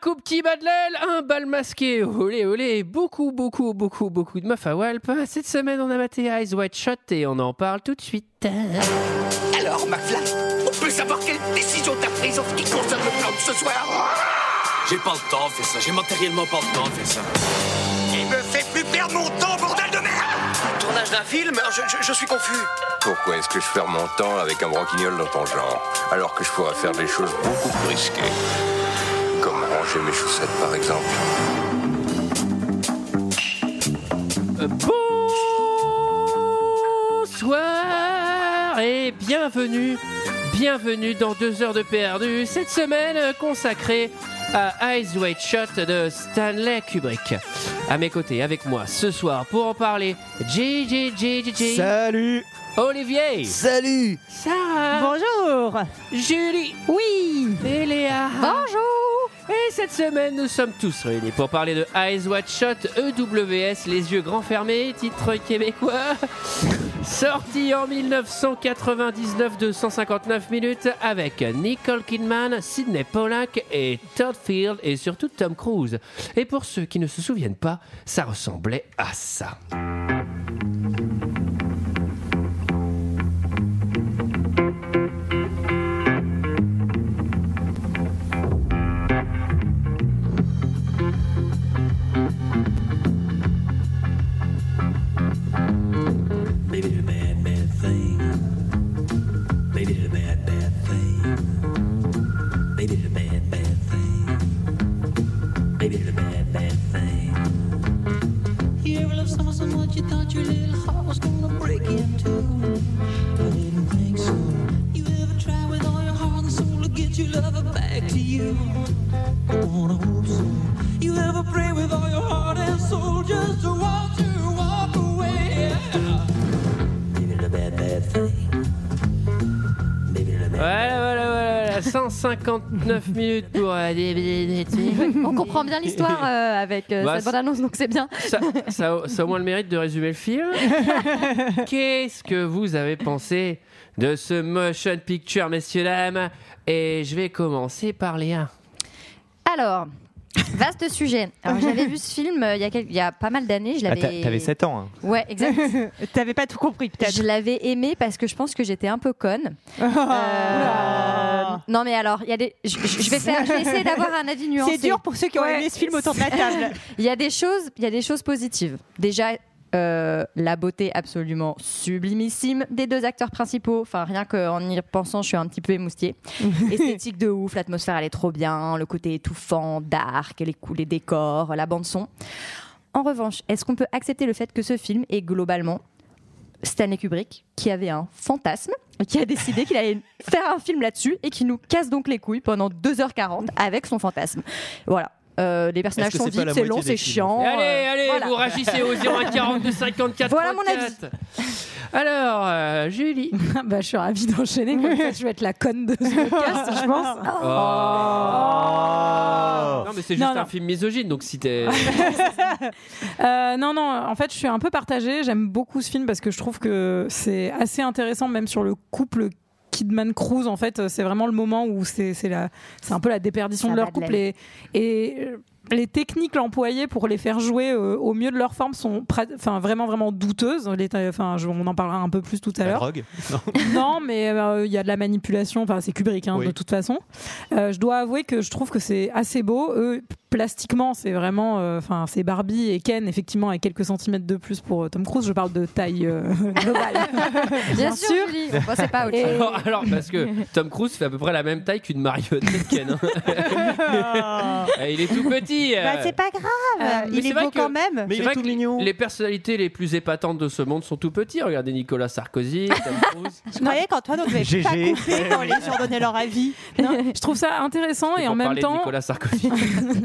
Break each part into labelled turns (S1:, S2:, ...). S1: coupe petit bas de l'aile, un bal masqué, olé olé, beaucoup, beaucoup, beaucoup, beaucoup de meufs à Walp. Cette semaine, on a maté Eyes White Shot et on en parle tout de suite.
S2: Alors, McFly, on peut savoir quelle décision t'as prise en ce qui concerne le plan de ce soir
S3: J'ai pas le temps de faire ça, j'ai matériellement pas le temps de faire ça.
S2: Il me fait plus perdre mon temps, bordel de merde
S4: Tournage d'un film je, je- je suis confus.
S5: Pourquoi est-ce que je perds mon temps avec un broquignol dans ton genre, alors que je pourrais faire des choses beaucoup plus risquées Comme ranger mes chaussettes, par exemple.
S1: Euh, Bonsoir et bienvenue, bienvenue dans deux heures de perdu, cette semaine euh, consacrée à Eyes Wide Shot de Stanley Kubrick. À mes côtés, avec moi ce soir pour en parler, JJJJJ,
S6: Salut
S1: Olivier,
S6: Salut
S1: Sarah,
S7: Bonjour
S1: Julie
S7: Oui
S1: et Léa.
S7: Bonjour
S1: Et cette semaine, nous sommes tous réunis pour parler de Eyes Watch Shot EWS, les yeux grands fermés, titre québécois. Sorti en 1999 de 159 minutes avec Nicole Kidman, Sidney Pollack et Todd Field et surtout Tom Cruise. Et pour ceux qui ne se souviennent pas, ça ressemblait à ça.
S8: Baby did a bad, bad thing. Baby did a bad, bad thing. Baby did a bad, bad thing. Baby did a bad, bad thing. You ever loved someone so much you thought your little heart was gonna break in two? I didn't think so. You ever try with all your heart and soul to get your lover back to you? I wanna hope so. You ever pray with all your heart and soul just to watch her walk away? Yeah. Baby did a bad, bad thing. Baby did a bad,
S1: Voilà, voilà, voilà, voilà, 159 minutes pour... euh,
S7: On comprend bien l'histoire euh, avec euh,
S1: Bah,
S7: cette
S1: c'est-
S7: bande-annonce, donc c'est bien.
S1: ça, ça- ça a au moins le mérite de résumer le film. Qu'est-ce que vous avez pensé de ce motion picture, messieurs, dames Et je vais commencer par Léa.
S9: Alors, vaste sujet. Alors, j'avais vu ce film euh, il y a, quel- il y a pas mal d'années. Je
S6: Ah,
S9: l'avais.
S6: t'a- T'avais 7 ans. hein.
S9: Ouais, exact.
S7: T'avais pas tout compris,
S9: Je l'avais aimé parce que je pense que j'étais un peu conne. Euh, non, mais alors, il y a des. Je, je- je vais faire. Je vais essayer d'avoir un avis nuancé.
S7: C'est dur pour ceux qui ont
S9: Ouais.
S7: aimé ce film autour de la table.
S9: Il y a des choses. Il y a des choses positives. Déjà. euh, la beauté absolument sublimissime des deux acteurs principaux. Enfin, rien qu'en y repensant, je suis un petit peu émoustiée. Esthétique de ouf, l'atmosphère elle est trop bien, le côté étouffant, dark, les, cou- les décors, la bande son. En revanche, est-ce qu'on peut accepter le fait que ce film est globalement Stanley Kubrick qui avait un fantasme, qui a décidé qu'il allait faire un film là-dessus et qui nous casse donc les couilles pendant 2h40 avec son fantasme. Voilà. Euh, les personnages
S6: Est-ce que
S9: sont
S6: c'est pas
S9: vides,
S6: la
S9: c'est
S6: moitié
S9: long,
S6: des
S9: c'est
S6: films, en
S9: chiant.
S1: allez,
S9: euh,
S1: allez,
S9: voilà.
S1: vous ragissez au 0142 54
S9: Voilà mon
S1: 34. Alors, euh, Julie.
S10: bah, je suis ravie d'enchaîner, comme ça je vais être la conne de ce podcast, je pense.
S9: Oh.
S1: Oh.
S7: Oh.
S1: Non, mais c'est
S10: Non,
S1: juste
S10: non.
S1: un film misogyne, donc si t'es.
S10: Euh, non, non, en fait, je suis un peu partagée. J'aime beaucoup ce film parce que je trouve que c'est assez intéressant, même sur le couple. Kidman Cruz, en fait, euh, c'est vraiment le moment où c'est c'est la- c'est un peu la déperdition
S9: Ça
S10: de leur
S9: bat de
S10: couple. Et, et, euh, les techniques employées pour les faire jouer euh, au mieux de leur forme sont pra- enfin, vraiment, vraiment douteuses. Les- Enfin, je- on en parlera un peu plus tout à
S6: La
S10: l'heure.
S6: drogue
S10: non, mais euh, il y a de la manipulation. Enfin, c'est Kubrick, hein,
S6: Oui.
S10: de toute façon. Euh, je dois avouer que je trouve que c'est assez beau. Eux, plastiquement, c'est vraiment. euh, Enfin, c'est Barbie et Ken, effectivement, avec quelques centimètres de plus pour euh, Tom Cruise. Je parle de taille euh, globale.
S9: Bien,
S10: Bien
S9: sûr,
S10: sûr.
S9: Julie. Bon, c'est pas autre chose.
S1: Alors, alors, parce que Tom Cruise fait à peu près la même taille qu'une marionnette, Ken. hein. Et Il est tout petit.
S9: Bah,
S1: euh.
S7: Bah, pas grave,
S1: mais il est c'est vrai beau que- quand
S7: même.
S6: Mais
S1: C'est
S6: il
S1: vrai
S6: est tout
S1: que
S6: mignon
S1: Les personnalités les plus épatantes de ce monde sont tout petits. Regardez Nicolas Sarkozy, Tom Cruise.
S7: Je croyais qu'Antoine ne devait pas
S6: GG.
S7: couper quand les gens donnaient leur avis.
S10: je trouve ça intéressant et
S1: Pour
S10: en même
S1: parler de
S10: temps,
S1: Nicolas Sarkozy.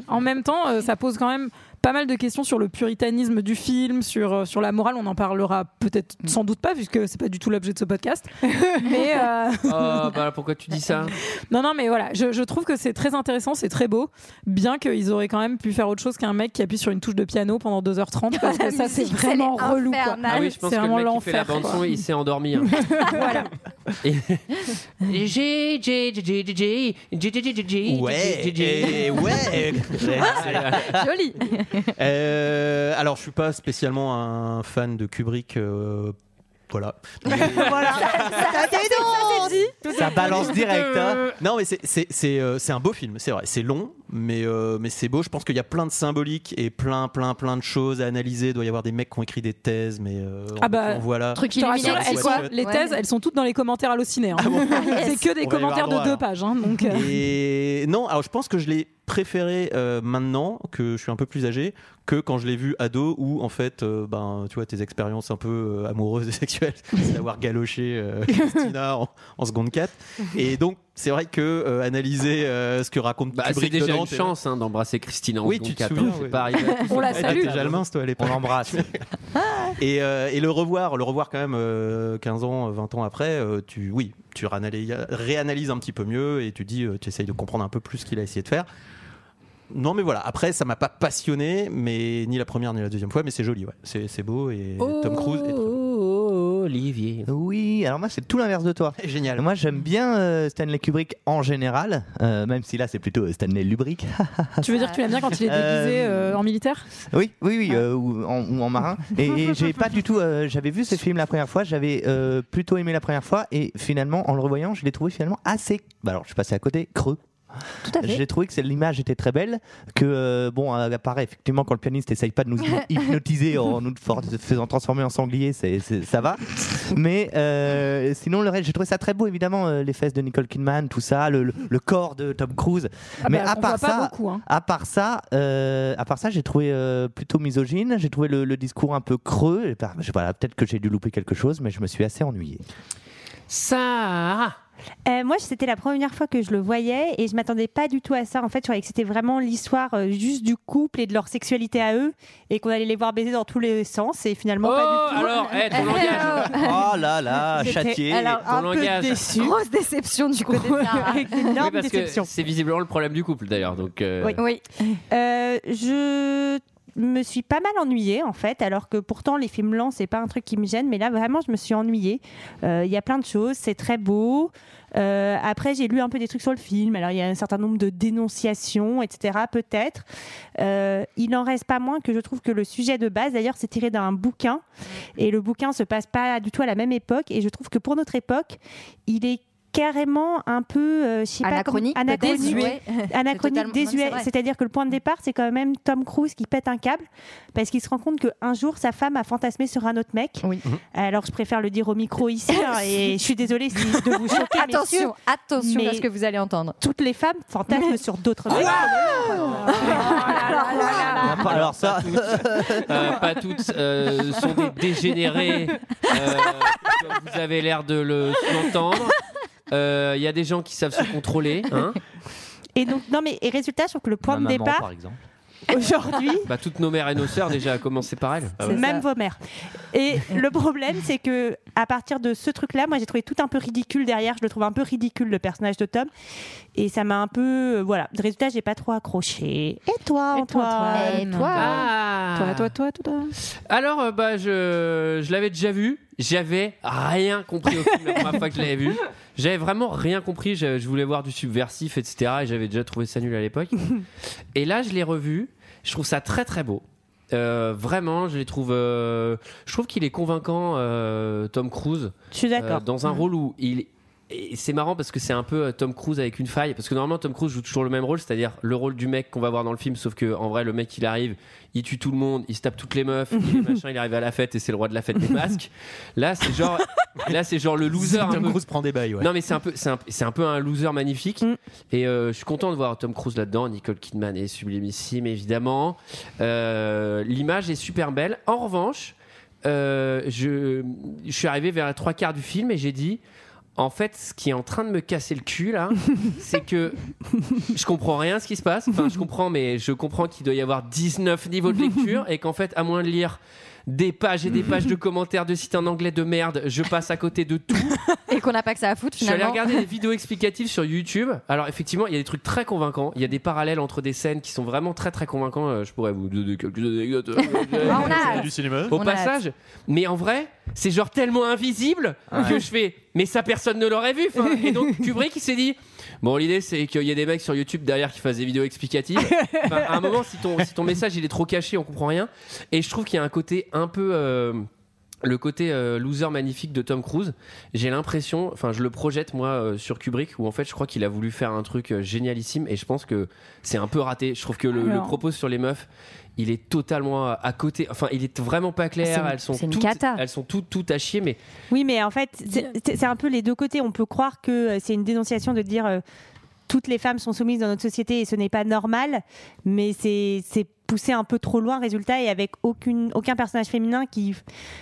S10: en même temps, euh, ça pose quand même pas mal de questions sur le puritanisme du film, sur, euh, sur la morale. On en parlera peut-être
S9: Mm.
S10: sans doute pas, puisque c'est pas du tout l'objet de ce podcast. mais euh,
S1: oh, bah pourquoi tu dis ça
S10: Non, non, mais voilà, je, je trouve que c'est très intéressant, c'est très beau, bien qu'ils auraient quand même pu faire autre chose qu'un mec qui a appuie sur une touche de piano pendant 2h30 parce que
S9: La
S10: ça c'est
S9: musique, elle est
S10: vraiment relou. quoi.
S9: infernale.
S1: Ah oui, je pense que
S10: Bah, C'est
S1: le
S10: vraiment
S1: mec qui fait la
S10: l'enfer,
S1: bande son,
S10: quoi.
S1: il s'est endormi. hein.
S10: Voilà.
S1: Et- Et J J J J J J J J J J J
S7: Ouais,
S1: J J J.
S7: et- ouais.
S11: Joli.
S7: Euh, alors, je suis pas spécialement un fan de Kubrick. euh, voilà. Ça balance direct. hein. Non, mais c'est- c'est c'est, euh, c'est un beau film, c'est vrai. C'est long, mais, euh, mais c'est beau. Je pense qu'il y a plein de symboliques et plein, plein, plein de choses à analyser. Il doit y avoir des mecs qui ont écrit des thèses, mais euh, on-
S10: Ah bah,
S7: on voit là.
S11: Truc
S10: Je te rassure,
S11: illuminé,
S10: elles
S11: c'est
S10: sont-
S11: quoi
S10: les
S11: Ouais.
S10: thèses, elles sont toutes dans les commentaires hallucinés. hein.
S6: Ah
S10: c'est que des
S7: Ah On va y
S10: commentaires
S7: avoir droit,
S10: de deux
S7: alors.
S10: pages. hein, donc, euh,
S7: Et non, alors je pense que je l'ai préféré euh, maintenant que je suis un peu plus âgé que quand je l'ai vu ado où en fait euh, ben tu vois tes expériences un peu euh, amoureuses et sexuelles c'est d'avoir galoché euh, Christina en, en seconde 4 et donc c'est vrai que euh, analyser euh, ce que raconte
S1: Bah, c'est
S7: Kubrick
S1: déjà
S7: dedans,
S1: une
S7: t'es-
S1: chance hein, d'embrasser Christine en
S7: Oui,
S1: seconde
S7: tu te
S1: quatre,
S7: souviens,
S1: hein,
S7: ouais.
S1: c'est pas arrivé.
S10: on la
S7: Eh,
S10: salue.
S7: t'étais déjà mince, toi à l'époque
S2: On l'embrasse.
S7: et, euh, et le revoir, le revoir quand même euh, 15 ans, 20 ans après, euh, tu, oui, tu ranali- réanalyses un petit peu mieux et tu dis, euh, tu essayes de comprendre un peu plus ce qu'il a essayé de faire. Non, mais voilà. Après, ça m'a pas passionné, mais ni la première ni la deuxième fois, mais c'est joli, ouais. C'est c'est beau et Tom Cruise est très beau.
S10: Oh,
S1: Olivier.
S2: Oui, alors moi c'est tout l'inverse de toi.
S7: génial.
S2: Moi j'aime bien euh, Stanley Kubrick en général, euh, même si là c'est plutôt euh, Stanley Lubrick.
S10: Tu veux dire que tu l'aimes bien quand il est
S2: Euh,
S10: déguisé euh, en militaire
S2: oui, oui,
S11: Ah.
S2: oui, euh, ou, en, ou en marin. Et, et j'ai pas du tout. euh, j'avais vu ce film la première fois, j'avais euh, plutôt aimé la première fois, et finalement en le revoyant, je l'ai trouvé finalement assez. Bah, alors je suis passé à côté, creux.
S11: Tout à fait.
S2: J'ai trouvé que c'est- l'image était très belle, que euh, bon, euh, apparaît effectivement quand le pianiste essaye pas de nous hypnotiser en nous for- faisant transformer en sanglier, c'est- c'est- ça va. Mais euh, sinon, le reste, j'ai trouvé ça très beau, évidemment, euh, les fesses de Nicole Kidman, tout ça, le, le- le corps de Tom Cruise.
S10: Ah
S2: Mais
S10: bah,
S2: à
S10: on
S2: part
S10: voit pas
S2: ça,
S10: beaucoup. hein.
S2: à part ça, euh, à part ça, j'ai trouvé euh, plutôt misogyne. J'ai trouvé le, le discours un peu creux. Et par- je sais pas, peut-être que j'ai dû louper quelque chose, mais je me suis assez ennuyé.
S1: Sarah.
S8: Euh, moi, c'était la première fois que je le voyais et je m'attendais pas du tout à ça. En fait, je croyais que c'était vraiment l'histoire euh, juste du couple et de leur sexualité à eux et qu'on allait les voir baiser dans tous les sens et finalement
S1: Oh,
S8: pas du tout.
S1: alors, eh, ton langage.
S2: Oh là là,
S8: C'était-
S2: châtié.
S8: alors,
S1: Ton
S8: un
S1: langage.
S8: peu déçu.
S11: Grosse déception du côté de Sarah.
S8: Avec une
S1: Oui,
S8: énorme
S1: parce que
S8: déception.
S1: c'est visiblement le problème du couple d'ailleurs. Donc, euh,
S8: Oui.
S11: Oui.
S8: Euh, je me suis pas mal ennuyée en fait, alors que pourtant les films lents c'est pas un truc qui me gêne, mais là vraiment je me suis ennuyée. Euh, Il y a plein de choses, c'est très beau. Euh, après j'ai lu un peu des trucs sur le film, alors il y a un certain nombre de dénonciations, etc. Peut-être. Euh, il en reste pas moins que je trouve que le sujet de base, d'ailleurs, c'est tiré d'un bouquin et le bouquin se passe pas du tout à la même époque et je trouve que pour notre époque, il est carrément un peu euh, je sais pas comment-
S11: Anachronique.
S8: anachronique
S11: désuet.
S8: anachronique,
S11: totalement- non, mais c'est
S8: désuet.
S11: vrai. Mm.
S8: C'est-à-dire que le point de départ, c'est quand même Tom Cruise qui pète un câble parce qu'il se rend compte qu'un jour, sa femme a fantasmé sur un autre mec.
S11: Oui.
S8: Alors, je préfère le dire au micro ici hein, et je suis désolée si de vous choquer. messieurs.
S11: Attention, attention à
S8: Mais-
S11: ce que vous allez entendre.
S8: Toutes les femmes fantasment sur d'autres mecs.
S2: Ah, pas- alors ça,
S1: euh, pas toutes euh, sont des dégénérées. euh, comme vous avez l'air de le entendre. Il y a des gens qui savent se contrôler. hein.
S8: Et donc, non, mais et résultat, je trouve que le point
S2: Ma
S8: de
S2: maman,
S8: départ
S2: par exemple.
S8: aujourd'hui,
S1: Bah, toutes nos mères et nos sœurs déjà, à commencer par elles.
S7: Ah
S11: C'est
S8: même
S11: ça.
S8: vos mères. Et le problème, c'est que à partir de ce truc-là, moi, j'ai trouvé tout un peu ridicule derrière. Je le trouve un peu ridicule le personnage de Tom, et ça m'a un peu, euh, voilà. Résultat, j'ai pas trop accroché. Et toi,
S10: Et toi,
S8: Antoine
S11: Et Euh, toi
S1: Ah.
S10: Toi, toi, toi, toi.
S1: Alors, euh, bah, je, je l'avais déjà vu. J'avais rien compris au film la première fois que je l'avais vu. J'avais vraiment rien compris. Je, je voulais voir du subversif, etc. Et j'avais déjà trouvé ça nul à l'époque. Et là, je l'ai revu. Je trouve ça très, très beau. Euh, vraiment, je les trouve. euh, je trouve qu'il est convaincant, euh, Tom Cruise.
S8: Je suis
S1: Euh,
S8: d'accord.
S1: dans un rôle où il et c'est marrant parce que c'est un peu euh, Tom Cruise avec une faille parce que normalement Tom Cruise joue toujours le même rôle c'est-à-dire le rôle du mec qu'on va voir dans le film sauf que en vrai le mec il arrive il tue tout le monde il se tape toutes les meufs il, est machin, il arrive à la fête et c'est le roi de la fête des masques là c'est genre là c'est genre le loser un
S7: Tom
S1: peu.
S7: Cruise prend des bails, ouais.
S1: Non mais c'est un peu c'est un, c'est un peu un loser magnifique
S8: Mm.
S1: et euh, je suis content de voir Tom Cruise là-dedans Nicole Kidman est sublimissime évidemment Euh, l'image est super belle en revanche euh, je, je suis arrivé vers les trois quarts du film et j'ai dit en fait ce qui est en train de me casser le cul là c'est que je comprends rien à ce qui se passe enfin je comprends mais je comprends qu'il doit y avoir 19 niveaux de lecture et qu'en fait à moins de lire des pages et des pages de commentaires de sites en anglais de merde. Je passe à côté de tout.
S11: Et qu'on n'a pas que ça à foutre
S1: Je suis allé
S11: finalement.
S1: regarder des vidéos explicatives sur YouTube. Alors effectivement, il y a des trucs très convaincants. Il y a des parallèles entre des scènes qui sont vraiment très très convaincants. Euh, je pourrais vous donner quelques anecdotes. euh,
S11: Ah, on a
S12: Du cinéma
S1: Au
S12: On a
S1: passage, mais en vrai, c'est genre tellement invisible que je fais. Mais ça, personne ne l'aurait vu. enfin. Et donc Kubrick, il s'est dit. Bon, l'idée c'est qu'il y a des mecs sur YouTube derrière qui fassent des vidéos explicatives. Enfin, à un moment, si ton, si ton message il est trop caché, on comprend rien. Et je trouve qu'il y a un côté un peu. euh, le côté euh, loser magnifique de Tom Cruise, j'ai l'impression, enfin je le projette moi euh, sur Kubrick où en fait je crois qu'il a voulu faire un truc euh, génialissime et je pense que c'est un peu raté. Je trouve que
S12: Ah
S1: le, le
S11: Alors.
S1: propos sur les meufs, il est totalement à, à côté, enfin il est vraiment pas
S8: C'est une-
S1: clair, elles sont
S8: c'est une
S1: toutes
S8: cata.
S1: elles sont toutes toutes à chier mais
S8: Oui, mais en fait, c'est- c'est c'est un peu les deux côtés. On peut croire que euh, c'est une dénonciation de dire euh, toutes les femmes sont soumises dans notre société et ce n'est pas normal, mais c'est c'est poussé un peu trop loin, résultat, et avec aucune, aucun personnage féminin qui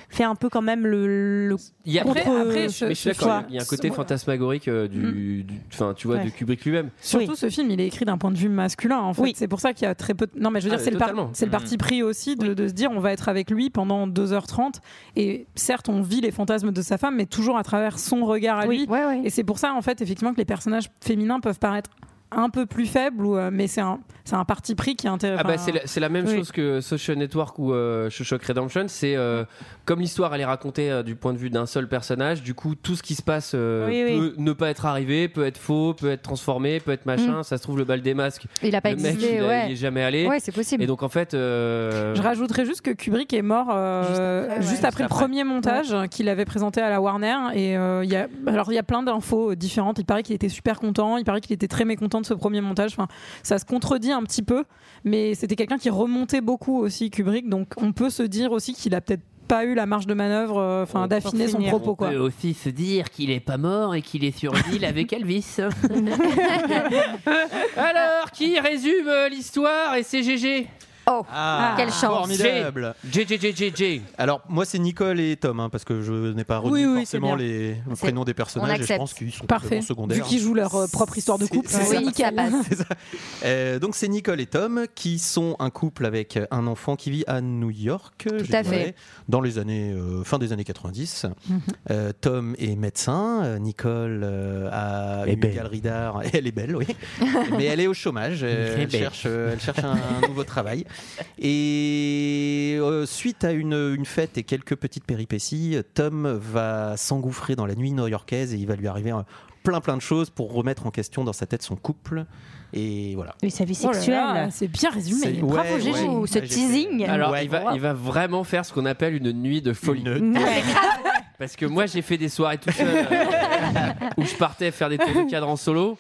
S8: fait un peu quand même le, le
S1: Il y a
S8: contre-
S1: mais je suis d'accord,
S8: choix.
S1: il y a un côté fantasmagorique euh, du, du- enfin tu vois,
S10: Ouais.
S1: de Kubrick lui-même.
S10: Surtout, ce film, il est écrit d'un point de vue masculin. En fait, c'est pour ça qu'il y a très peu. De... Non, mais je veux
S1: Ah,
S10: dire, c'est
S1: mais
S10: le, par-
S1: totalement.
S10: c'est le
S1: Mm.
S10: parti pris aussi de, de se dire, on va être avec lui pendant 2h30. Et certes, on vit les fantasmes de sa femme, mais toujours à travers son regard à lui. Et c'est pour ça, en fait, effectivement, que les personnages féminins peuvent paraître un peu plus faibles, ou, euh, mais c'est un, c'est un parti pris qui est intéressant.
S1: Ah bah, c'est la, c'est la même chose que Social Network ou euh, Shawshank Redemption. C'est euh, comme l'histoire elle est racontée euh, du point de vue d'un seul personnage. Du coup, tout ce qui se passe euh,
S11: Oui, oui.
S1: peut ne pas être arrivé, peut être faux, peut être transformé, peut être machin.
S11: Mm.
S1: Ça se trouve le bal des masques.
S11: Il
S9: Bah,
S11: a pas
S1: le mec,
S11: existé,
S1: il, a-
S11: ouais.
S1: il est jamais allé.
S11: Ouais, c'est possible.
S1: Et donc en fait, euh,
S10: Je rajouterais juste que Kubrick est mort euh, juste après, le premier montage euh, qu'il avait présenté à la Warner. Et euh, il y a, alors il y a plein d'infos euh, différentes. Il paraît qu'il était super content. Il paraît qu'il était très mécontent de ce premier montage. Enfin, ça se contredit un petit peu, mais c'était quelqu'un qui remontait beaucoup aussi Kubrick. Donc on peut se dire aussi qu'il a peut-être pas eu la marge de manœuvre, euh, enfin d'affiner son propos quoi.
S1: On peut aussi se dire qu'il est pas mort et qu'il est sur une île avec Elvis. Alors, qui résume euh, l'histoire et c'est GG
S11: Oh,
S7: Ah,
S11: quelle chance.
S7: Formidable.
S1: JJJJJ.
S7: Alors, moi, c'est Nicole et Tom, hein, parce que je n'ai pas retenu
S10: Oui, oui,
S7: forcément
S10: c'est bien.
S7: les
S10: C'est-
S7: prénoms des
S10: on
S7: personnages et je
S10: accepte.
S7: pense qu'ils sont
S10: Parfait.
S7: complètement secondaires.
S10: Vu qu'ils jouent leur euh, propre histoire de couple,
S7: c'est
S10: c'est
S7: ça.
S10: nickel.
S7: Euh, donc, c'est Nicole et Tom qui sont un couple avec un enfant qui vit à New York, je
S12: à
S7: dirais,
S12: fait.
S7: dans les années, euh, fin des années 90. Euh, Tom est médecin, euh, Nicole euh, a
S12: Eh ben.
S7: une galerie d'art, elle est belle, oui, mais elle est au chômage, euh,
S12: Elle est
S7: elle,
S12: belle.
S7: cherche, euh, elle cherche un, nouveau travail. Et euh, suite à une, une fête et quelques petites péripéties, Tom va s'engouffrer dans la nuit new-yorkaise et il va lui arriver euh, plein plein de choses pour remettre en question dans sa tête son couple. Et voilà.
S8: Mais sa vie
S10: Oh là
S8: sexuelle.
S10: là, c'est bien résumé.
S7: C'est- Bravo, ouais, Gégé. ouais. Ce Ouais, j'ai teasing. fait.
S1: Alors,
S7: Ouais.
S1: il, va, il va vraiment faire ce qu'on appelle une nuit de folie. Parce que moi, j'ai fait des soirées tout seul euh, où je partais faire des tours de cadre en solo.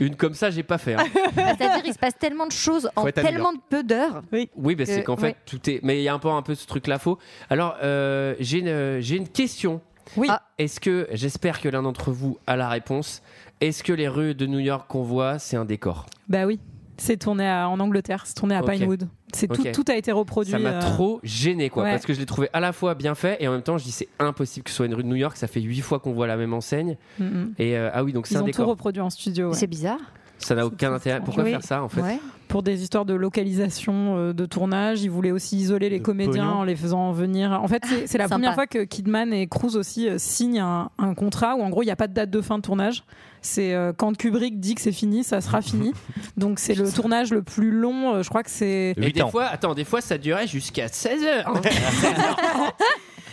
S1: Une comme ça, j'ai pas fait. hein.
S11: C'est-à-dire, il se passe tellement de choses en
S1: Faut être à New
S11: tellement de
S1: York.
S11: peu d'heures.
S1: Oui, bah, c'est
S11: Euh,
S1: qu'en fait,
S11: ouais.
S1: tout est. Mais il y a un peu, un peu ce truc-là faux. Alors, euh, j'ai une, euh, j'ai une question. Ah.
S10: Oui.
S1: Est-ce que, j'espère que l'un d'entre vous a la réponse, est-ce que les rues de New York qu'on voit, c'est un décor
S10: Bah oui, c'est tourné à- en Angleterre, c'est tourné à
S1: Ok.
S10: Pinewood. C'est tout,
S1: Ok.
S10: tout a été reproduit.
S1: Ça m'a
S10: euh,
S1: trop gêné, quoi.
S10: ouais.
S1: Parce que je l'ai trouvé à la fois bien fait et en même temps, je dis c'est impossible que ce soit une rue de New York. Ça fait huit fois qu'on voit la même enseigne.
S10: Mhm.
S1: Et euh, ah oui, donc c'est
S10: Ils
S1: un
S10: ont tout
S1: décor.
S10: reproduit en studio.
S11: C'est bizarre.
S1: Ça n'a aucun intérêt. Pourquoi
S10: Oui.
S1: faire ça en fait
S10: Pour des histoires de localisation, euh, de tournage, ils voulaient aussi isoler
S1: Euh,
S10: les comédiens
S1: pognon.
S10: en les faisant venir. En fait, c'est c'est la
S1: Sympa.
S10: première fois que Kidman et Cruz aussi euh, signent un, un contrat où en gros il n'y a pas de date de fin de tournage. C'est euh, quand Kubrick dit que c'est fini, ça sera fini. Donc c'est le tournage le plus long. euh, je crois que c'est.
S1: Et des fois, attends, des fois ça durait jusqu'à 16 heures. hein. 16h30.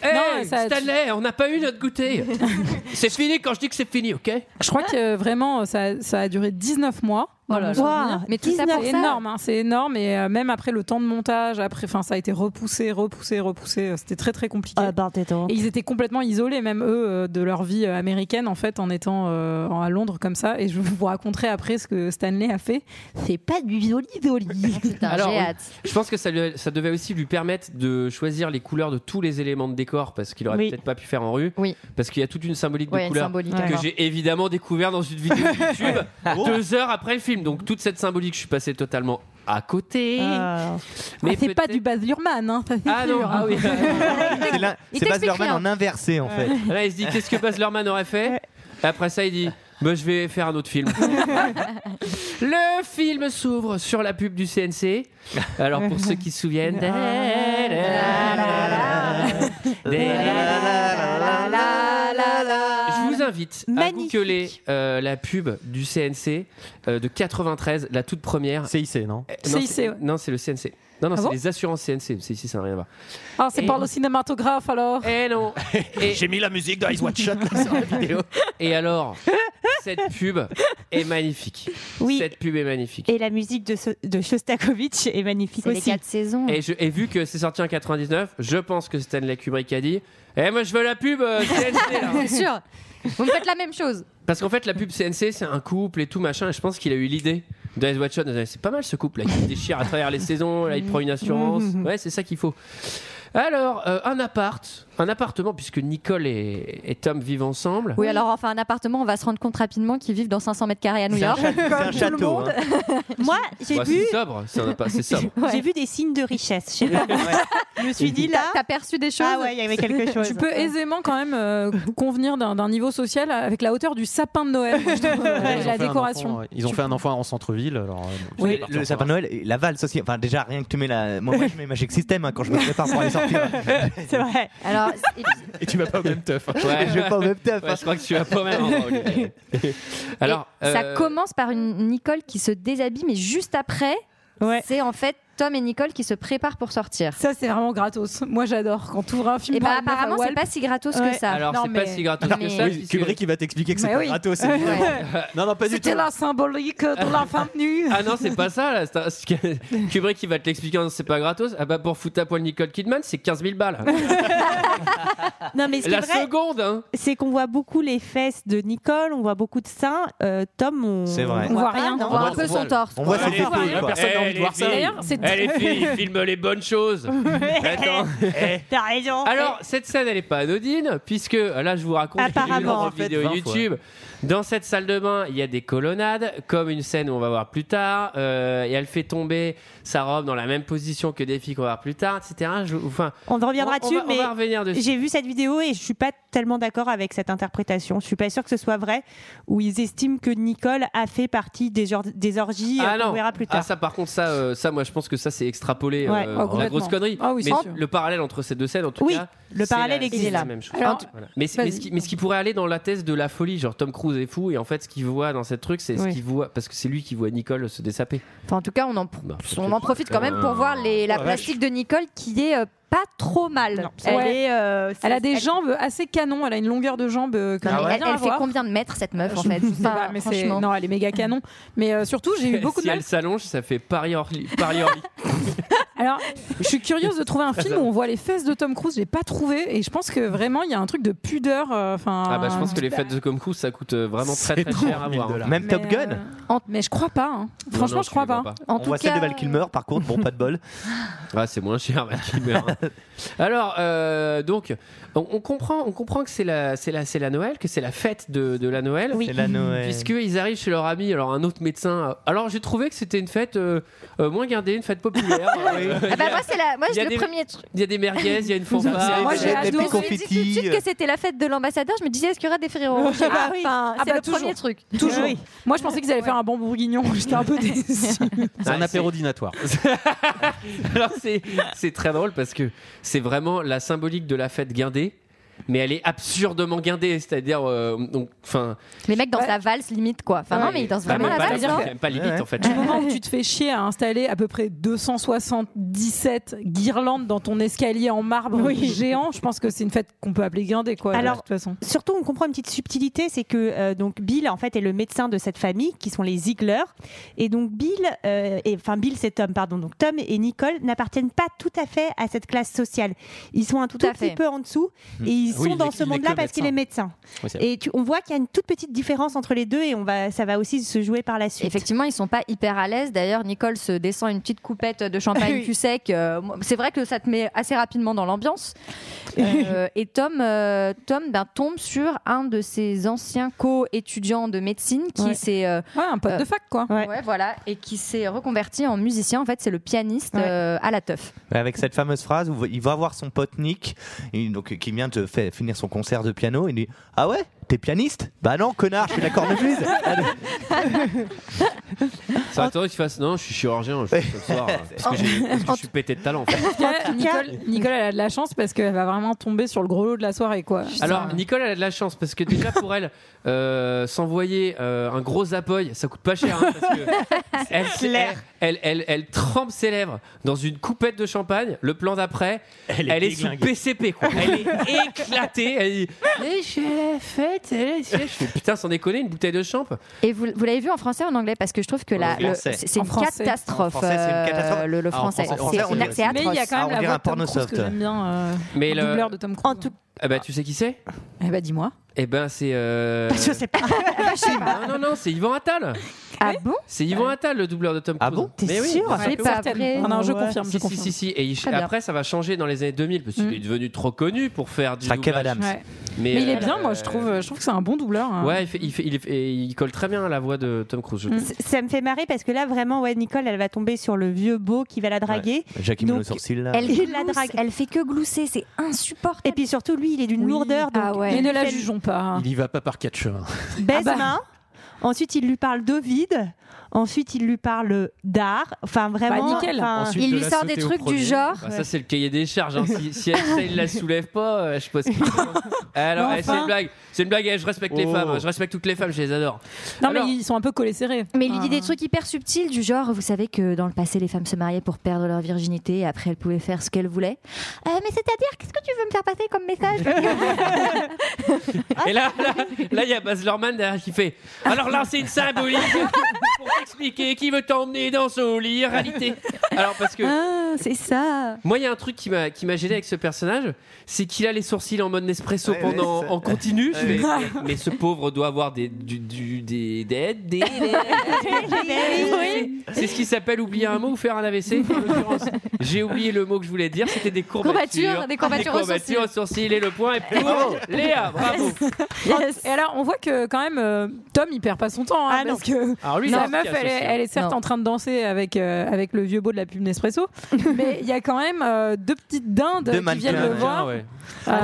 S1: Hey, Stanley, on n'a pas eu notre goûter. c'est fini quand je dis que c'est fini, ok
S10: Je crois que euh, vraiment, euh, ça, ça a duré 19 mois.
S11: Oh
S10: dans
S11: là
S10: mon
S11: là.
S10: souvenir.
S11: Mais tout ça pour
S10: c'est
S11: ça
S10: énorme, hein, c'est énorme. Et euh, même après le temps de montage, après, enfin, ça a été repoussé, repoussé, repoussé. euh, C'était très très compliqué.
S8: Ah,
S10: Et ils étaient complètement isolés, même eux, euh, de leur vie euh, américaine, en fait, en étant euh, en- à Londres comme ça. Et je vous raconterai après ce que Stanley a fait. C'est pas du doli doli.
S1: Alors, oui, je pense que ça, lui- ça devait aussi lui permettre de choisir les couleurs de tous les éléments de décor parce qu'il aurait
S11: Oui.
S1: peut-être pas pu faire en rue. Parce qu'il y a toute une symbolique
S11: Ouais,
S1: de
S11: une
S1: couleurs
S11: symbolique,
S1: que
S11: d'accord.
S1: j'ai évidemment découvert dans une vidéo YouTube deux heures après le film. Donc toute cette symbolique, je suis passé totalement à côté.
S10: Ah.
S1: Mais
S10: c'est pas du Baz Luhrmann, hein, ça, c'est
S1: Ah non,
S10: sûr.
S1: ah oui.
S2: C'est là-
S10: Il
S2: c'est Baz
S10: t'explique
S2: Luhrmann
S10: rien.
S2: en inversé en fait.
S1: Là, il se dit qu'est-ce que Baz Luhrmann aurait fait Et Après ça, il dit bah, je vais faire un autre film. Le film s'ouvre sur Ah la pub du CNC. Alors pour ceux qui se souviennent, Je vous invite à googler euh, la pub du CNC euh, de 93, la toute première. Eh,
S7: CIC, non
S10: CIC, ouais.
S1: Non, c'est le CNC. Non, non,
S10: Ah
S1: c'est
S10: bon
S1: les assurances CNC. C'est ici, ça n'a rien à voir.
S10: Ah, c'est
S1: Et-
S10: par le cinématographe alors
S1: Eh non
S7: J'ai mis la musique de Ice Watch Shot là, sur la vidéo.
S1: Et alors, cette pub est magnifique.
S8: Oui.
S1: Cette pub est magnifique.
S8: Et la musique de, So- de Shostakovich est magnifique aussi.
S9: les quatre saisons.
S1: Et, je, et vu que c'est sorti en 99, je pense que Stanley Kubrick a dit Eh, moi je veux la pub euh, CNC là.
S9: C'est sûr. Vous me faites la même chose.
S1: Parce qu'en fait, la pub CNC, c'est un couple et tout machin. Et je pense qu'il a eu l'idée de Ice Watch Shot. C'est pas mal ce couple là qui se déchire à travers les saisons. Là, il prend une assurance. Ouais, c'est ça qu'il faut. Alors, euh, un appart, un appartement, puisque Nicole et, et Tom vivent ensemble.
S9: Oui, alors enfin, un appartement, on va se rendre compte rapidement qu'ils vivent dans 500 mètres carrés à New
S1: C'est un
S9: York.
S1: château, c'est un château, hein.
S8: Moi, j'ai
S1: Bah,
S8: vu,
S1: C'est sobre, c'est un appart- c'est sobre.
S8: j'ai vu des signes de richesse. Je sais pas. Je me suis dit là.
S9: T'as perçu des choses
S8: Ah ouais, il y avait quelque chose.
S10: Tu peux aisément quand même euh, convenir d'un d'un niveau social avec la hauteur du sapin de Noël, moi, je trouve, euh,
S7: Ils ont
S10: la
S7: fait un
S10: décoration.
S7: enfant, ouais. Ils ont fait un enfant en centre-ville. Alors, euh,
S2: Oui,
S7: c'est parti en
S2: le sapin de Noël et la valse aussi. Enfin, déjà, rien que tu mets la. Moi, moi, je mets Magic System hein, quand je me prépare pour aller sortir.
S8: C'est vrai.
S9: Alors,
S7: Et tu vas pas au même teuf. hein.
S1: Ouais.
S2: je vais pas au même teuf. hein.
S1: Ouais, je crois que tu vas pas au même endroit, Olivier. Alors,
S9: ça
S1: euh,
S9: commence par une Nicole qui se déshabille, mais juste après,
S8: Ouais.
S9: c'est en fait Tom et Nicole qui se préparent pour sortir.
S10: Ça, c'est vraiment gratos. Moi, j'adore quand tu ouvres un film.
S9: Et
S10: par
S9: bah
S10: une meuf à
S9: apparemment, c'est
S10: Walp.
S9: pas si gratos
S10: Ouais.
S9: que ça.
S1: Alors,
S10: Non,
S1: c'est
S10: mais-
S1: pas si gratos que
S9: Mais-
S1: ça.
S7: Oui,
S1: puisque-
S7: Kubrick, il va t'expliquer que c'est
S10: Mais
S7: pas
S10: oui.
S7: gratos. évidemment.
S1: euh,
S9: Ouais.
S7: Non, non, pas du tout.
S10: C'était la symbolique de la femme nue.
S1: Ah non, c'est pas ça. Là. c'est un- ce que- Kubrick, il va te l'expliquer, non, c'est pas gratos. Ah bah pour foutre à poil Nicole Kidman, c'est 15 000 balles.
S8: Non, mais ce qui est
S1: La
S8: vrai,
S1: seconde, hein.
S8: c'est qu'on voit beaucoup les fesses de Nicole, on voit beaucoup de seins. Euh, Tom, on.
S2: C'est vrai.
S8: on voit rien.
S9: on voit un peu son torse.
S2: On voit
S1: Ouais,
S2: ses
S1: les
S2: épaules,
S1: filles,
S7: Bah,
S2: quoi.
S1: Personne n'a envie de voir ça.
S10: D'ailleurs, c'est
S1: Eh les filles, ils filment les bonnes choses. Attends.
S8: T'as raison.
S1: Alors, cette scène, elle n'est pas anodine, puisque là, je vous raconte j'ai vu
S8: Apparemment,
S1: dans
S7: en
S1: une
S7: fait,
S1: vidéo
S7: 20 fois.
S1: YouTube. Dans cette salle de bain, il y a des colonnades, comme une scène où on va voir plus tard, euh, et elle fait tomber sa robe dans la même position que des filles qu'on va voir plus tard, etc. Je- enfin,
S8: On reviendra
S1: on- on
S8: dessus,
S1: va- on
S8: mais
S1: va revenir dessus.
S8: j'ai vu cette vidéo et je suis pas tellement d'accord avec cette interprétation. Je suis pas sûre que ce soit vrai, où ils estiment que Nicole a fait partie des, or- des orgies. euh, qu'on verra plus
S1: Ah,
S8: tard.
S1: ça par contre ça euh, ça moi je pense que ça c'est extrapolé euh,
S8: Ouais.
S10: Ah,
S1: la
S10: complètement.
S1: grosse connerie.
S10: Ah oui,
S1: mais
S10: c'est sûr.
S1: le parallèle entre ces deux scènes en tout
S8: Oui,
S1: cas.
S8: le
S1: c'est
S8: parallèle
S1: la-
S8: existe.
S1: c'est la
S8: Il est là.
S1: même chose.
S10: Alors,
S1: Voilà. mais, c'est- mais ce qui,
S10: vas-y.
S1: mais ce qui pourrait aller dans la thèse de la folie, genre Tom Cruise est fou et en fait ce qu'il voit dans cette truc c'est ce
S8: Oui.
S1: qu'il voit parce que c'est lui qui voit Nicole se dessaper.
S9: Enfin, en tout cas, on en,
S1: Bah, Euh,
S9: on en profite quand même pour voir les, la
S7: Ouais,
S9: plastique de Nicole qui est euh, pas trop mal.
S8: Non,
S9: elle,
S10: ouais.
S9: est, euh,
S10: Elle a des jambes assez canon. Elle a une longueur de jambes euh, que
S1: Ah
S9: Non, mais
S10: j'aimerais
S9: elle,
S10: bien
S9: Ah elle fait
S10: avoir.
S9: combien de mètres cette meuf en fait
S10: Je sais
S9: Enfin,
S10: pas, mais c'est-
S9: franchement.
S10: non, elle est méga canon. Mais euh, surtout, j'ai eu beaucoup
S1: si
S10: de mal.
S1: elle s'allonge, ça fait Paris Orly. Paris Orly.
S10: Alors, je suis curieuse de trouver un film où on voit les fesses de Tom Cruise. J'ai pas trouvé, et je pense que vraiment, il y a un truc de pudeur. euh, Enfin,
S1: ah bah je pense que les fêtes de Tom Cruise ça coûte euh, vraiment très très cher à voir. hein.
S2: Même Top
S10: Mais,
S2: Gun.
S10: euh, en- mais je crois pas. hein.
S1: Non,
S10: Franchement,
S1: non,
S10: je
S1: tu
S10: crois
S1: les vois
S10: pas.
S9: En
S2: On
S9: tout
S2: voit
S9: cas,
S2: celle de Val Kilmer, par contre, bon, pas de bol.
S1: Ah, c'est moins cher, Val Kilmer, hein. Alors, euh, donc, on, on comprend, on comprend que c'est la, c'est la, c'est la Noël, que c'est la fête de, de la Noël.
S2: C'est la Noël.
S1: Puisqu'ils arrivent chez leur ami, alors un autre médecin. euh, Alors j'ai trouvé que c'était une fête euh, euh, moins gardée, une fête populaire. Euh,
S9: Ah bah, moi c'est la- moi
S1: Il y a
S9: le
S1: des-
S9: premier truc.
S1: Il y a des merguez, il y a une
S10: Ah,
S1: fanfare.
S10: moi,
S1: Euh,
S10: j'ai
S9: Je
S10: adoré.
S9: me suis dit tout de suite que c'était la fête de l'ambassadeur. Je me disais est-ce qu'il y aura des frérots Je sais pas.
S8: oui.
S9: Enfin,
S10: Ah
S9: c'est
S10: bah,
S9: le premier
S10: toujours.
S9: truc.
S10: Toujours.
S8: Oui.
S10: Moi, je pensais qu'ils allaient faire un bon bourguignon. J'étais un peu déçue.
S7: C'est un
S1: Ouais,
S7: apéro dînatoire.
S1: Ah, Alors c'est, c'est très drôle parce que c'est vraiment la symbolique de la fête guindée. Mais elle est absurdement guindée, c'est-à-dire, euh, donc, enfin,
S9: Les mecs dansent
S10: Ouais.
S9: la valse limite quoi. Enfin non mais ils dansent vraiment la
S1: Ah,
S9: hein.
S1: pas,
S9: valse. non
S1: pas, pas limite
S2: Ouais,
S1: en fait.
S10: Du moment où tu te fais chier à installer à peu près 277 guirlandes dans ton escalier en marbre géant, je pense que c'est une fête qu'on peut appeler guindée, quoi.
S8: Alors,
S10: de toute façon.
S8: Surtout, on comprend une petite subtilité, c'est que euh, donc Bill en fait est le médecin de cette famille qui sont les Ziegler, et donc Bill, euh, et enfin Bill c'est Tom pardon, donc Tom et Nicole n'appartiennent pas tout à fait à cette classe sociale. Ils sont un tout,
S9: Tout à
S8: petit
S9: fait.
S8: peu en dessous et ils
S7: Hmm. Oui,
S8: sont
S7: il
S8: dans
S7: est-
S8: ce
S7: il est
S8: monde-là
S7: que
S8: parce qu'il est médecin.
S7: Oui, c'est vrai.
S8: et tu- on voit qu'il y a une toute petite différence entre les deux et on va, ça va aussi se jouer par la suite.
S9: Effectivement, ils sont pas hyper à l'aise. D'ailleurs, Nicole se descend une petite coupette de champagne
S8: Oui.
S9: cul sec. Euh, moi, c'est vrai que ça te met assez rapidement dans l'ambiance. Euh, et Tom, euh, Tom ben, tombe sur un de ses anciens co-étudiants de médecine qui
S10: Ouais.
S9: s'est euh,
S10: Ouais, un pote
S9: euh,
S10: de fac, quoi.
S8: Ouais.
S9: ouais, voilà et qui s'est reconverti en musicien. En fait, c'est le pianiste
S8: Ouais.
S9: euh, à la teuf.
S2: Avec cette fameuse phrase où il va voir son pote Nick, et donc, qui vient de fa- finir son concert de piano, et il dit Ah ouais T'es pianiste Bah non, connard, je suis la cornemuse. Allez.
S1: Ça attendait qu'il fasse. Non, je suis chirurgien je suis ce soir. hein, Parce que, j'ai- parce que je suis pété de talent. en fait.
S10: Nicole, Nicole, elle a de la chance parce qu'elle va vraiment tomber sur le gros lot de la soirée, quoi.
S1: Alors, Nicole, elle a de la chance parce que déjà pour elle, euh, s'envoyer euh, un gros apoil, ça coûte pas cher. hein, parce que elle,
S10: clair.
S1: Elle, elle, elle- elle trempe ses lèvres dans une coupette de champagne. Le plan d'après, elle
S7: est
S1: est, sous
S7: déglinguée.
S1: PCP, quoi. Elle est éclatée. Elle dit Mais je suis à la fête. elle est- je fais, Putain, sans déconner, une bouteille de champ.
S9: Et vous, vous l'avez vu en français ou en anglais Parce que je trouve que la-
S1: En
S9: le-
S1: français.
S9: c'est c'est
S1: En
S9: une
S1: français.
S9: catastrophe.
S1: En français, c'est une
S9: euh,
S1: catastrophe.
S9: le, le
S1: Ah, en
S9: français.
S1: français, en
S9: C'est
S1: français, on
S9: c'est
S1: est aussi.
S10: Mais il y a
S9: atroce.
S10: quand même la voix de Tom Cruise
S1: porno-soft.
S10: que j'aime bien. euh,
S1: Mais
S10: en
S1: le-
S10: doubleur de Tom Cruise. En tout...
S1: Ah bah, tu sais qui c'est
S10: Eh bah dis-moi.
S1: Eh ben, c'est. euh,
S10: sais pas.
S1: Non, non, non, c'est Yvan Attal.
S9: Ah bon
S1: C'est Yvan Attal, le doubleur de Tom Cruise. Ah bon
S10: T'es sûr C'est pas vrai. Ah non, je confirme,
S1: Si,
S10: je
S1: si,
S10: confirme.
S1: si, si. Et il-
S10: Très bien.
S1: après, ça va changer dans les années 2000 parce qu'il est devenu trop connu pour faire du.
S2: Kev
S1: doublage.
S2: Adams.
S10: Ouais. Mais, il est
S1: euh,
S10: bien, moi, je trouve, je trouve que c'est un bon doubleur. hein.
S1: Ouais, il, fait- il, fait- il, fait- et il colle très bien à la voix de Tom Cruise. je
S10: Mm.
S1: trouve.
S8: C- Ça me fait marrer parce que là, vraiment, ouais, Nicole, elle va tomber sur le vieux beau qui va la draguer.
S2: Jackie le sourcil là.
S9: Elle
S8: Il la
S9: glousse,
S8: drague.
S9: elle fait que glousser, c'est insupportable.
S8: Et puis surtout, lui, il est d'une lourdeur. Donc
S9: Ah ouais.
S10: Mais ne la
S8: il fait-
S10: jugeons pas. hein.
S7: Il y va pas par quatre chemins.
S8: baise
S10: Ah bah.
S8: main. Ensuite, il lui parle d'Ovide. Ensuite, il lui parle d'art. Enfin, vraiment.
S10: Bah, nickel.
S8: enfin,
S7: Ensuite, de la sauter au premier.
S1: Bah, Ça, c'est le cahier des charges. hein. Si, si elle, ça, il la soulève pas, euh, je pense que. Alors,
S10: Mais
S1: eh, c'est
S10: enfin.
S1: une blague. C'est une blague. eh, Je respecte les
S10: Oh.
S1: femmes. Je respecte toutes les femmes. Je les adore.
S10: Non,
S1: Alors-
S10: mais ils sont un peu collés serrés.
S9: Mais il lui dit
S10: Ah.
S9: des trucs hyper subtils du genre, vous savez que dans le passé, les femmes se mariaient pour perdre leur virginité et après elles pouvaient faire ce qu'elles voulaient. Euh, mais c'est-à-dire, qu'est-ce que tu veux me faire passer comme message
S1: Et là, là, là, il y a Baz Luhrmann derrière qui fait. Alors là, c'est une symbolique pour t'expliquer qui veut t'emmener dans son lit. Réalité. Alors parce que.
S9: Ah, c'est ça
S1: Moi, il y a un truc qui m'a qui m'a gêné avec ce personnage, c'est qu'il a les sourcils en mode Nespresso
S2: Ouais,
S1: pendant
S2: ouais, ça-
S1: en continu. Je
S2: Ouais.
S1: fais, mais, mais ce pauvre doit avoir des du, du- des des, des- des-
S8: Ben
S1: C'est- C'est ce qui s'appelle oublier un mot ou faire un AVC. En l'occurrence, j'ai oublié le mot que je voulais dire. C'était des courbatures,
S9: Courbatures, des courbatures
S1: des
S9: aux
S1: courbatures aux sourcils et le point est pour
S2: Ah
S1: Léa. Bravo.
S10: Et alors, on voit que quand même, euh, Tom, il perd pas son temps. hein,
S8: Ah non.
S10: parce que
S1: Alors lui, il
S10: la
S1: est
S10: meuf,
S1: efficace
S10: elle est,
S1: aussi, hein.
S10: elle est certes
S1: Non.
S10: en train de danser avec, euh, avec le vieux beau de la pub Nespresso, mais il y a quand même euh, deux petites dindes
S2: Deux
S10: qui viennent
S2: mannequins,
S10: le voir.
S1: ouais.
S10: Euh,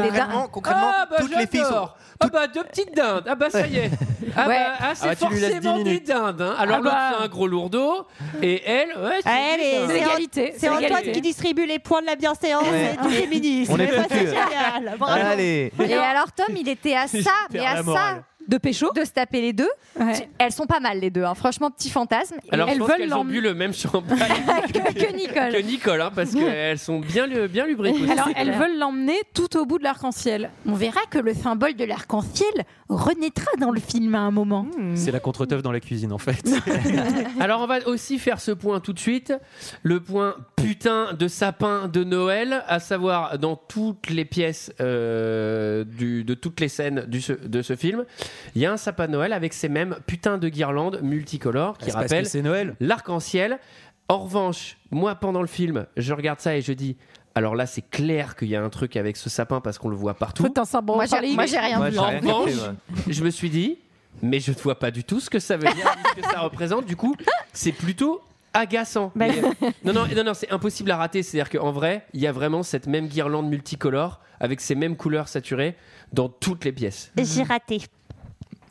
S2: concrètement,
S1: ah, bah,
S2: toutes les filles sont-
S1: j'adore. Ah bah deux petites dindes. Ah bah ça y est. Ah
S10: Ouais.
S1: bah ah, c'est
S2: Ah bah, tu lui laisses
S1: forcément
S2: dix
S1: des
S2: minutes.
S1: dindes. hein. Alors l'autre
S10: Ah bah.
S1: c'est un gros lourdeau et elle ouais, c'est
S8: Ah, elle
S1: des
S8: est-
S1: dindes.
S10: C'est l'égalité.
S8: C'est Antoine qui distribue les points de la bienséance
S2: Ouais.
S8: et tous les ministres.
S2: On est
S8: Mais ça, c'est
S2: foutus.
S8: génial. Bravo.
S2: Allez.
S9: Et alors Tom, il était à ça, mais à ça
S10: De pécho
S9: de se taper les deux. Tu- Elles sont pas mal les deux, hein. franchement, petit fantasme. Et
S1: Alors
S9: elles
S1: je pense qu'elles ont
S9: l'emmener
S1: bu le même champagne
S9: que, que Nicole.
S1: que Nicole hein, parce qu'elles sont bien lu- bien lubriques. aussi.
S10: Alors, elles veulent l'emmener tout au bout de l'arc-en-ciel. On verra que le symbole de l'arc-en-ciel renaîtra dans le film à un moment.
S7: C'est la contre-teuf dans la cuisine en fait.
S1: Alors on va aussi faire ce point tout de suite, le point putain de sapin de Noël, à savoir dans toutes les pièces euh, du- de toutes les scènes du ce- de ce film, il y a un sapin de Noël avec ces mêmes putains de guirlandes multicolores qui
S7: C'est parce que
S1: rappellent
S7: c'est Noël.
S1: l'arc-en-ciel. En revanche, moi pendant le film, je regarde ça et je dis... Alors là, c'est clair qu'il y a un truc avec ce sapin parce qu'on le voit partout.
S10: Putain, ça bon,
S9: Moi, j'ai-
S10: Charlie.
S9: moi, j'ai rien
S2: Moi,
S9: vu.
S2: j'ai
S1: En
S2: rien compris,
S1: revanche,
S2: moi.
S1: je me suis dit, mais je ne vois pas du tout ce que ça veut dire, ni ce que ça représente. Du coup, c'est plutôt agaçant.
S8: Bah,
S1: Mais, euh, non, non, non, non, c'est impossible à rater. C'est-à-dire qu'en vrai, il y a vraiment cette même guirlande multicolore avec ces mêmes couleurs saturées dans toutes les pièces.
S8: J'ai raté.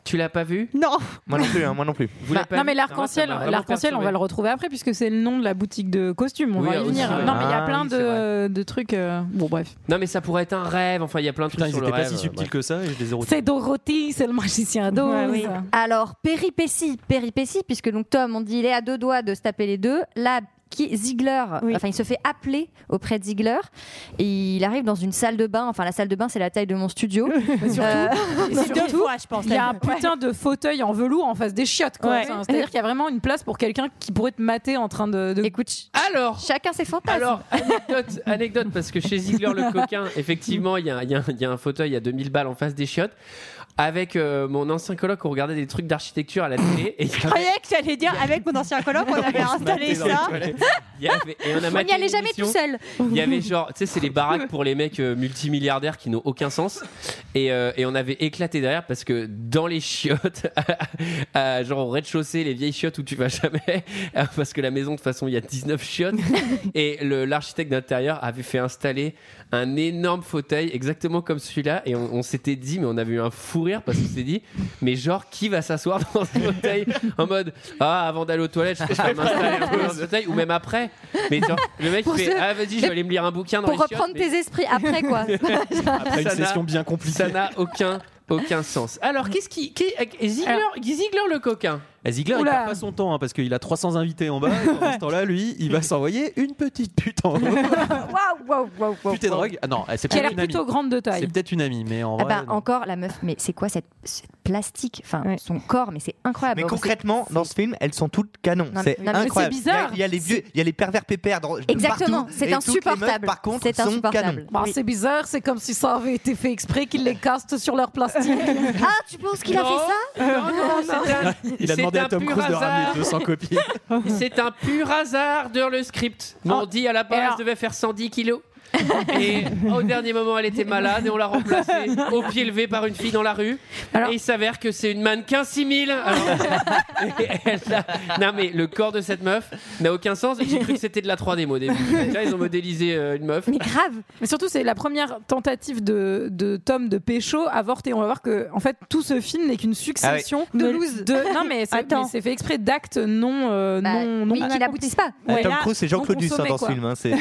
S1: Tu l'as pas vu
S8: Non.
S2: Moi non plus, hein, moi non plus.
S1: Vous l'avez pas
S10: Bah, non
S1: vu
S10: mais l'arc-en-ciel,
S1: Non, moi,
S7: hein,
S1: ça m'a vraiment
S10: l'arc-en-ciel, on va
S1: perturbé.
S10: le retrouver après puisque c'est le nom de la boutique de costumes. On
S1: Oui,
S10: va y
S1: aussi,
S10: venir.
S1: ouais.
S10: Non mais il y a
S2: Ah,
S10: plein
S2: oui, c'est
S10: de, de trucs. euh, Bon bref.
S1: Non, mais ça pourrait être un rêve. Enfin, il y a plein de
S7: Putain,
S1: trucs
S7: ils
S1: sur le
S7: étaient pas
S1: rêve.
S2: euh,
S1: euh,
S7: si subtils
S1: Bref.
S7: que ça et je les ai retrouvés.
S10: C'est Dorothy, c'est le magicien à
S8: Ouais,
S10: dos.
S8: oui.
S9: Alors, péripétie, péripétie, puisque donc Tom, on dit, il est à deux doigts de se taper les deux. Là, qui, Ziegler,
S8: Oui.
S9: enfin, il se fait appeler auprès de Ziegler. Et il arrive dans une salle de bain. Enfin, la salle de bain, c'est la taille de mon studio. Euh,
S8: C'est deux fois, je pense.
S10: Il y a un putain de fauteuil en velours en face des chiottes. quoi.
S8: Ouais.
S10: Enfin, C'est-à-dire qu'il y a vraiment une place pour quelqu'un qui pourrait te mater en train de. de-
S9: Écoute,
S1: Alors,
S9: chacun ses fantasmes.
S1: Alors, anecdote, anecdote, parce que chez Ziegler le coquin, effectivement, il y, a un- il y a un- il y a un fauteuil à 2000 balles en face des chiottes. Avec euh, mon ancien coloc, on regardait des trucs d'architecture à la télé. Et il y
S8: Je
S1: avait-
S8: croyais que j'allais dire avec mon ancien coloc, on avait installé ça.
S1: Il y avait- et on a
S9: On
S1: maté
S9: n'y allait
S1: une
S9: jamais
S1: émission.
S9: tout seul.
S1: Il y avait genre, tu sais, c'est les baraques pour les mecs euh, multimilliardaires qui n'ont aucun sens. Et, euh, et on avait éclaté derrière parce que dans les chiottes, à- genre au rez-de-chaussée, les vieilles chiottes où tu vas jamais, euh, parce que la maison, de toute façon, il y a 19 chiottes. Et le- l'architecte d'intérieur avait fait installer un énorme fauteuil, exactement comme celui-là. Et on, on s'était dit, mais on avait eu un fou rire parce qu'on s'est dit, mais genre, qui va s'asseoir dans ce fauteuil en mode, ah, avant d'aller aux toilettes, je vais m'installer un peu dans ce fauteuil, ou même après. Mais genre, le mec, il
S9: Pour
S1: fait,
S9: se-
S1: ah, vas-y, je vais aller me lire un bouquin dans
S9: Pour
S1: les chiottes,
S9: reprendre
S1: mais-
S9: tes esprits après, quoi.
S1: Après
S7: une session
S1: bien compliquée. Ça n'a aucun, aucun sens. Alors, qu'est-ce qui. qui- Ziegler, Ziegler le coquin.
S7: Eh, Ziegler, il
S1: Oula.
S7: perd pas son temps hein, parce qu'il a 300 invités en bas. Et pendant ce temps-là, lui, il va s'envoyer une petite pute en haut.
S9: Waouh, waouh, waouh, waouh.
S7: Pute et drogue. Ah non, c'est
S9: Qui a
S7: peut-être
S9: l'air
S7: une amie.
S9: plutôt grande de taille.
S7: C'est peut-être une amie, mais en
S9: Ah
S7: vrai.
S9: bah,
S7: non.
S9: encore la meuf, mais c'est quoi cette, cette plastique Enfin, son corps, mais c'est incroyable.
S2: Mais
S9: Alors,
S2: concrètement, dans ce film, elles sont toutes canons.
S9: Non,
S2: C'est
S9: mais- non, mais
S2: incroyable.
S9: c'est bizarre.
S2: Il y a- Il y a les vieux, il y a les pervers pépères. dans- de
S9: Exactement,
S2: partout,
S9: c'est
S2: et toutes les meufs,
S9: insupportable.
S2: Par contre,
S9: C'est
S2: sont
S9: insupportable.
S2: canons.
S10: Bah, C'est bizarre, c'est comme si ça avait été fait exprès qu'ils les castent sur leur plastique.
S9: Ah, tu penses
S10: qu'il a fait ça
S1: Euh, Non, non, c'est un-
S7: Il a demandé
S1: c'est
S7: à
S1: un
S7: Tom
S1: pur
S7: Cruise de
S1: hasard.
S7: ramener 200 copies.
S1: C'est un pur hasard de le script. Mon dit à la base devait faire 110 kilos. et au dernier moment, elle était malade et on l'a remplacée au pied levé par une fille dans la rue. et il s'avère que c'est une mannequin 6000. Alors, et elle a- Non, mais le corps de cette meuf n'a aucun sens. J'ai cru que c'était de la 3D, moi, au début. Là, ils ont modélisé euh, une meuf.
S9: grave.
S10: Mais surtout, c'est la première tentative de, de Tom de pécho avortée. On va voir que, en fait, tout ce film n'est qu'une succession
S9: Ah oui. De
S10: de
S9: loose.
S10: de- Non, mais c'est
S9: Attends.
S10: mais c'est fait exprès d'actes non, euh,
S9: Bah,
S10: non, non
S9: oui, qui n'aboutissent pas.
S2: Ah, Tom Cruise, c'est Jean-Claude Duss, hein, dans ce film, hein, c'est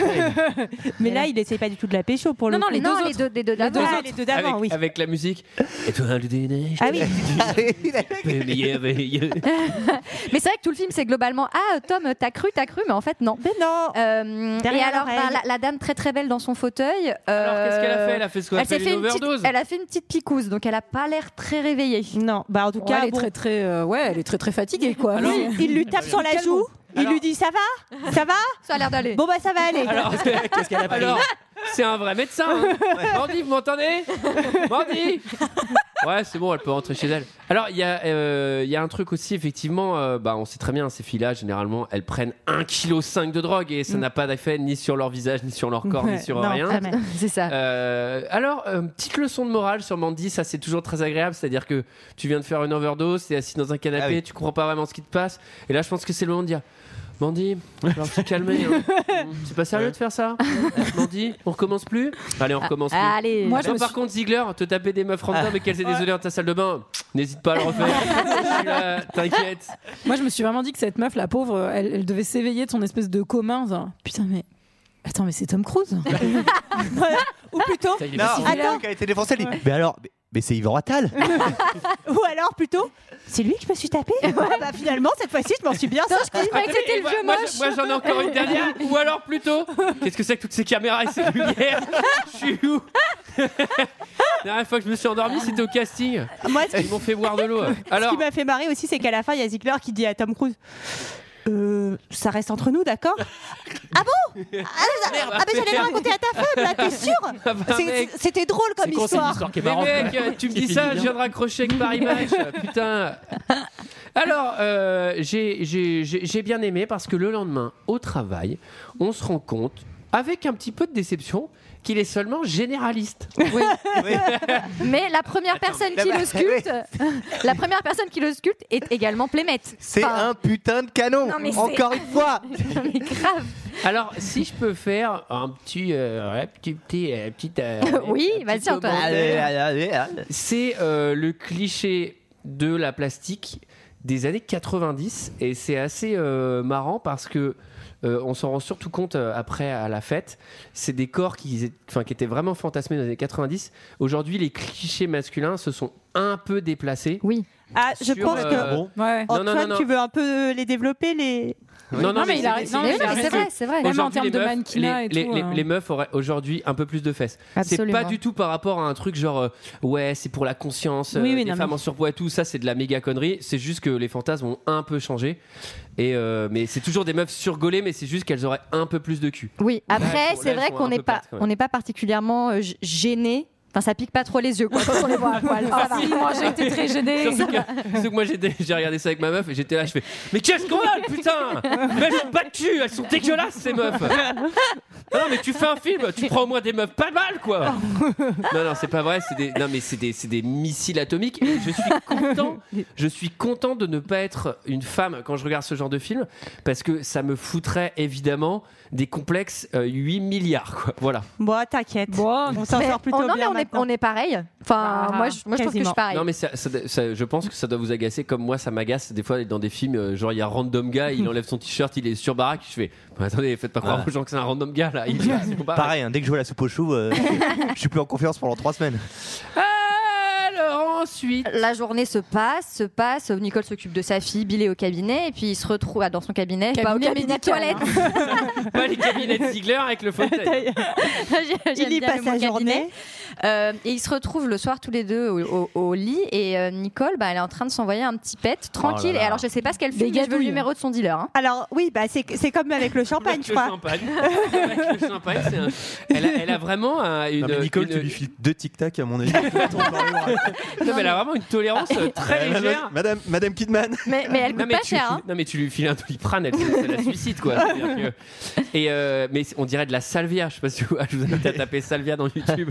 S8: Mais là, il essaie pas du tout de la pécho pour le
S9: Non, non,
S8: coup.
S9: les deux autres. les deux
S8: d'avant. Ah, les deux d'avant,
S1: avec,
S8: oui.
S1: avec la musique. Et toi, le dénage.
S8: Ah oui.
S9: mais c'est vrai que tout le film, c'est globalement Ah, Tom, t'as cru, t'as cru, mais en fait, non.
S8: Mais non
S9: Et
S8: Derrière
S9: alors,
S8: l'oreille.
S9: bah, la, la dame très très belle dans son fauteuil. euh,
S1: Alors, qu'est-ce qu'elle a fait Elle a fait ce qu'on
S9: elle
S1: appelle
S9: s'est fait
S1: une
S9: petite-
S1: overdose.
S9: elle a fait une petite picouse, donc elle a pas l'air très réveillée.
S8: Non, bah en tout
S10: cas, elle est très très, euh, ouais, elle est très très fatiguée quoi.
S8: Alors- Oui, il lui tape sur la joue, il lui dit ça va, ça va.
S9: Ça a l'air d'aller.
S8: Bon bah ça va aller.
S1: Alors,
S7: qu'est-ce qu'elle a pris
S1: Alors, c'est un vrai médecin. hein. Mandy, vous m'entendez Mandy Ouais, c'est bon, elle peut rentrer chez elle. Alors, il y, a, euh, il y a un truc aussi, effectivement, euh, bah, on sait très bien, ces filles-là, généralement, elles prennent 1,5 kg de drogue et ça n'a pas d'effet ni sur leur visage, ni sur leur corps,
S9: Mm. Ouais,
S1: ni sur
S9: non,
S1: rien.
S9: jamais. C'est ça.
S1: Euh, alors, euh, petite leçon de morale sur Mandy, ça c'est toujours très agréable, c'est-à-dire que tu viens de faire une overdose, t'es assis dans un canapé, tu comprends pas vraiment ce qui te passe, et là je pense que c'est le moment de dire. Mandy, alors je suis calmé. hein. Mm, C'est pas sérieux de faire ça Mandy, on recommence plus Allez, on recommence
S9: Ah,
S1: plus. Ah.
S9: allez. Moi, je
S1: Attends,
S9: me
S1: par
S9: suis-
S1: contre, Ziegler, te taper des meufs random et qu'elles aient désolé dans ta salle de bain, n'hésite pas à le refaire. Je suis là, T'inquiète.
S10: Moi, je me suis vraiment dit que cette meuf, la pauvre, elle, elle devait s'éveiller de son espèce de commun. genre, Putain, mais attends, mais c'est Tom Cruise.
S8: Ou plutôt,
S2: Non, attends, qu'elle a été défoncée. elle dit, Mais alors, mais, mais c'est Yvan Attal.
S8: ou alors plutôt, c'est lui que je me suis tapé. Ouais, bah finalement cette fois-ci je m'en suis bien
S9: Ah,
S8: sortie.
S1: Attendez, moi- moi, je- Moi, j'en ai encore une dernière. Ou alors plutôt, qu'est-ce que c'est que toutes ces caméras et ces lumières Je suis où La dernière fois que je me suis endormi, c'était au casting.
S8: Moi,
S1: Ils m'ont fait boire de l'eau.
S8: Ce
S1: Alors,
S8: qui m'a fait marrer aussi, c'est qu'à la fin, il y a Ziegler qui dit à Tom Cruise. Euh, ça reste entre nous, d'accord Ah bon Ah, ah, ah, mais j'allais le raconter à ta femme, là, t'es sûr
S1: Ah bah,
S8: C'est-
S1: mec.
S8: C'était drôle comme histoire.
S1: Mais mec, tu me dis ça, je viens de raccrocher avec Paris Match. Putain. Alors, euh, j'ai j'ai- j'ai- j'ai bien aimé parce que le lendemain, au travail, on se rend compte, avec un petit peu de déception, qu'il est seulement généraliste.
S9: Mais la première personne qui
S2: là-bas,
S9: le
S1: Eh
S9: sculpte, la première personne qui le sculpte est également Plémette.
S2: C'est un putain de canon.
S9: Non, mais c'est-
S2: Encore une fois.
S9: mais grave.
S1: Alors, si je peux faire un petit, euh, ouais, petit, petit, euh, petit, euh,
S9: Oui,
S1: un
S9: vas-y,
S1: petit
S9: Antoine.
S1: commentaire.
S2: Allez, allez, allez.
S1: C'est euh, le cliché de la plastique des années 90 et c'est assez euh, marrant parce que euh, on s'en rend surtout compte euh, après à la fête. C'est des corps qui, é- enfin, qui étaient vraiment fantasmés dans les années 90. Aujourd'hui, les clichés masculins se sont un peu déplacés.
S9: Oui.
S8: Ah, je
S1: Sur,
S8: pense
S1: euh,
S8: que.
S1: Bon.
S10: Ouais.
S1: Non, non,
S8: Antoine,
S1: non, non.
S8: tu veux un peu euh, les développer les.
S1: Non, non,
S10: Non, mais
S1: mais
S10: il a-
S1: c'est-
S10: non,
S1: c'est-
S10: mais il
S1: c'est-
S10: a raison.
S1: c'est-
S10: vrai, c'est vrai. Même en
S1: Aujourd'hui,
S10: termes
S1: les
S10: de
S1: meufs,
S10: mannequinat
S1: les,
S10: et
S1: les-
S10: tout,
S1: les-
S10: hein.
S1: les meufs auraient aujourd'hui un peu plus de fesses. C'est
S10: Absolument.
S1: pas du tout par rapport à un truc genre euh, ouais, c'est pour la conscience, euh,
S10: Oui, oui,
S1: les
S10: non,
S1: femmes
S10: mais-
S1: en surpoids et tout, ça c'est de la méga connerie. C'est juste que les fantasmes ont un peu changé. Et euh, mais c'est toujours des meufs surgolées, mais c'est juste qu'elles auraient un peu plus de cul.
S9: Oui,
S1: Là,
S9: après,
S1: elles sont-
S9: c'est
S1: là, elles
S9: vrai
S1: sont
S9: qu'on
S1: un
S9: n'est
S1: peu
S9: pas,
S1: plates, quand même.
S9: on n'est pas particulièrement euh, g- gêné Enfin, ça pique pas trop les yeux, quoi, quand on les voit à poil.
S10: Ah
S9: Ça va.
S10: si, moi, j'ai été très gênée.
S1: Surtout que, surtout que moi j'étais- j'ai regardé ça avec ma meuf et j'étais là, je fais Mais qu'est-ce qu'on a, putain Même battu, elles sont dégueulasses ces meufs Non, mais tu fais un film, tu prends au moins des meufs pas mal quoi Non, non, c'est pas vrai, c'est des, non, mais c'est des, c'est des missiles atomiques et je suis content, je suis content de ne pas être une femme quand je regarde ce genre de film parce que ça me foutrait évidemment des complexes euh, 8 milliards quoi. Voilà.
S8: Bon, t'inquiète.
S10: bah,
S8: on s'en
S9: Mais-
S8: sort plutôt
S9: oh non,
S8: bien
S9: mais on est,
S8: maintenant.
S9: on est pareil.
S8: Ah,
S9: Enfin, moi, je, moi, je trouve que je suis
S8: quasiment.
S9: pareil.
S1: Non mais ça- ça- ça- je pense que ça doit vous agacer comme moi ça m'agace des fois dans des films euh, genre il y a un random gars il enlève son t-shirt il est sur baraque je fais Bah, attendez faites pas croire
S7: Ouais.
S1: aux gens que c'est un random gars là il est là, c'est pas pareil.
S7: Pareil, hein, dès que je vois la soupe aux choux, euh, je suis plus en confiance pendant trois semaines.
S1: Alors ensuite
S9: La journée se passe, se passe. Nicole s'occupe de sa fille, Bill est au cabinet, et puis il se retrouve ah, dans son cabinet, pas au cabinet
S10: Cabinet
S9: de
S10: médical,
S9: toilette.
S1: pas les cabinets de Ziegler avec le fauteuil
S9: J'ai- j'aime
S8: Il y
S9: bien
S8: passe
S9: le mot
S8: la journée.
S9: cabinet. Euh, et ils se retrouvent le soir tous les deux au, au- au lit. Et euh, Nicole, bah, elle est en train de s'envoyer un petit pet, tranquille.
S7: Oh là là.
S9: Et alors, je sais pas ce qu'elle
S10: Des
S9: fait, mais je veux le
S10: gadouilles.
S9: numéro de son dealer. hein.
S8: Alors oui, bah, c'est c'est comme avec le champagne,
S1: Avec
S8: je
S1: le
S8: crois.
S1: champagne Avec le champagne, c'est un- elle, a, elle a vraiment un- une
S3: Non, mais Nicole,
S1: une-
S3: tu lui files deux tic-tac à mon avis.
S1: Non, mais elle a vraiment une tolérance euh, très légère
S3: Madame, Madame Kidman.
S9: Mais, mais elle coûte
S1: non mais,
S9: pas
S1: tu,
S9: cher. hein.
S1: non mais tu lui files un doliprane, elle, elle la suicide quoi. C'est-à-dire que- Et euh, mais on dirait de la salvia, je sais pas si vous, je vous invite à taper salvia dans YouTube.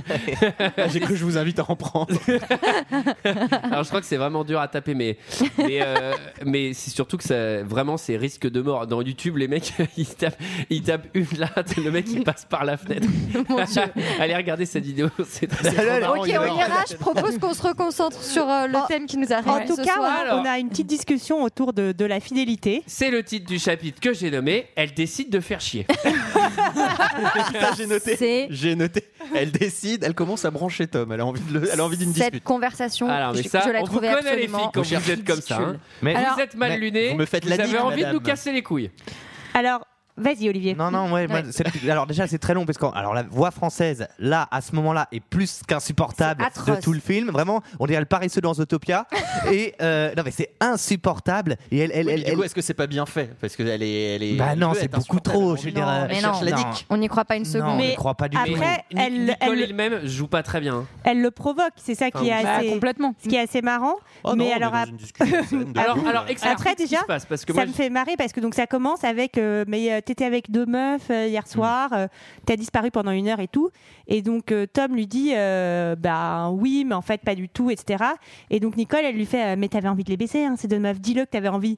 S3: Ah, J'ai cru que je vous invite à en prendre.
S1: Alors je crois que c'est vraiment dur à taper, mais mais, euh, mais c'est surtout que ça, vraiment c'est risque de mort. Dans YouTube, les mecs ils tapent, ils tapent une latte, le mec il passe par la fenêtre.
S9: Mon Dieu.
S1: Allez regarder cette vidéo, c'est très
S7: Ah,
S9: Ok, on ira. Je propose qu'on se reconcentre sur euh, le
S8: En-
S9: thème qui nous arrive.
S8: En tout
S9: ce
S8: cas, on
S9: soir.
S8: a-
S1: Alors.
S8: on a une petite discussion autour de, de la fidélité.
S1: C'est le titre du chapitre que j'ai nommé. Elle décide de faire chier.
S3: Putain, j'ai noté.
S9: C'est-
S3: J'ai noté. Elle décide, elle commence à brancher Tom. Elle a envie, de le- elle a envie d'une
S9: cette
S3: dispute.
S9: conversation,
S1: Alors mais
S9: je,
S1: ça,
S9: je la
S1: on vous
S9: trouvais
S1: connaît les
S9: absolument.
S1: filles quand vous êtes comme ça. hein.
S7: Mais
S1: vous êtes mal
S7: mais
S1: luné.
S3: vous me faites la
S1: avez
S3: nique,
S1: envie de nous
S3: madame.
S1: casser les couilles.
S8: Alors, vas-y Olivier.
S7: non, non, ouais, moi,
S9: Ouais.
S7: c'est- alors déjà c'est très long parce que alors la voix française là à ce moment-là est plus qu'insupportable
S9: C'est atroce.
S7: de tout le film. Vraiment, on dirait le paresseux dans Zootopia. et euh, non mais c'est insupportable. Et elle,
S3: Oui,
S7: elle,
S3: mais
S7: elle,
S3: du
S7: elle-
S3: coup, est-ce que c'est pas bien fait Parce que elle est, elle est.
S7: bah
S3: elle
S7: non,
S3: peut
S7: c'est
S3: être
S7: beaucoup trop. Je veux
S3: insupportable.
S7: dire, euh,
S9: mais
S7: elle
S9: non.
S7: cherche la
S3: Non.
S7: dick.
S9: On n'y croit pas une
S7: Non,
S9: seconde.
S7: on ne
S8: Mais
S7: croit pas
S1: ah,
S7: du tout.
S8: après,
S1: Ni-
S8: elle,
S1: Nicole
S8: elle-
S1: elle-même joue pas très bien. hein.
S8: elle le provoque, c'est ça qui est
S10: Bah,
S8: assez,
S10: complètement.
S8: ce qui est assez marrant.
S3: Oh non,
S8: mais
S3: on est
S8: alors,
S3: dans
S8: à-
S3: une discussion saine
S7: Ah
S3: de
S1: Alors,
S3: couple.
S1: alors explique
S8: Après,
S1: ce qui
S8: déjà,
S1: se passe, parce que
S8: ça
S1: moi,
S8: me fait marrer parce que donc ça commence avec euh, mais euh, t'étais avec deux meufs euh,
S1: Mm.
S8: hier soir, euh, t'as disparu pendant une heure et tout. Et donc euh, Tom lui dit euh, bah oui mais en fait pas du tout etc. Et donc Nicole elle lui fait euh, mais t'avais envie de les baisser hein, ces deux meufs, dis-le que t'avais envie.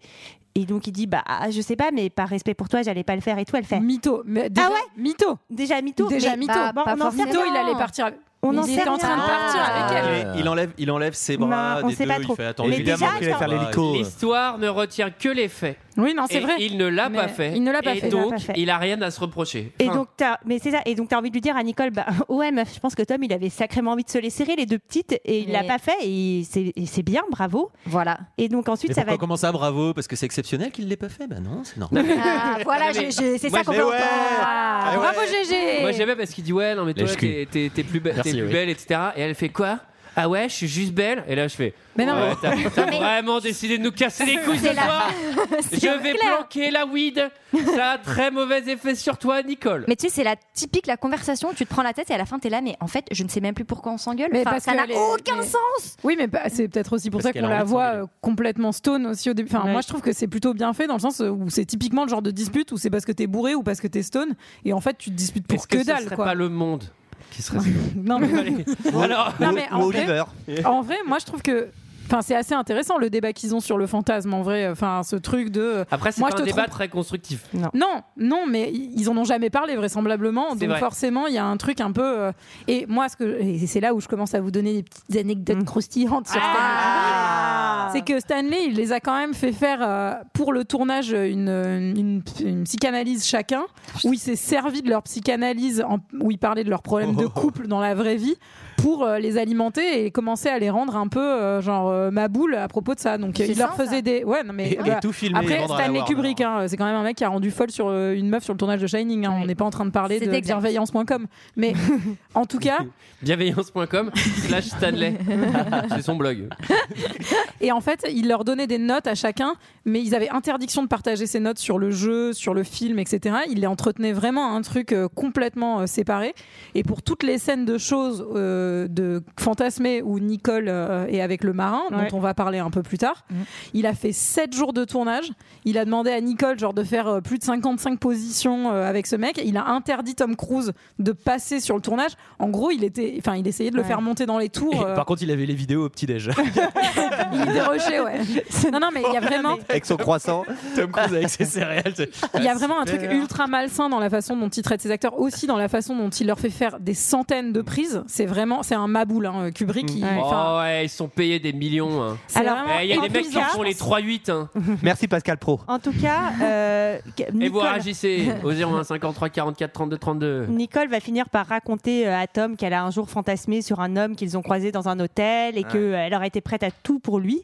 S8: Et donc il dit bah je sais pas mais par respect pour toi j'allais pas le faire et tout. Elle fait
S10: Mytho. Mais déjà,
S8: Ah ouais
S10: Mytho.
S8: déjà mytho.
S10: Mm. Déjà
S8: mais-
S10: mytho.
S8: Bah, bon,
S9: Pas
S8: on en sait
S9: forcément. Ah.
S10: Mytho,
S8: rien.
S10: il allait partir.
S8: On en
S10: il
S8: sait
S10: était en train de
S8: rien.
S10: partir avec elle.
S3: Il- Il enlève, il enlève ses bras
S8: Non, on
S3: des
S8: sait
S3: deux.
S8: pas
S3: il
S8: trop.
S3: fait, attends,
S8: Mais
S3: je vais
S7: Évidemment
S8: déjà,
S3: faire
S7: qu'il allait
S8: ça-
S7: faire l'hélico.
S1: l'histoire ne retient que les faits.
S10: Oui, non, c'est
S1: Et
S10: vrai.
S1: Il ne l'a
S10: Mais
S1: pas fait.
S10: il ne l'a pas fait.
S1: Et
S8: Il l'a
S1: donc,
S8: pas fait.
S1: il a rien à se reprocher.
S8: Et
S1: Enfin,
S8: donc, t'as, mais c'est ça. Et donc, t'as envie de lui dire à Nicole, bah, ouais, meuf, je pense que Tom, il avait sacrément envie de se les serrer, les deux petites, et il
S9: Mais-
S8: l'a pas fait, et c'est, et c'est bien, bravo.
S9: Voilà.
S8: Et donc, ensuite,
S3: Mais
S8: ça va
S3: pourquoi comment ça, bravo Parce que c'est exceptionnel qu'il l'ait pas fait. Bah non, c'est normal.
S9: Ah, voilà,
S1: mais-
S9: j'ai- j'ai- c'est
S1: moi,
S9: ça qu'on
S1: je-
S9: veut
S3: Mais ouais.
S9: entendre.
S3: Ah ouais.
S9: Bravo GG.
S1: moi, j'aimais parce qu'il dit Ouais, non, mais toi,
S3: Lèche-cul.
S1: t'es t'es- t'es plus, be-
S3: Merci,
S1: t'es plus
S3: oui.
S1: belle, etc. Et elle fait quoi Ah ouais, je suis juste belle. Et là, je fais
S10: Mais non.
S1: Ouais, t'as t'as
S9: mais-
S1: vraiment décidé de nous casser les couilles ce
S9: C'est la-
S1: soir.
S9: C'est
S1: Je vais
S9: clair.
S1: planquer la weed. Ça a très mauvais effet sur toi, Nicole.
S9: Mais tu sais, c'est la typique la conversation où tu te prends la tête et à la fin t'es là, mais en fait, je ne sais même plus pourquoi on s'engueule.
S10: Mais
S9: Enfin,
S10: parce
S9: ça
S10: que
S9: n'a
S10: elle est-
S9: aucun
S10: mais-
S9: sens.
S10: Oui, mais bah, c'est peut-être aussi pour
S3: Parce
S10: ça
S3: qu'elle
S10: qu'on
S3: a
S10: la
S3: envie de
S10: voit
S3: s'engueuler.
S10: euh, complètement stone aussi au début. Enfin,
S8: Ouais.
S10: moi, je trouve que c'est plutôt bien fait dans le sens euh, où c'est typiquement le genre de dispute où c'est parce que t'es bourré ou parce que t'es stone et en fait tu te disputes
S1: Est-ce
S10: pour
S1: que
S10: que,
S1: ce
S10: dalle
S1: serait
S10: quoi.
S1: pas le monde qui serait
S10: Non, mais-
S1: Alors,
S3: euh,
S10: Non, mais en
S7: Ou
S10: fait-
S7: Oliver.
S10: En vrai, moi, je trouve que. Enfin, c'est assez intéressant le débat qu'ils ont sur le fantasme en vrai. Enfin, ce truc de. euh,
S1: après, c'est
S10: Moi,
S1: pas
S10: je
S1: un
S10: te
S1: débat
S10: trompe.
S1: très constructif.
S10: Non, non, mais i- ils en ont jamais parlé vraisemblablement.
S1: C'est
S10: Donc
S1: vrai.
S10: forcément, il y a un truc un peu. euh, Et moi, ce que et c'est là où je commence à vous donner des petites anecdotes croustillantes. Sur Stanley. C'est que Stanley, il les a quand même fait faire euh, pour le tournage une, une- une psychanalyse chacun, où il s'est servi de leur psychanalyse, en- où il parlait de leurs problèmes de couple dans la vraie vie, pour euh, les alimenter et commencer à les rendre un peu euh, genre euh, ma boule à propos de ça. Donc euh,
S9: C'est
S10: il leur
S9: sain, ça.
S10: faisait des. Ouais, non, mais bah,
S3: Et, et
S10: voilà.
S3: tout filmé. et
S10: Après,
S3: vendre à la
S10: Stanley
S3: Warner.
S10: Kubrick, hein, c'est quand même un mec qui a rendu folle sur euh, une meuf sur le tournage de Shining. hein.
S9: Ouais.
S10: On n'est pas en train de parler
S9: C'est
S10: de
S9: exact.
S10: bienveillance.com. Mais en tout cas,
S1: Bienveillance.com slash Stanley. C'est son blog.
S10: et en fait, il leur donnait des notes à chacun, mais ils avaient interdiction de partager ces notes sur le jeu, sur le film, etc. Il les entretenait vraiment à un truc euh, complètement euh, séparé. Et pour toutes les scènes de choses euh, de, de Fantasmé où Nicole euh, est avec le marin,
S8: Ouais.
S10: dont on va parler un peu plus tard. Il a fait 7 jours de tournage. Il a demandé à Nicole genre, de faire euh, plus de 55 positions euh, avec ce mec. Il a interdit Tom Cruise de passer sur le tournage. En gros, il, était, enfin, il essayait de le
S7: Ouais.
S10: faire monter dans les tours. euh,
S7: Par contre, il avait les vidéos au petit-déj.
S10: il était rushé, ouais. Non, non, mais il y a vraiment.
S2: Avec son croissant.
S7: Tom Cruise avec ses céréales.
S10: Il y a vraiment un truc ultra malsain dans la façon dont il traite ses acteurs, aussi dans la façon dont il leur fait faire des centaines de prises. C'est vraiment, c'est un maboule, hein, Kubrick. il- enfin,
S1: Oh ouais, ils sont payés des millions. hein.
S10: C'est Alors,
S1: Eh, il y a
S10: en
S1: des
S10: tout
S1: mecs qui en
S10: cas-
S1: font les 3-8. hein.
S2: Merci Pascal Pro.
S8: En tout cas, euh,
S1: Et vous
S8: Nicole-
S1: réagissez au 01 53 44 32 32.
S9: Mm.
S8: Nicole va finir par raconter euh, à Tom qu'elle a un jour fantasmé sur un homme qu'ils ont croisé dans un hôtel et
S1: Ouais.
S8: qu'elle aurait été prête à tout pour lui.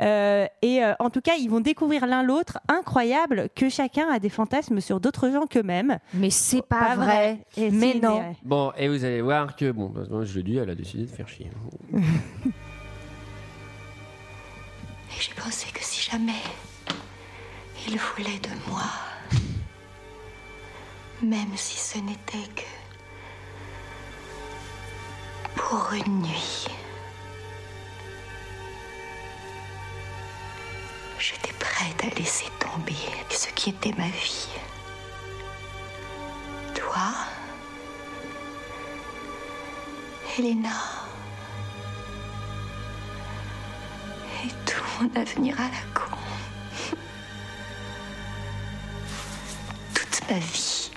S8: Euh, et euh, en tout cas, ils vont découvrir l'un l'autre, incroyable, que chacun a des fantasmes sur d'autres gens qu'eux-mêmes.
S9: Mais c'est pas, vrai.
S8: Et
S9: Mais
S8: si,
S9: non.
S8: vrai.
S1: Bon, et vous allez voir que, bon, bah, moi, je le dis, elle a décidé de faire chier.
S12: Et j'ai pensé que si jamais il voulait de moi, même si ce n'était que pour une nuit, j'étais prête à laisser tomber ce qui était ma vie. Toi, Elena. et tout mon avenir à la con. Toute ma vie.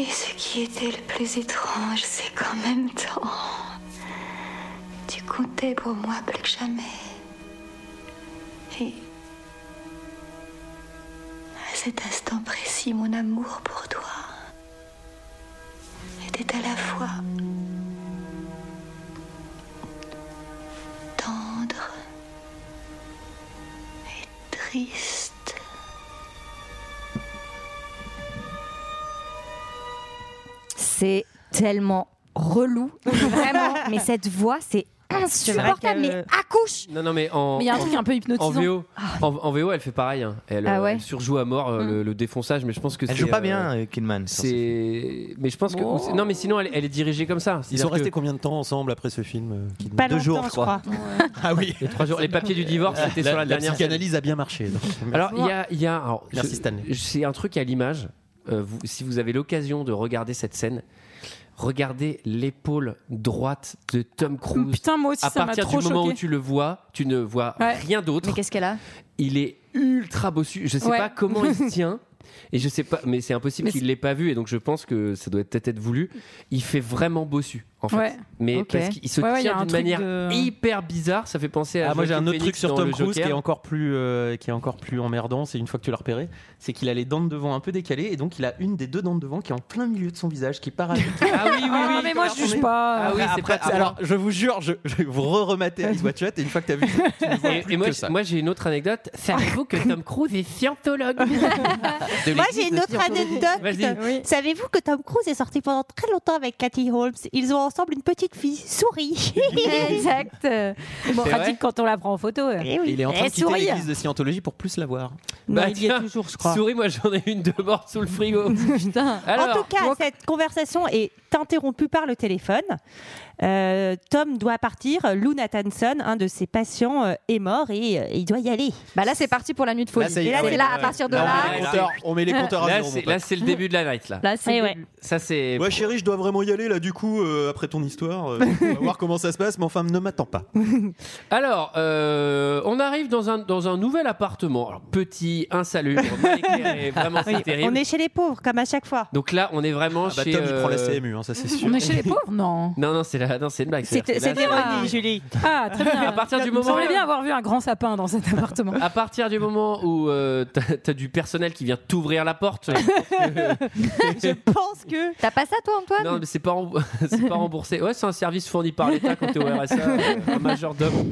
S12: Et ce qui était le plus étrange, c'est qu'en même temps, tu comptais pour moi plus que jamais. Et à cet instant précis, mon amour pour toi était à la fois tendre et triste.
S9: C'est tellement relou. Vraiment. Mais cette voix, c'est insupportable. Mais accouche
S1: Non, non, mais en.
S9: Mais il y a un
S1: en-
S9: truc un peu hypnotisant.
S1: En VO, en, en VO, elle fait pareil. hein. Elle,
S9: Ah ouais Mm.
S1: elle surjoue à mort euh, le, le défonçage, mais je pense que
S2: Elle
S1: c'est,
S2: joue pas
S1: euh,
S7: hein.
S2: bien, euh, Kidman. sur ce film.
S1: C'est. Mais je pense que. ou c'est- Non, mais sinon, elle, elle est dirigée comme ça.
S7: Ils sont restés combien de temps ensemble après ce film euh, Kidman
S1: Pas Deux longtemps, jours, je je crois.
S7: Ah oui.
S1: Les trois jours. Les papiers du divorce, c'était sur la dernière
S7: psychanalyse a bien marché. donc.
S1: Alors, il y a. il Y a alors, je-
S7: Merci, Stanley.
S1: je- C'est un truc à l'image. Euh, vous- si vous avez l'occasion de regarder cette scène, regardez l'épaule droite de Tom Cruise.
S10: Putain, moi aussi,
S1: À
S10: ça m'a
S1: partir
S10: trop
S1: du moment
S10: choqué.
S1: où tu le vois, tu ne vois
S10: Ouais.
S1: rien d'autre.
S9: Mais qu'est-ce qu'elle a
S1: Il est ultra bossu. Je sais
S10: Ouais.
S1: pas comment il se tient. Et je sais pas, mais c'est impossible
S10: Mais
S1: qu'il
S10: c'est-
S1: l'ait pas vu, et donc je pense que ça doit peut-être être voulu. Il fait vraiment bossu, en fait.
S10: Ouais.
S1: Mais
S10: Ok.
S1: parce qu'il se
S10: Ouais, ouais, il y a
S1: tient
S10: un
S1: d'une
S10: truc
S1: manière
S10: de-
S1: hyper bizarre. Ça fait penser à.
S7: Ah, moi j'ai
S1: Joaquin
S7: un autre truc
S1: Phoenix
S7: sur
S1: dans
S7: Tom
S1: le
S7: Cruise qui est
S1: Joker.
S7: encore plus euh, qui est encore plus emmerdant, c'est une fois que tu l'as repéré, c'est qu'il a les dents de devant un peu décalées et donc il a une des deux dents de devant qui est en plein milieu de son visage qui parasite.
S1: Ah oui, oui,
S10: Ah, mais moi, je juge pas.
S1: Ah oui, c'est
S7: Après,
S1: pas- ah,
S7: alors je vous jure, je, je vous re-rematez Ice Watch It et une fois que t'as vu, tu ne vois
S1: Et,
S7: plus
S1: et moi,
S7: que
S1: j-
S7: ça.
S1: moi, j'ai une autre anecdote. Savez-vous que Tom Cruise est scientologue De
S8: Moi,
S1: l'église
S8: j'ai une
S1: de
S8: autre
S1: Scientologie.
S8: anecdote.
S1: Vas-y.
S8: Savez-vous que Tom Cruise est sorti pendant très longtemps avec Cathy Holmes Ils ont ensemble une petite fille, souris.
S9: exact.
S8: Bon,
S7: C'est pratique vrai
S8: quand on la prend en photo.
S1: Eh
S7: Et il est en train de quitter l'église de Scientologie pour plus la voir.
S8: Non,
S1: Bah,
S8: il y est
S1: tiens,
S8: toujours, je crois.
S1: Souris, moi, j'en ai une de morte sous le frigo.
S9: Putain.
S1: Alors,
S8: en tout cas, cette conversation est interrompue par le téléphone. Euh, Tom doit partir. Lou Nathanson, un de ses patients, euh, est mort et euh, il doit y aller.
S9: Bah là, c'est parti pour la nuit de folie.
S8: Là, ça y est,
S9: et là,
S8: ah
S9: c'est
S8: ouais.
S9: là, à partir de
S8: Là,
S9: là.
S8: on met
S1: les
S7: compteurs- on met les compteurs à
S1: là,
S7: zéro, mon
S1: c'est-
S7: pote.
S1: là, c'est le début de la night. Là,
S9: Là, c'est
S8: Eh
S9: le
S8: ouais.
S9: début.
S1: ça, c'est.
S7: Ouais chérie, je dois vraiment y aller là du coup euh, après ton histoire, euh, on va voir comment ça se passe mais enfin ne m'attends pas.
S1: Alors, euh, on arrive dans un, dans un nouvel appartement. Alors, petit, insalubre, mal éclairé, vraiment, c'est
S8: Oui,
S1: terrible.
S8: On est chez les pauvres, comme à chaque fois.
S1: Donc là, on est vraiment
S7: bah,
S1: chez.
S7: Tom, il prend la
S1: euh,
S7: CMU, hein, ça c'est sûr.
S10: On est chez les pauvres Non.
S1: Non, non, c'est la- non, c'est une blague.
S8: C'est
S1: C'est-à-dire
S8: c'est
S1: que là,
S8: l'ironie, Julie.
S10: Ah, très bien.
S1: À partir du
S10: Il me
S1: moment-
S10: semblait bien avoir vu un grand sapin dans cet appartement.
S1: À partir du moment où euh, t'as t'as du personnel qui vient t'ouvrir la porte,
S8: Ah, Je pense que.
S9: T'as pas ça, toi, Antoine
S1: non mais c'est pas, rem- c'est pas remboursé. Ouais, c'est un service fourni par l'État quand t'es au RSA, euh, un majordome.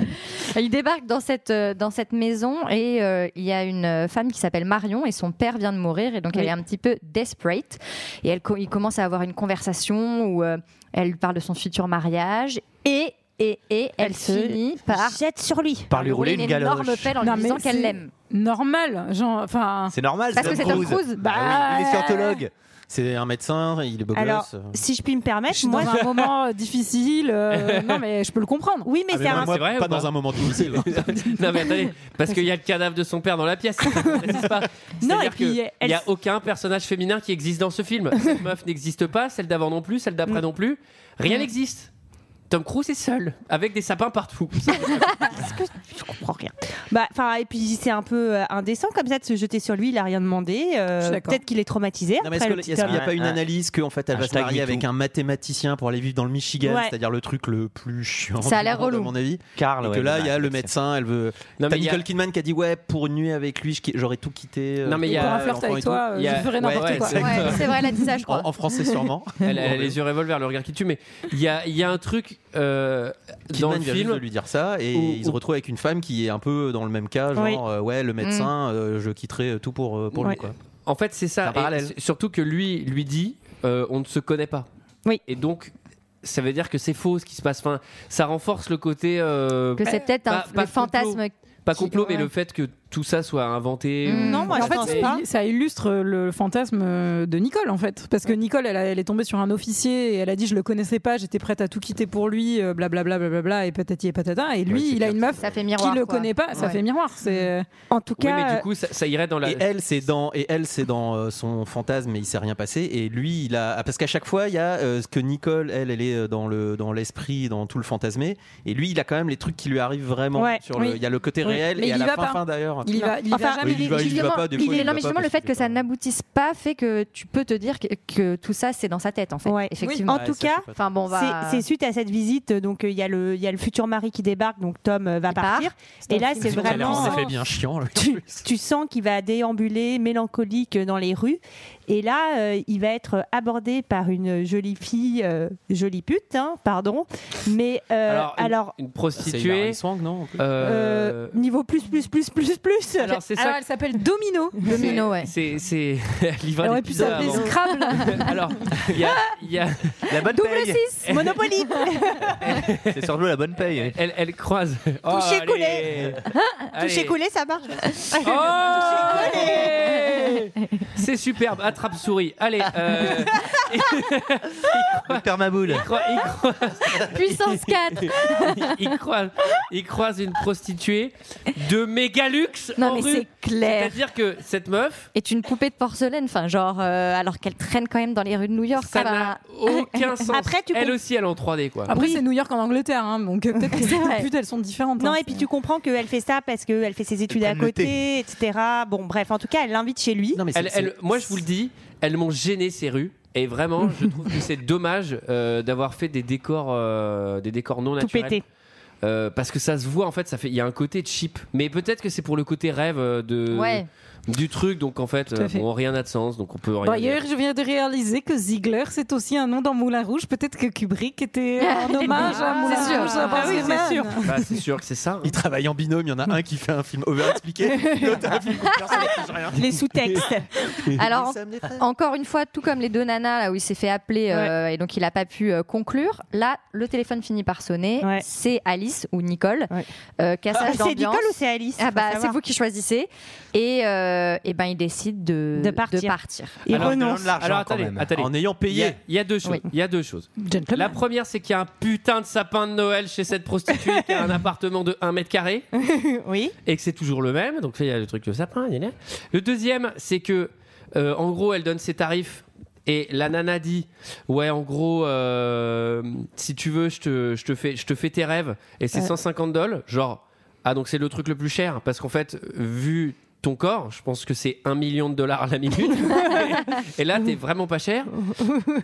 S9: Il débarque dans cette, euh, dans cette maison et euh, il y a une euh, femme qui s'appelle Marion et son père vient de mourir et donc elle est un petit peu desperate. Et elle, co- il commence à avoir une conversation où euh, elle lui parle de son futur mariage et et, et elle, finit par
S8: jette sur lui,
S2: Par lui rouler une galoche.
S9: énorme pelle en
S10: Non,
S9: lui
S10: mais
S9: disant qu'elle
S10: c'est
S9: l'aime.
S10: Normal, genre, enfin.
S2: C'est normal,
S9: Parce que c'est Tom Cruise.
S10: Bah,
S7: Ah oui, il est scientologue. C'est un médecin, il est beau
S8: Alors,
S7: gosse.
S8: si je puis me permettre,
S10: Moi,
S8: moi,
S10: dans un moment difficile, euh, non mais je peux le comprendre.
S8: Oui, mais
S10: Ah, mais
S8: c'est
S10: moi,
S8: un.
S10: moi,
S1: C'est vrai
S7: pas
S1: ou pas
S7: dans un moment hein. difficile.
S1: non mais attendez, parce qu'il y a le cadavre de son père dans la pièce. n'est-ce pas
S10: Non, et
S1: C'est-à-dire
S10: puis,
S1: que il
S10: elle-
S1: n'y a aucun personnage féminin qui existe dans ce film. Cette meuf n'existe pas, celle d'avant non plus, celle d'après non plus. Rien n'existe. Tom Cruise est seul, avec des sapins partout.
S8: Bah, enfin, et puis c'est un peu euh, indécent comme ça de se jeter sur lui. Il a rien demandé. euh,
S10: Je suis d'accord.
S8: Peut-être qu'il est traumatisé.
S7: Non, mais
S8: après
S7: est-ce
S8: le
S7: que-
S8: petit
S7: est-ce qu'il n'y a
S8: homme.
S7: pas une analyse qu'en fait elle va se
S2: Hashtag
S7: marier
S2: MeToo.
S7: avec un mathématicien pour aller vivre dans le Michigan,
S8: Ouais.
S7: c'est-à-dire le truc le plus chiant.
S9: Ça a l'air
S7: du monde,
S9: relou.
S7: à mon avis.
S1: Ah
S2: Carl,
S7: Et
S2: ouais,
S7: que là,
S2: voilà,
S7: il y a le
S2: c'est-
S7: médecin, elle veut.
S1: Non,
S7: T'as
S1: mais il y a-
S7: Nicole Kidman qui a dit Ouais, pour une nuit avec lui, je qui- j'aurais tout quitté. euh,
S1: Non, mais il y a-
S7: pour
S10: Pour un
S7: l'enfant
S10: flirt
S7: et
S10: avec
S7: tout.
S10: toi, euh,
S1: Il y a-
S10: je ferais
S1: ouais,
S10: n'importe
S1: ouais,
S10: quoi.
S1: c'est-
S9: Ouais, c'est vrai, elle a dit ça, je
S7: En,
S9: crois.
S7: en français, sûrement.
S1: Elle, elle a les yeux revolver, le regard qui tue. Mais il y a, il y a un truc euh, dans
S7: Kidman
S1: le
S7: vient juste de
S1: film.
S7: lui dire ça et
S1: Ou-
S7: il se
S1: ou-
S7: retrouve avec une femme qui est un peu dans le même cas, genre
S8: Oui.
S7: euh, ouais,
S10: Mm.
S7: le médecin, euh, je quitterai tout pour, euh, pour
S8: Ouais.
S7: lui. Quoi.
S1: En fait, c'est
S7: C'est
S1: ça.
S7: un parallèle.
S1: Et s- surtout que lui, lui dit, euh, on ne se connaît pas.
S8: Oui.
S1: Et donc, ça veut dire que c'est faux ce qui se passe. Enfin, ça renforce le côté. euh,
S9: Que c'est peut-être
S1: Pas-
S9: un
S1: pas
S9: le fantasme.
S1: pas complot,
S9: qui-
S1: mais
S9: ouais.
S1: le fait que tout ça soit inventé.
S9: Mm.
S1: ou-
S8: Non, moi,
S10: Mais
S8: je
S10: en fait,
S8: pense
S10: c'est-
S8: pas.
S10: ça illustre le fantasme euh, de Nicole, en fait. Parce que Nicole, elle, a- elle est tombée sur un officier et elle a dit Je le connaissais pas, j'étais prête à tout quitter pour lui, euh, blablabla, blablabla, et patati et patata. Et lui,
S7: Ouais, c'est
S10: il a
S7: clair,
S10: une meuf
S9: Ça fait
S10: qui
S9: miroir.
S10: le
S9: quoi.
S10: connaît pas, ça
S9: Ouais.
S10: fait miroir. C'est.
S8: En tout
S1: Oui,
S8: cas,
S1: mais du coup, ça, ça irait dans la.
S7: Et elle, c'est dans, et elle, c'est dans euh, son fantasme, mais il s'est rien passé. Et lui, il a, ah, parce qu'à chaque fois, il y a euh, ce que Nicole, elle, elle est euh, dans le, dans l'esprit, dans tout le fantasmé. Et lui, il a quand même les trucs qui lui arrivent vraiment.
S8: Ouais,
S7: sur le-
S10: oui.
S7: il y a le côté
S10: Oui.
S7: réel
S10: Mais
S7: et à
S10: il
S7: la
S10: y va
S7: fin,
S10: pas.
S7: fin d'ailleurs.
S10: Il y va, Bah, il y
S8: Enfin,
S10: va jamais.
S7: Oui, il y va, il y va
S9: Justement,
S7: pas. Des
S9: il
S7: fois,
S9: est-
S7: il y
S9: non,
S7: va
S9: mais
S7: pas
S9: justement, le
S7: parce
S9: fait
S7: qu'il
S9: que
S7: est
S9: ça
S7: pas-
S9: n'aboutisse pas fait que tu peux te dire que, que tout ça, c'est dans sa tête, en fait.
S8: Ouais. Oui.
S9: Effectivement.
S8: En tout
S7: ça, je
S8: cas,
S7: sais pas.
S9: Enfin, bon, on va.
S8: c'est- c'est suite à cette visite. euh, Donc, euh, il y, a le- il y a le futur mari qui débarque. Donc, Tom euh, va
S9: Il part.
S8: partir. Et là, c'est
S7: Ça a l'air
S8: vraiment.
S7: en effet bien chiant. là.
S8: tu, tu sens qu'il va déambuler mélancolique dans les rues. Et là, euh, il va être abordé par une jolie fille, euh, jolie pute, hein, pardon. Mais euh, alors,
S1: une- une,
S7: C'est Hilary
S1: prostituée.
S7: Swank, non en plus
S1: euh,
S8: euh, niveau plus, plus, plus, plus, plus.
S1: Alors, c'est
S10: Alors,
S1: ça.
S10: elle s'appelle Domino.
S9: Le minot, ouais.
S1: C'est. c'est- Elle y va
S10: Elle
S1: un
S10: aurait pu
S1: épisode
S10: s'appeler
S1: avant.
S10: Scrabble.
S1: Alors, il y a. il y a-
S2: La bonne paye.
S8: Monopoly.
S2: C'est surtout la bonne paye.
S1: elle, elle croise. Oh,
S8: Toucher,
S1: allez.
S8: couler.
S1: Allez.
S8: Toucher collé, ça marche.
S1: Oh, allez. C'est superbe. Attrape souris. Allez. euh,
S2: Le père Maboul.
S1: il croise- il croise-
S9: Puissance 4.
S1: il croise, il croise une prostituée de méga luxe
S9: Non,
S1: en
S9: mais
S1: rue.
S9: c'est clair.
S1: C'est-à-dire que cette meuf,
S9: Est une poupée de porcelaine, enfin, genre, euh, alors qu'elle traîne quand même dans les rues de New York.
S1: ça
S9: enfin,
S1: n'a aucun sens.
S8: Après, tu
S1: elle
S8: comp-
S1: aussi, elle est en 3D quoi.
S10: Après, c'est New York en Angleterre, hein, donc euh, peut-être que
S9: C'est
S10: les
S9: vrai.
S10: putes, elles sont différentes.
S8: Non,
S10: hein.
S8: et puis tu comprends qu'elle fait ça parce qu'elle fait ses études à
S2: prennent le
S8: côté, etc. Bon, bref, en tout cas, elle l'invite chez lui.
S7: Non, mais c'est-
S1: Elle-
S7: c'est-
S1: elle- moi, je vous le dis, elles m'ont gêné ces rues. Et vraiment, je trouve que c'est dommage euh, d'avoir fait des décors, euh, des décors non
S8: Tout
S1: naturels.
S8: pété.
S1: Euh, parce que ça se voit en fait, ça fait, il y a un côté cheap. Mais peut-être que c'est pour le côté rêve euh, de
S9: Ouais.
S1: du truc. Donc en fait,
S10: Tout à
S1: euh,
S10: fait.
S1: bon, rien n'a de sens. Donc on peut rien.
S10: Bon,
S1: dire.
S10: D'ailleurs, je viens de réaliser que Ziegler, c'est aussi un nom dans Moulin Rouge. Peut-être que Kubrick était un hommage à Moulin
S9: C'est sûr.
S10: Rouge.
S9: Ah oui, c'est
S10: sûr.
S1: Bah, c'est sûr que c'est ça. hein.
S7: Ils travaillent en binôme, il y en a un qui fait un film over-expliqué, l'autre un film où personne n'explique rien.
S8: Les sous-textes.
S9: Alors,
S7: Et ça me les fait.
S9: Encore une fois, tout comme les deux nanas là où il s'est fait appeler euh, et donc il n'a pas pu euh, conclure, là le téléphone finit par sonner.
S8: Ouais.
S9: C'est Alice ou Nicole.
S8: Ouais.
S9: Euh, cassage
S8: Ah, c'est Nicole
S9: d'ambiance.
S8: ou c'est Alice
S9: Ah
S8: Faut
S9: bah c'est
S8: savoir.
S9: vous qui choisissez. Et, euh, et ben il décide de,
S8: De partir. Il
S1: Alors,
S8: renonce.
S2: de l'argent
S1: Alors
S2: quand
S1: attendez,
S2: même.
S1: attendez.
S7: En ayant
S1: Il y a-
S7: payé.
S1: il y a deux choses.
S9: Oui.
S1: Il y a deux choses. La
S10: Gentleman.
S1: première, c'est qu'il y a un putain de sapin de Noël chez cette prostituée qui a un appartement de 1 mètre carré
S8: Oui.
S1: et que c'est toujours le même. Donc il y a le truc de sapin. gna gna. Le deuxième, c'est que euh, en gros, elle donne ses tarifs et la nana dit Ouais, en gros, euh, si tu veux, je te, je te fais, je te fais tes rêves et c'est 150 dollars. Genre, ah, donc c'est le truc le plus cher parce qu'en fait, vu ton corps, je pense que c'est 1 million de dollars la minute. et, et là, t'es vraiment pas cher.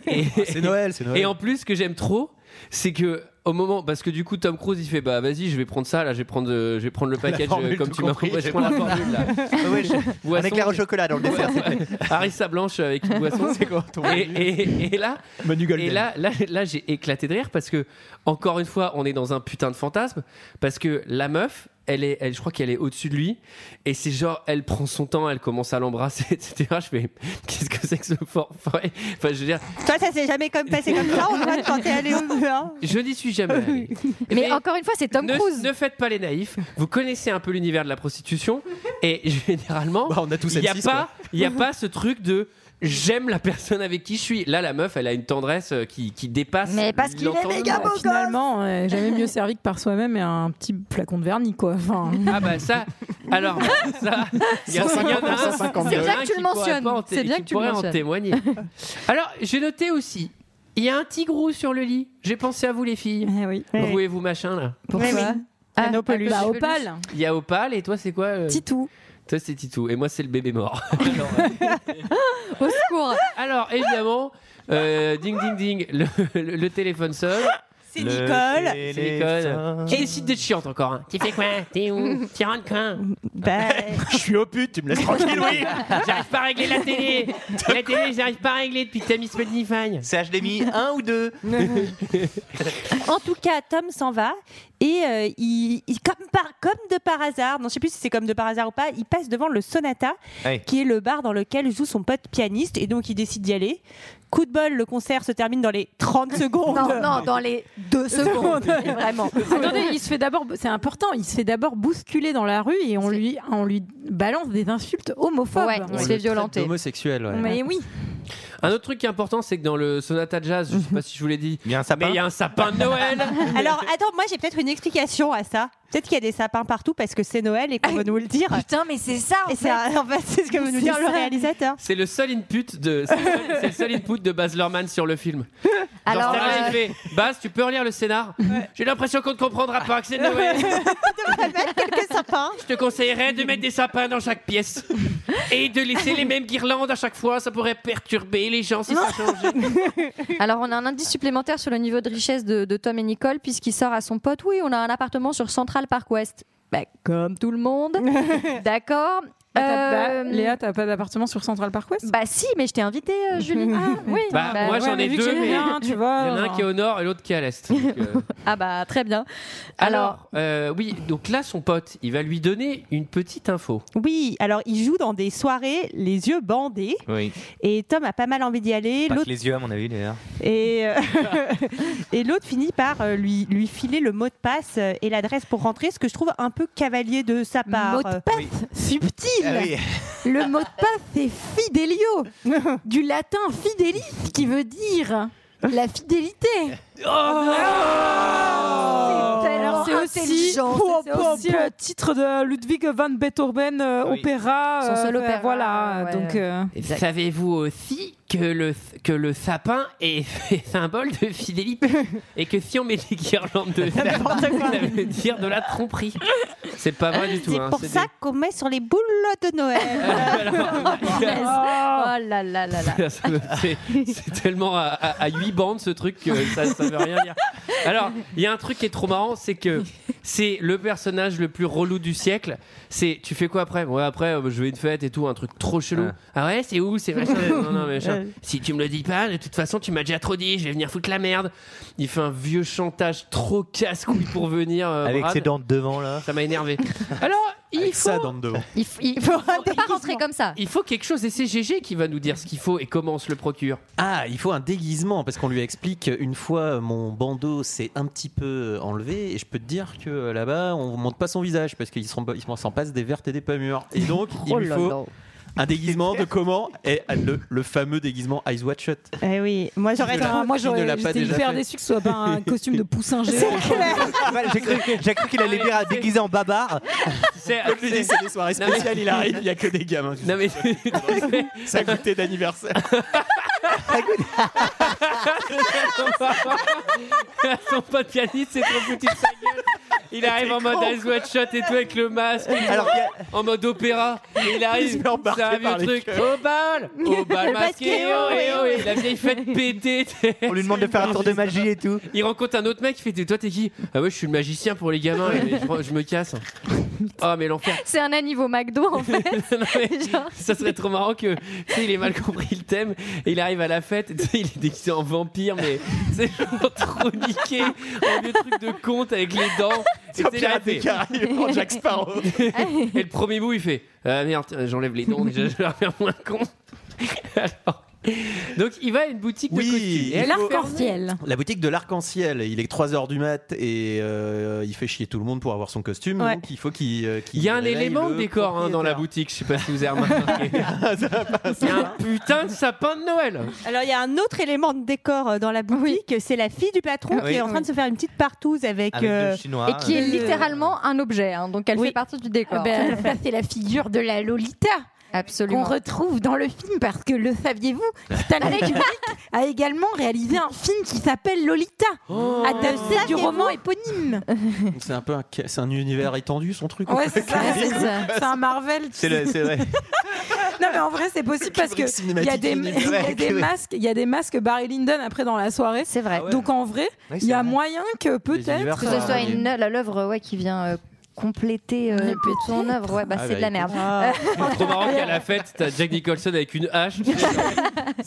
S1: Et-
S7: Ah, C'est Noël, c'est Noël.
S1: et en plus, ce que j'aime trop, c'est que au moment, parce que du coup, Tom Cruise, il fait bah vas-y, je vais prendre ça, là, je vais prendre, euh, je vais prendre le package
S2: formule,
S1: euh, comme
S2: tout
S1: tu m'as
S2: compris.
S1: proposé. Je prends la formule là.
S2: Ah ouais, je- Un
S1: Boisson-
S2: éclair au chocolat dans le dessert.
S1: Harissa Blanche avec une boisson.
S7: C'est quoi ton
S1: Et, et- et là,
S7: Manu Golden.
S1: et là, là, là, j'ai éclaté de rire parce que encore une fois, on est dans un putain de fantasme parce que la meuf, elle est, elle, je crois qu'elle est au-dessus de lui. Et c'est genre, elle prend son temps, elle commence à l'embrasser, etc. Je fais, qu'est-ce que c'est que ce fort forêt Enfin, je veux dire,
S8: Toi, ça s'est jamais comme passé comme ça, Antoine, quand t'es allé au mur. hein.
S1: je n'y suis jamais allé.
S9: Mais, encore une fois, c'est Tom
S1: Eh ben, ne,
S9: Cruise.
S1: ne faites pas les naïfs. Vous connaissez un peu l'univers de la prostitution et généralement,
S7: Bah,
S1: il n'y a
S7: M6,
S1: pas,
S7: quoi.
S1: il y a pas ce truc de j'aime la personne avec qui je suis. Là, la meuf, elle a une tendresse euh, qui, qui dépasse. l'entendement.
S10: Ouais, Finalement, euh, jamais mieux servi que par soi-même et un petit flacon de vernis, quoi. Enfin,
S1: Ah bah ça, alors ça, il y en a- il y en a un-
S10: 150
S1: il y en a
S10: bien
S1: un
S10: que tu
S1: qui
S10: le
S1: pourrait
S10: mentionnes.
S1: pas en té-
S10: C'est bien
S1: qui
S10: que tu le
S1: pourrait en
S10: mentionnes.
S1: témoigner. Alors j'ai noté aussi, il y a un tigrou sur le lit. J'ai pensé à vous les filles.
S10: Eh oui.
S1: Rouez-vous machin là.
S10: Pourquoi
S9: Ah,
S8: Canopolus.
S10: Bah, Opal.
S1: Il y a Opal et toi c'est quoi euh
S10: Titou.
S1: Toi c'est Titou et moi c'est le bébé mort.
S9: Au secours.
S1: Alors évidemment, euh, ding ding ding, le, le- le téléphone sonne.
S8: C'est Nicole.
S7: Euh,
S1: C'est Nicole. Qui décide d'être chiante encore hein. Tu fais quoi T'es où Tu rentres quand
S8: Bah,
S7: Je suis au pute, tu me laisses tranquille, oui
S1: J'arrive pas à régler la télé. La télé, j'arrive pas à régler depuis que t'as mis Spotify.
S2: C'est HDMI 1 ou 2
S8: En tout cas, Tom s'en va et euh, il, il- comme, par, comme de par hasard, non, je sais plus si c'est comme de par hasard ou pas, il passe devant le Sonata,
S2: Ouais.
S8: qui est le bar dans lequel joue son pote pianiste, et donc il décide d'y aller. Coup de bol, le concert se termine dans les 30 secondes.
S9: Non, non, dans les deux secondes. Vraiment.
S10: Attendez, il se fait d'abord, c'est important, il se fait d'abord bousculer dans la rue et on lui, on lui balance des insultes homophobes.
S9: Ouais, il se fait violenter.
S7: Homosexuel, ouais.
S10: Mais oui.
S1: Un autre truc qui est important, c'est que dans le sonata jazz, je sais pas si je vous l'ai dit, mais il y a un sapin de Noël.
S8: Alors, attends, moi j'ai peut-être une explication à ça. Peut-être qu'il y a des sapins partout parce que c'est Noël et qu'on veut nous le dire.
S9: Putain, mais c'est ça.
S8: Et c'est en fait, c'est ce que veut nous dire le réalisateur.
S1: C'est le seul input de, c'est le seul- c'est le seul input de Baz Luhrmann sur le film. Genre,
S9: Alors,
S1: Sterling,
S9: euh,
S1: il fait, Baz, tu peux relire le scénar J'ai l'impression qu'on ne comprendra pas que c'est Noël.
S8: Quelques sapins.
S1: Je te conseillerais de mettre des sapins dans chaque pièce et de laisser les mêmes guirlandes à chaque fois. Ça pourrait perturber les gens si ça changeait.
S9: alors, on a un indice supplémentaire sur le niveau de richesse de, de Tom et Nicole, puisqu'il sort à son pote. Oui, on a un appartement sur Central Park West. Bah, comme tout le monde. D'accord.
S10: Bah, t'as-
S9: Euh,
S10: bah, Léa, t'as pas d'appartement sur Central Park West
S9: Bah si, mais je t'ai invité, euh, Julie. Ah, oui.
S1: Bah, moi, j'en ai
S10: vu que
S1: deux,
S10: j'ai
S1: mais-
S10: rien, tu vois.
S1: Il y
S8: Ah.
S1: en a un
S10: genre.
S1: qui est au nord et l'autre qui est à l'est. Donc, euh,
S9: Ah bah très bien. Alors,
S1: Alors, euh, oui, donc là, son pote, il va lui donner une petite info.
S8: Oui, alors il joue dans des soirées les yeux bandés
S2: Oui.
S8: et Tom a pas mal envie d'y aller.
S2: Pas que
S8: L'autre
S2: les yeux, à mon avis, d'ailleurs.
S8: Et, euh, et l'autre finit par euh, lui, lui filer le mot de passe euh, et l'adresse pour rentrer, ce que je trouve un peu cavalier de sa part. Euh,
S10: Mot de passe subtil.
S2: Ah oui.
S10: Le mot de passe c'est fidelio, du latin fidelis qui veut dire la fidélité.
S7: Oh.
S10: Alors oh, c'est aussi,
S9: Oh,
S10: c'est aussi le titre de Ludwig van Beethoven euh,
S2: Oui.
S10: opéra.
S9: Son seul
S10: euh,
S9: opéra,
S10: Voilà.
S9: ouais.
S10: Donc euh,
S1: Savez-vous aussi que le, que le sapin est, est symbole de fidélité et que si on met des guirlandes de ça veut dire de la tromperie C'est pas vrai du tout.
S8: Euh, C'est
S1: hein,
S8: pour
S1: c'est
S8: ça qu'on met sur les boules de Noël.
S9: oh là là là là.
S1: des- c'est c'est tellement à, à, 8 bandes ce truc que ça, ça veut rien dire. Alors, il y a un truc qui est trop marrant, c'est que c'est le personnage le plus relou du siècle. C'est tu fais quoi après Ouais, après, euh, je vais une fête et tout, un truc trop chelou. Ah ouais, c'est où C'est machin. non, non, machin. Si tu me le dis pas, de toute façon, tu m'as déjà trop dit, je vais venir foutre la merde. Il fait un vieux chantage trop casse-couille pour venir. euh,
S2: Avec
S1: Brad.
S2: ses dents de devant, là.
S1: Ça m'a énervé. Alors, il
S7: Avec
S1: faut.
S7: ça dans le devant.
S9: Il, f- il faut pas rentrer comme ça.
S1: Il faut quelque chose et c'est GG qui va nous dire ce qu'il faut et comment on se le procure.
S7: Ah, il faut un déguisement parce qu'on lui explique une fois euh, mon bandeau s'est un petit peu euh, enlevé et je peux te dire que euh, là-bas on monte pas son visage parce qu'ils s'en ils s'en passent des vertes et des pas mûres. Et donc
S1: Oh
S7: il lui faut un déguisement de comment et le, le fameux déguisement Eyes Watch Shut.
S8: Eh oui, moi j'aurais.
S7: Putain,
S10: enfin, moi
S7: Ah, qui ne
S10: j'aurais
S7: l'a pas
S10: j'étais
S7: déjà
S10: hyper
S7: fait
S10: déçu que ce soit pas un costume de poussin géant.
S2: J'ai cru, j'ai cru qu'il allait dire à déguiser en babar.
S1: C'est
S7: Comme je lui dis, c'est des soirées
S1: Non, mais-
S7: spéciales, il arrive, il y a que des gamins.
S1: Non mais
S7: Ça goûter d'anniversaire.
S1: son pote pianiste c'est trop foutu de sa gueule. Il arrive en mode Eyes Wide Shut et tout avec le masque,
S2: Alors, il y a-
S1: en mode opéra. Et il
S7: Il se
S1: arrive,
S7: fait embarquer
S1: ça a vu
S7: par
S1: le
S7: les
S1: truc. Au bal, au bal masqué, Oh,
S8: masqué,
S1: ohé,
S8: ohé,
S1: ohé. eh, La vieille fête pétée. t'sais.
S2: on lui demande de faire un tour de magie et tout.
S1: Il rencontre un autre mec qui fait Toi t'es qui Ah ouais je suis le magicien pour les gamins. mais je, je me casse. Oh mais l'enfer.
S9: C'est un niveau McDo en fait.
S1: Non, mais-
S9: Genre,
S1: Ça serait trop marrant que tu sais, il ait mal compris le thème et il arrive à la fête, et tu sais, il est déguisé en vampire, mais c'est genre trop niqué, en vieux truc de conte avec les dents. C'était
S7: Pirates
S1: raté.
S7: des Caraïbes en Jack Sparrow.
S1: Et le premier bout, il fait Ah, Merde, euh, j'enlève les dents, déjà, je vais leur faire moins con. Alors, donc, il va à une boutique de costumes. Et elle est fermée.
S7: La boutique de l'arc-en-ciel. Il est 3h du mat et euh, il fait chier tout le monde pour avoir son costume.
S1: Ouais.
S7: Donc il faut qu'il. euh, qu'il
S1: Il y a un
S7: réveille
S1: élément
S7: le
S1: de décor hein, dans la boutique, je sais pas si vous avez remarqué. Il y a un putain de sapin de Noël.
S8: Alors, il y a un autre élément de décor euh, dans la boutique, c'est la fille du patron
S1: Ah
S8: qui
S1: oui.
S8: est en train de se faire une petite partouze avec.
S1: Avec deux Chinois,
S9: Et qui est
S8: euh,
S9: littéralement un objet, hein, donc elle fait partie du
S10: Ah
S9: décor.
S13: Ben, ça, c'est la figure de la Lolita.
S9: Absolument.
S13: Qu'on retrouve dans le film parce que le saviez-vous, Stanley Kubrick a également réalisé un film qui s'appelle Lolita,
S10: Oh.
S1: Oh.
S13: adapté du roman éponyme.
S7: C'est un peu un, ca- c'est un univers étendu son truc.
S10: Ouais, c'est ça, c'est ça. C'est un Marvel. tu
S7: C'est
S10: sais.
S7: le- c'est vrai.
S10: non, mais en vrai, c'est possible parce que il y a
S7: Cinematic
S10: des,
S7: Universe.
S10: il y a des
S7: Ouais.
S10: masques, il y a des masques Barry Lyndon après dans la soirée. Ah C'est
S9: vrai.
S10: Donc en vrai, il y a moyen que peut-être
S9: que ce soit une la- l'œuvre ouais, qui vient euh, compléter euh, son œuvre, ouais, bah,
S1: Ah
S9: c'est
S1: bah,
S9: de la merde.
S1: C'est trop marrant qu'à la fête, t'as Jack Nicholson avec une hache.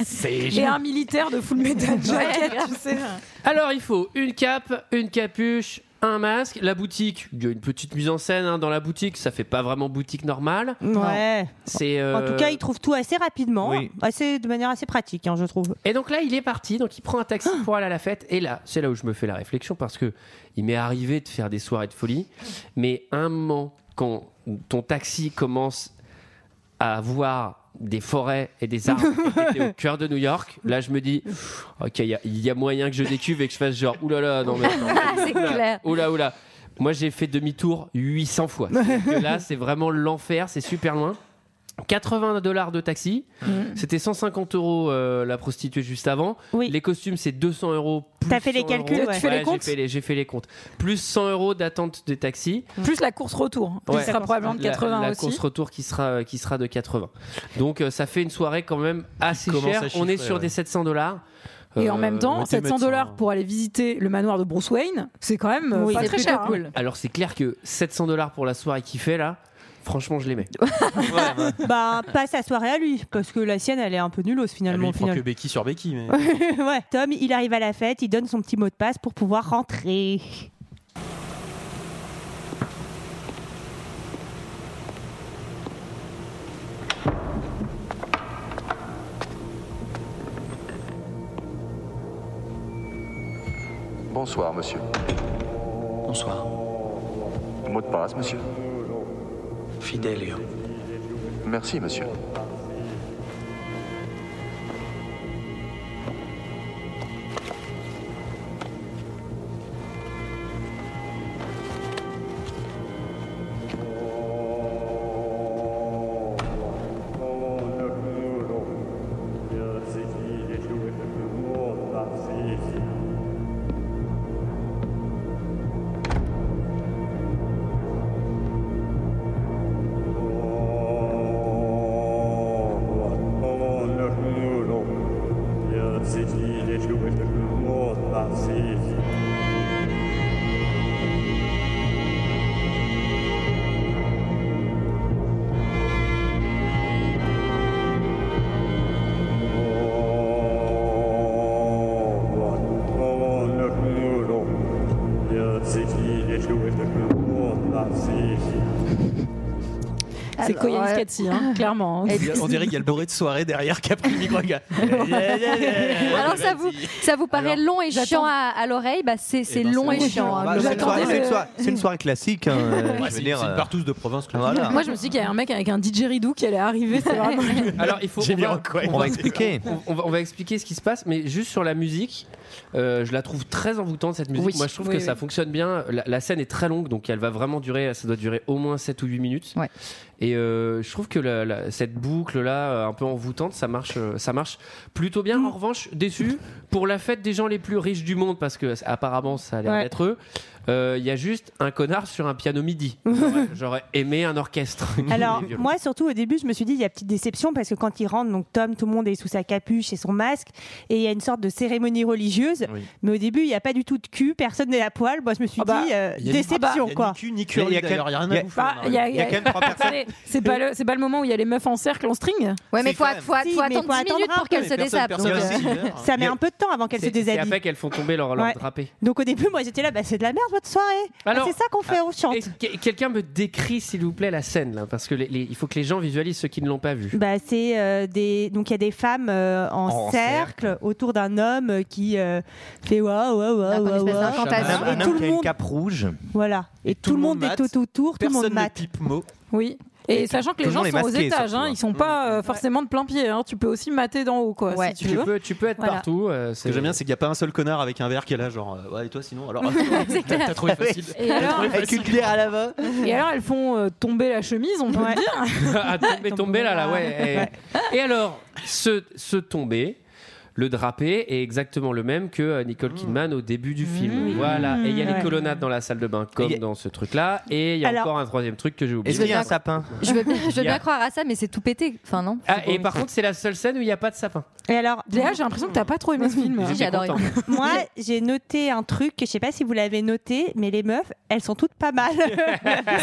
S1: C'est
S10: et un militaire de full metal jacket, tu sais.
S1: Alors il faut une cape, une capuche, un masque, la boutique. Il y a une petite mise en scène hein, dans la boutique. Ça fait pas vraiment boutique normale.
S8: Ouais.
S1: C'est.
S8: En
S1: euh,
S8: tout cas, il trouve tout assez rapidement,
S1: Oui.
S8: assez, de manière assez pratique, hein, je trouve.
S1: Et donc là, il est parti, donc il prend un taxi
S8: Ah
S1: pour aller à la fête. Et là, c'est là où je me fais la réflexion parce que il m'est arrivé de faire des soirées de folie, mais un moment quand ton taxi commence à voir des forêts et des arbres et que t'es au cœur de New York, là je me dis, ok, il y a- il y, a moyen que je décuve et que je fasse genre, oulala, non mais attends.
S8: Ah,
S9: c'est clair.
S1: Oula, oula. Moi, j'ai fait demi-tour 800 fois. C'est-à-dire que là, c'est vraiment l'enfer, c'est super loin. 80 dollars de taxi,
S8: Mm.
S1: c'était 150 euros euh, la prostituée juste avant. Les costumes, c'est 200 euros. plus
S8: T'as fait les
S1: 100
S8: calculs,
S1: euros.
S8: ouais. Tu fais les
S1: j'ai
S8: comptes
S1: fait les- J'ai fait les comptes. Plus 100 euros d'attente de taxi.
S10: Plus la course retour, hein, qui
S1: Ouais.
S10: sera probablement de
S1: La-
S10: 80
S1: la,
S10: aussi.
S1: course retour qui sera, euh, qui sera de 80. Donc euh, ça fait une soirée quand même assez
S10: commence
S1: chère.
S10: à
S1: On est
S10: chiffrer,
S1: sur
S10: ouais.
S1: des 700 dollars.
S10: Et en
S1: Euh,
S10: même temps, 700 dollars pour aller visiter le manoir de Bruce Wayne, c'est quand même euh,
S1: Oui,
S10: pas
S1: c'est
S10: très
S1: plutôt
S10: cher. hein.
S1: Alors c'est clair que 700 dollars pour la soirée qu'il fait là, franchement je les mets.
S8: bah, pas sa soirée à lui, parce que la sienne, elle est un peu nulose finalement.
S7: Ah,
S8: au
S7: Lui, il prend
S8: final.
S7: que béquille sur béquille. Mais...
S8: ouais. Tom, il arrive à la fête, il donne son petit mot de passe pour pouvoir rentrer.
S14: Bonsoir, monsieur. Bonsoir. Mot de passe, monsieur. Fidelio. Merci, monsieur.
S10: C'est
S8: Alors,
S10: Koyan
S8: ouais.
S10: Scati, hein, clairement. hein.
S7: On dirait- On dirait qu'il y a le bourré de soirée derrière qui a pris le micro. gars.
S10: Ah,
S9: Alors ça vous, ça vous paraît long et
S10: j'attends.
S9: chiant à, à l'oreille, bah, c'est
S7: Eh
S9: c'est
S7: ben,
S9: long et chiant. hein,
S2: Bah, c'est une
S9: globalement.
S2: soirée- c'est une soirée- c'est une soirée classique. hein, euh, je veux
S7: c'est-
S2: dire,
S7: c'est une
S2: euh,
S7: partouze de province. classique.
S2: Voilà.
S10: Moi, je me suis dit qu'il y avait un mec avec un DJ Ridou qui allait arriver, c'est vraiment.
S1: Alors il faut on va,
S2: On va expliquer.
S1: On, on va, on va expliquer ce qui se passe, mais juste sur la musique, euh, je la trouve très envoûtante cette musique.
S2: Oui.
S1: Moi je trouve
S2: Oui,
S1: que
S2: oui.
S1: ça fonctionne bien. La, la scène est très longue, donc elle va vraiment durer, ça doit durer au moins 7 ou 8 minutes. Et euh, je trouve que la- la- cette boucle là, euh, un peu envoûtante, ça marche, euh, ça marche plutôt bien. En revanche, déçu pour la fête des gens les plus riches du monde, parce que euh, apparemment ça a l'air
S2: Ouais.
S1: d'être eux. euh, Il y a juste un connard sur un piano midi. J'aurais- J'aurais aimé un orchestre.
S8: Alors,
S1: Des violons.
S8: moi, surtout au début, je me suis dit, il y a petite déception parce que quand il rentre, donc Tom, tout le monde est sous sa capuche et son masque, et il y a une sorte de cérémonie religieuse. Mais au début, il n'y a pas du tout de cul, personne n'est à poil. Moi, je me suis dit, euh,
S7: il y a ni-
S8: déception,
S7: ah bah, il y a
S8: quoi.
S7: ni cul, ni curly, d'ailleurs, il y a rien à bouffer.
S10: Bah,
S7: non,
S10: il y a-
S7: il y a quand même trois personnes.
S10: Attendez, C'est pas le, c'est pas le moment où il y a les meufs en cercle en string.
S9: Ouais, mais C'est faut- quand même- faut- faut attendre 10 minutes pour qu'elles se euh, déshabillent.
S1: personne, personne,
S8: Ça met un peu de temps avant qu'elles se
S1: C'est c'est
S8: déshabillent.
S1: après qu'elles font tomber leur, leur
S8: Ouais.
S1: drapé.
S8: Donc au début, moi j'étais là, bah, c'est de la merde votre soirée.
S1: Alors,
S8: c'est ça qu'on
S7: ah,
S8: fait, on chante.
S1: Et que- Quelqu'un me décrit, s'il vous plaît, la scène, là, parce que les- les- il faut que les gens visualisent ceux qui ne l'ont pas vu.
S8: Bah, c'est euh, des donc il y a des femmes euh, en,
S1: En
S8: cercle, autour d'un homme euh, qui euh, fait waouh waouh waouh waouh
S2: Un homme-
S8: waouh. et
S2: un
S8: tout
S2: homme qui
S8: le
S2: a une
S8: monde
S2: cape rouge.
S8: voilà et, tout, le monde est
S2: mate.
S8: tout autour, tout le monde
S2: Personne ne
S8: mate.
S2: pipe mot.
S10: Oui. Et, sachant que
S2: Tout
S10: les
S2: le
S10: gens
S2: monde est
S10: sont aux
S2: masqué,
S10: étages,
S2: surtout,
S10: hein,
S2: hein.
S10: ils sont pas euh, forcément de plein pied. hein. Tu peux aussi mater d'en haut, quoi, si tu,
S7: tu,
S10: veux.
S7: peux,
S1: tu peux être
S10: Voilà.
S1: partout.
S7: Ce que j'aime bien, c'est qu'il n'y a pas un seul connard avec un verre qui est là, genre, euh, ouais, et toi sinon Alors,
S10: C'est
S7: t'as
S10: clair.
S7: t'as trouvé facile.
S10: Et
S7: T'as
S10: alors-
S7: trouvé
S10: Avec
S7: facile.
S10: une cuillère à la main. Et alors, elles font euh, tomber la chemise, on peut le dire.
S1: ah, tomber, tomber là, là, ouais. eh. Et, et alors, ce, ce tomber, le drapé est exactement le même que euh, Nicole Kidman au début du film. Voilà. Et il y a
S8: Ouais.
S1: les colonnades dans la salle de bain, comme dans ce truc-là. Et il y a
S9: Alors-
S1: encore un troisième truc que j'ai oublié.
S9: Est-ce qu'il y a un
S2: sapin
S9: Je veux, bien-
S1: Il
S9: je veux
S1: y a-
S9: bien croire à ça, mais c'est tout pété. Enfin, non.
S1: Ah, et par contre, c'est la seule scène où il n'y a pas de sapin.
S8: Et alors
S10: Léa, j'ai l'impression que t'as pas trop aimé ce film.
S1: J'étais content.
S8: Moi, j'ai noté un truc, je sais pas si vous l'avez noté, mais les meufs, elles sont toutes pas mal.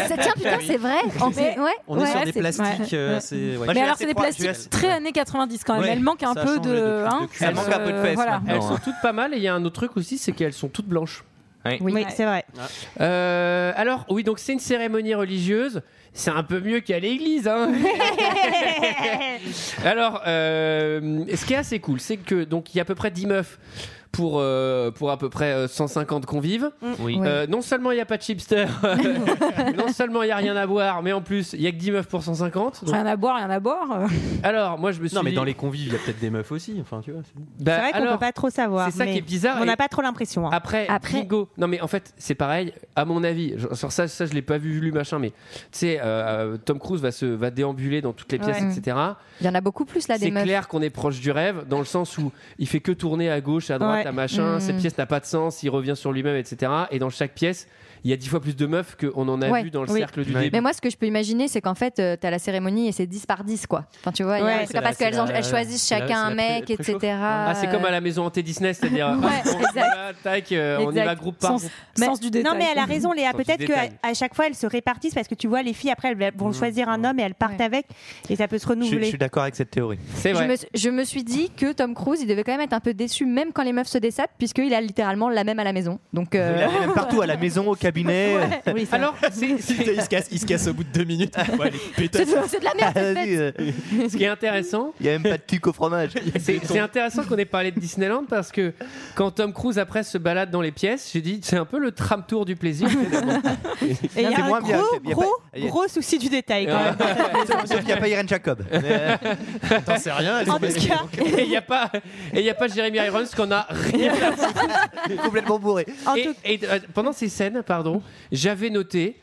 S10: Ça tient, putain, c'est vrai. En fait, ouais,
S7: On est sur
S10: ouais,
S7: des
S10: c'est-
S7: plastiques
S10: ouais,
S7: euh,
S10: ouais.
S7: assez- ouais.
S10: Mais alors, c'est des plastiques très années 90 quand même.
S1: Ouais,
S10: Elle manque un
S1: ça
S10: peu
S1: change
S10: de.
S1: depuis-
S10: hein,
S1: depuis Elles sont-
S10: voilà.
S1: Elles sont toutes pas mal et il y a un autre truc aussi, c'est qu'elles sont toutes blanches.
S8: Oui, Ouais. c'est vrai.
S1: Euh, alors, oui, donc c'est une cérémonie religieuse. C'est un peu mieux qu'à l'église. Hein. alors, euh, ce qui est assez cool, c'est que donc il y a à peu près 10 meufs. Pour, euh, pour à peu près euh, 150 convives.
S2: Oui.
S1: Euh, non seulement il n'y a pas de chipster, non seulement il n'y a rien à boire, mais en plus il n'y a que 10 meufs pour 150. Donc-
S10: Rien à boire, rien à boire.
S1: Ben, alors, moi je me suis
S7: Non, mais
S1: dit-
S7: dans les convives, il y a peut-être des meufs aussi. Enfin, tu vois.
S1: Bah,
S8: c'est vrai qu'on
S1: alors,
S8: peut pas trop savoir.
S1: c'est ça
S8: mais
S1: qui est bizarre
S8: On
S1: et-
S8: n'a pas trop l'impression. hein.
S1: Après, bingo. Non, mais en fait, c'est pareil. À mon avis, je- sur ça, ça je l'ai pas vu, lu machin, mais tu sais, euh, Tom Cruise va se va déambuler dans toutes les pièces,
S9: Ouais.
S1: etc.
S9: Il y en a beaucoup plus là des
S1: C'est
S9: meufs.
S1: clair qu'on est proche du rêve, dans le sens où il fait que tourner à gauche, à droite,
S9: Ouais.
S1: à machin.
S9: Mm.
S1: Cette pièce n'a pas de sens. Il revient sur lui-même, etc. Et dans chaque pièce, il y a dix fois plus de meufs qu'on en a
S9: Ouais.
S1: vu dans le
S9: Oui.
S1: cercle du début.
S9: Mais moi, ce que je peux imaginer, c'est qu'en fait, euh, t'as la cérémonie et c'est 10 par 10, quoi. Enfin, tu vois, il y a un
S1: Ouais.
S9: truc
S1: C'est la-
S9: parce
S1: c'est
S9: qu'elles
S1: la-
S9: en- elles choisissent
S1: c'est la-
S9: chacun
S1: c'est
S9: un
S1: la
S9: mec,
S1: pré-
S9: etc.
S1: Ah, c'est comme à la maison hantée Disney, c'est-à-dire ah, on y va, tac, euh, on y
S8: Exact.
S1: va groupe par groupe.
S8: Mais-
S10: Sens du détail.
S8: Non, mais elle a raison, Léa.
S1: Sens du
S8: Peut-être qu'à
S1: détail.
S8: à chaque fois, elles se répartissent parce que tu vois, les filles, après, elles vont choisir un homme et elles partent avec et ça peut se
S2: Je, je
S8: renouveler.
S2: suis d'accord avec cette théorie.
S1: C'est
S9: Je me, je me suis dit que Tom Cruise, il devait quand même être un peu déçu, même quand les meufs se dessapent, puisqu'il a littéralement la même à la maison. Donc, euh,
S2: Même partout, à la maison, au cabinet.
S1: Alors, c'est- c'est-
S7: Il se casse, il se casse au bout de deux minutes. Ouais, les pétasses.
S9: C'est- c'est de la merde, cette
S2: Vas-y, euh,
S1: Ce qui est intéressant,
S2: Il n'y a même pas de tuc au fromage.
S1: C'est c'est intéressant qu'on ait parlé de Disneyland parce que quand Tom Cruise après se balade dans les pièces, j'ai dit c'est un peu le tram tour du plaisir. finalement.
S8: Et il y
S2: C'est
S8: a un
S2: moins bien,
S8: gros,
S2: il y a pas-
S8: gros,
S2: il y a-
S8: gros souci du détail. Quand même.
S2: Sauf qu'il n'y a pas Irene Jacob.
S7: T'en sais rien. elles
S8: En
S7: sont
S8: tout
S7: belles.
S8: cas,
S1: et il n'y a pas et il y a pas Jeremy Irons qu'on a rien à foutre.
S2: complètement bourré.
S1: Et, et, euh, pendant ces scènes, pardon, j'avais noté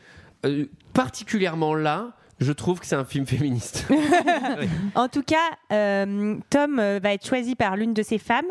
S1: euh, particulièrement là, je trouve que c'est un film féministe.
S8: En tout cas, euh, Tom euh, va être choisi par l'une de ses femmes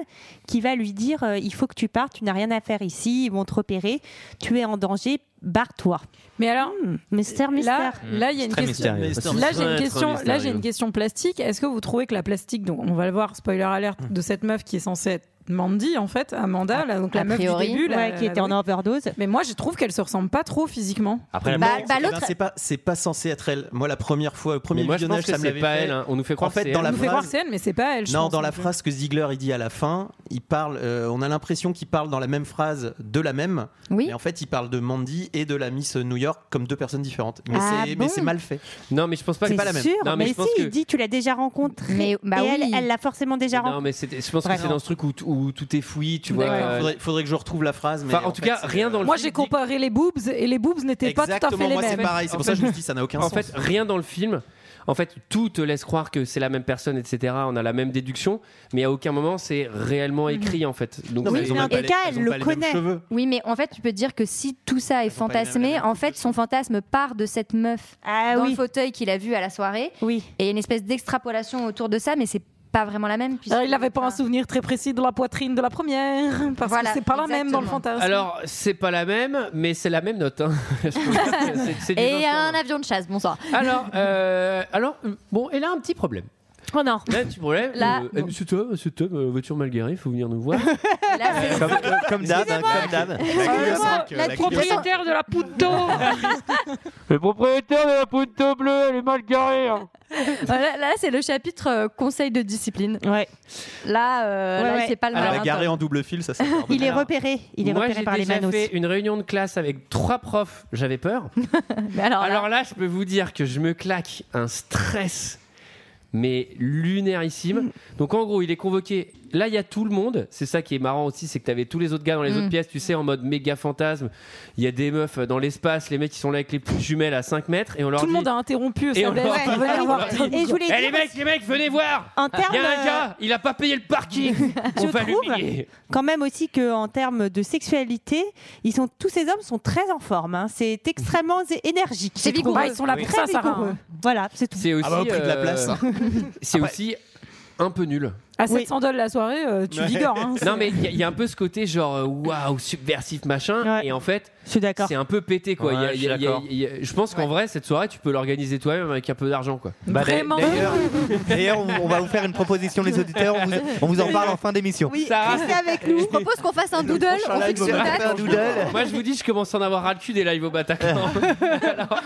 S8: qui va lui dire euh, il faut que tu partes, tu n'as rien à faire ici, ils vont te repérer, tu es en danger, barre-toi.
S10: Mais alors,
S8: mystère,
S10: Là,
S8: mystère.
S10: là, il y a une
S2: Très
S10: question.
S2: mystérieux.
S10: Là, j'ai
S2: Très,
S10: une
S2: très
S10: question. Là, j'ai
S2: mystérieux.
S10: une question plastique. Est-ce que vous trouvez que la plastique, donc on va le voir, spoiler alerte, de cette meuf qui est censée être Mandy en fait, Amanda, là, donc la
S8: a
S10: meuf
S8: priori.
S10: du début, là,
S8: Ouais, qui était en
S10: overdose. Mais moi, je trouve qu'elle se ressemble pas trop physiquement.
S7: Après, la
S10: Bah,
S7: première-
S10: bah,
S7: eh ben,
S10: l'autre-
S7: c'est pas, c'est pas censé être elle. Moi, la première fois, le premier
S1: Mais moi, je
S7: visionnage,
S1: pense que
S7: ça me
S1: c'est
S7: l'avait
S1: pas
S7: fait.
S1: elle, hein. On nous fait croire
S7: En fait,
S1: que c'est
S7: dans
S1: elle.
S7: la
S10: on nous fait
S7: phrase-
S10: croire c'est elle, mais c'est pas elle. je
S7: non,
S10: pense,
S7: dans la
S10: en fait.
S7: phrase que Ziegler il dit à la fin, il parle. euh, on a l'impression qu'il parle dans la même phrase de la même.
S9: Oui.
S7: Mais en fait, il parle de Mandy et de la Miss New York comme deux personnes différentes. Mais
S8: Ah
S7: c'est
S8: bon
S7: mais c'est mal fait.
S1: Non, mais je pense pas
S7: C'est
S1: que
S7: pas la même.
S8: Sûr,
S1: Non,
S8: mais,
S1: mais je
S8: si,
S1: pense que-
S8: il dit tu l'as déjà rencontrée.
S9: Mais- bah
S8: et elle-
S9: oui.
S8: elle l'a forcément déjà rencontrée.
S1: Non, mais c'était- je pense
S8: Ouais.
S1: que c'est dans ce truc où, t- où tout est fouillis, tu vois.
S7: D'accord.
S1: euh,
S7: faudrait, faudrait que je retrouve la phrase. Mais euh,
S1: Enfin, en tout cas, rien dans le
S10: Moi,
S1: film
S10: j'ai comparé les boobs et les boobs n'étaient pas tout à fait
S7: Exactement,
S10: les
S7: moi, c'est
S10: mêmes.
S7: pareil. C'est pour ça que je me dis, ça n'a aucun
S1: en
S7: sens.
S1: fait, rien dans le film. En fait, tout te laisse croire que c'est la même personne, etc. On a la même déduction, mais à aucun moment c'est réellement écrit en fait. Donc
S8: Oui,
S1: Mhm. c'est-
S8: mais en tout cas, elle le connaît.
S9: oui, mais en fait, tu peux dire que si tout ça est
S7: les mêmes-
S9: fantasmé, en fait, son fantasme part de cette meuf
S1: Ah
S9: dans
S8: Ah oui.
S9: le fauteuil qu'il a vu à la soirée.
S8: Oui.
S9: Et il y a une espèce d'extrapolation autour de ça, mais c'est pas vraiment la même. puisque-
S10: Alors, Euh, il n'avait pas un souvenir très précis de la poitrine de la première, parce
S9: Voilà,
S10: que c'est pas la même dans le
S9: exactement.
S10: fantasme.
S1: Alors, c'est pas la même, mais c'est la même note. hein. Je trouve que c'est- c'est du
S9: Et
S1: vin
S9: un avion de chasse, bonsoir.
S1: sur- Alors, euh, alors, euh, bon, elle a un petit problème. Oh non. Là, tu problème.
S13: Là,
S1: euh, monsieur Tom, monsieur Tom, euh, voiture mal garée, faut venir nous voir. euh,
S7: Comme- comme d'hab, hein, comme d'hab.
S9: euh,
S1: Le
S10: propriétaire
S1: de la Punto. Le propriétaire de la Punto bleue, elle est mal garée. hein.
S9: Voilà, Ah, là, c'est le chapitre euh, conseil de discipline.
S8: Ouais.
S9: Là, euh, là, c'est pas le malin,
S7: garé
S9: Tom.
S7: en double fil, ça. c'est
S8: Il est repéré. Il est
S1: Oh, Moi,
S8: repéré
S1: j'ai
S8: par les
S1: déjà
S8: manos.
S1: fait une réunion de classe avec trois profs, j'avais peur. alors, là... je peux vous dire que je me claque un stress, mais lunarissime. Donc en gros, il est convoqué. Là, il y a tout le monde. C'est ça qui est marrant aussi, c'est que t'avais tous les autres gars dans les
S13: Mm.
S1: autres pièces, tu sais, en mode méga fantasme. Il y a des meufs dans l'espace, les mecs qui sont là avec les petites jumelles à 5 mètres, et on leur
S10: Tout le
S1: dit-
S10: monde a interrompu
S1: Et
S10: sa
S1: on
S10: belle
S1: leur
S10: pour
S1: dit-
S10: venir voir
S1: on
S10: Tom,
S1: leur dit,
S10: quoi.
S1: Eh, les mecs, les mecs, venez voir
S8: En
S1: Il y a
S8: termes,
S1: un gars, il a pas payé le parking On
S8: je
S1: va
S8: trouve
S1: l'humilier
S8: quand même aussi que en termes de sexualité, ils sont tous ces hommes sont très en forme. hein. C'est extrêmement é- énergique.
S10: C'est
S8: je trouve.
S10: vigoureux. Ils sont là pour
S8: Très
S10: ça, Sarah,
S8: vigoureux.
S10: hein.
S8: Voilà, c'est tout.
S1: C'est aussi. euh, C'est aussi un peu nul.
S10: À 700 dollars la soirée, euh, tu vigores. hein.
S1: non, mais il y, a- y a un peu ce côté genre euh, waouh, subversif machin. Et en fait, c'est un peu pété quoi.
S7: Ouais,
S1: Y a- y a-
S7: je suis
S1: y a-
S7: d'accord.
S1: y a- je pense qu'en vrai, cette soirée, tu peux l'organiser toi-même avec un peu d'argent quoi.
S2: Bah, d'a- D'ailleurs, d'ailleurs, on on va vous faire une proposition, les auditeurs. On vous, on vous en parle en fin d'émission.
S1: Oui, Sarah. restez
S9: avec nous. Je propose qu'on fasse un doodle. On fixe une date.
S1: Moi, je vous dis, je commence à en avoir ras le cul des lives au Bataclan. Alors-